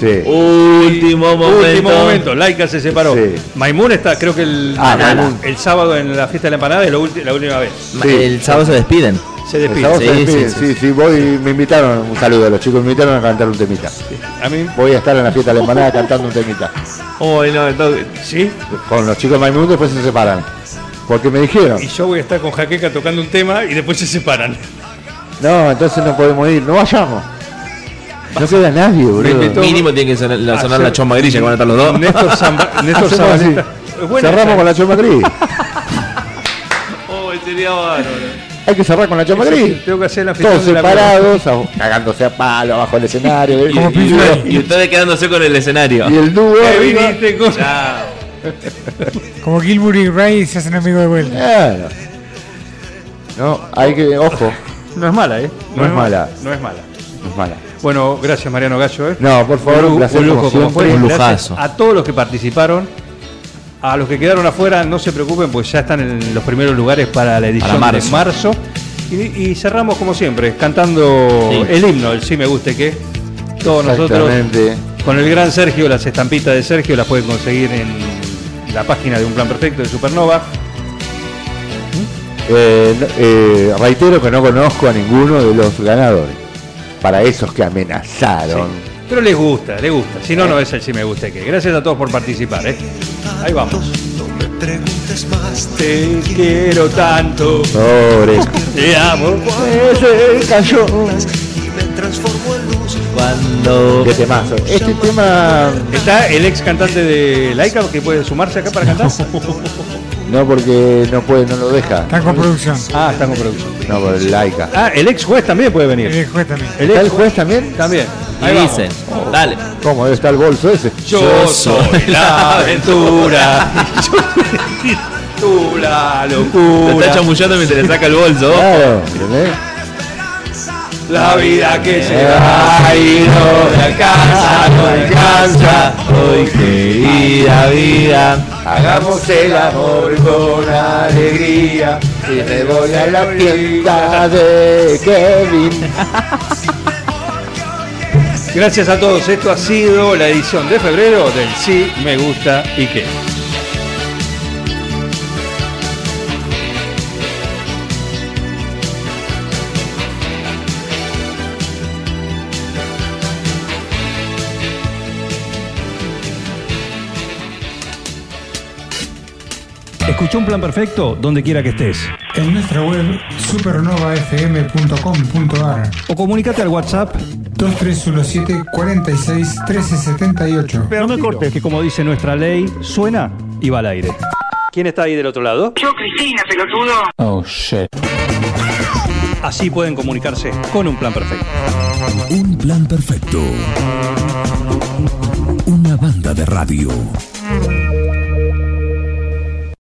S5: Sí.
S4: Uh,
S6: Último momento.
S4: Último momento. Laika se separó.
S5: Sí.
S4: Maimún está, creo que el,
S5: Ah,
S4: el-
S5: Maimún.
S4: el sábado en la fiesta de la empanada es la, ulti- la última vez.
S6: Ma-
S5: Sí.
S6: El sábado se despiden.
S4: Se
S5: El
S4: despide.
S5: sábado se
S6: Sí,
S5: despiden.
S6: sí,
S5: sí, sí, voy, me invitaron, un saludo a los chicos, me invitaron a cantar un temita.
S4: A mí,
S5: Voy a estar en la fiesta de la empanada cantando un temita.
S6: Oh, no, entonces-
S4: sí.
S5: Con los chicos de Maimón después se separan. Porque me dijeron,
S4: Y yo voy a estar con Jaqueca tocando un tema y después se separan.
S5: no, entonces no podemos ir, no vayamos. No queda nadie,
S4: Me
S5: boludo.
S4: invitó-
S6: Mínimo tiene que sonar, la- sonar la
S4: Ayer-
S6: chomba grilla que van a estar los dos.
S4: Néstor Zamba- Néstor
S5: Hacemos así.
S4: Zabaleta- buena
S5: Cerramos con la chomatriz.
S4: Oh, sería bárbaro.
S5: Hay que cerrar con la chomatriz.
S4: Tengo que hacer la
S5: Todos
S4: fiesta de la
S5: separados, a- cagándose a palo abajo del escenario. ¿eh?
S6: Y- y- y, ustedes quedándose con el escenario.
S5: Y el dúo
S6: Que
S5: arriba.
S6: viniste con- Chao.
S3: Como Gilmour y Ray se hacen amigos de vuelta.
S5: Claro. No, hay que, ojo,
S4: No es mala, ¿eh?
S5: No es mala.
S4: No es mala.
S5: no es mala.
S4: Bueno, gracias Mariano Gallo. ¿eh?
S5: No, por favor, un
S4: lu-
S5: placer
S4: lujo
S5: como
S4: como
S5: siempre.
S4: fue.
S5: Un
S4: Gracias
S5: lujazo.
S4: A todos los que participaron, a los que quedaron afuera, no se preocupen, pues ya están en los primeros lugares para la edición
S6: Para
S4: de marzo. Y, y cerramos como siempre, cantando
S6: Sí.
S4: el himno, el sí me guste que. Todos nosotros,
S5: Exactamente.
S4: con el gran Sergio, las estampitas de Sergio las pueden conseguir en la página de Un Plan Perfecto de Supernova.
S5: Eh, no- eh, reitero que no conozco a ninguno de los ganadores. Para esos que amenazaron.
S4: Pero les gusta, les gusta. Si no, no es el sí me guste que. Gracias a todos por participar, ¿eh? Ahí vamos. Te quiero tanto.
S5: Pobre.
S4: Te amo.
S5: cayó.
S6: Cuando.
S5: Qué temazo. Este tema.
S4: Está el ex cantante de Laika que puede sumarse acá para cantar.
S5: No, porque no puede, no lo deja.
S3: Están con producción.
S4: Ah, está con producción.
S5: No, por el laica.
S4: Ah, el ex juez también puede venir.
S3: El juez también.
S4: El
S5: ¿Está el
S4: ex
S5: juez también?
S4: también.
S6: Y
S4: Ahí vamos.
S6: dice, dale.
S5: ¿Cómo? ¿Dónde está el bolso ese?
S4: Yo soy la aventura. Tú la
S6: Te está
S4: locura.
S6: chamullando mientras le saca el bolso.
S5: Claro, ¿entendés?
S4: La vida que se va y no me alcanza, no me alcanza.
S6: Hoy querida vida.
S5: Hagamos el amor con alegría. Y me voy a la tienda Ah, de Kevin.
S4: Gracias a todos. Esto ha sido la edición de febrero del Sí, Me Gusta y qué.
S23: Escucha un plan perfecto donde quiera que estés.
S3: En nuestra web supernovafm.com.ar
S23: O comunícate al WhatsApp.
S3: 2317 46 1378.
S23: Pero no cortes, que como dice nuestra ley, suena y va al aire.
S4: ¿Quién está ahí del otro lado?
S14: Yo, Cristina, pelotudo.
S23: Oh, shit.
S4: Así pueden comunicarse con un plan perfecto.
S24: Un plan perfecto. Una banda de radio.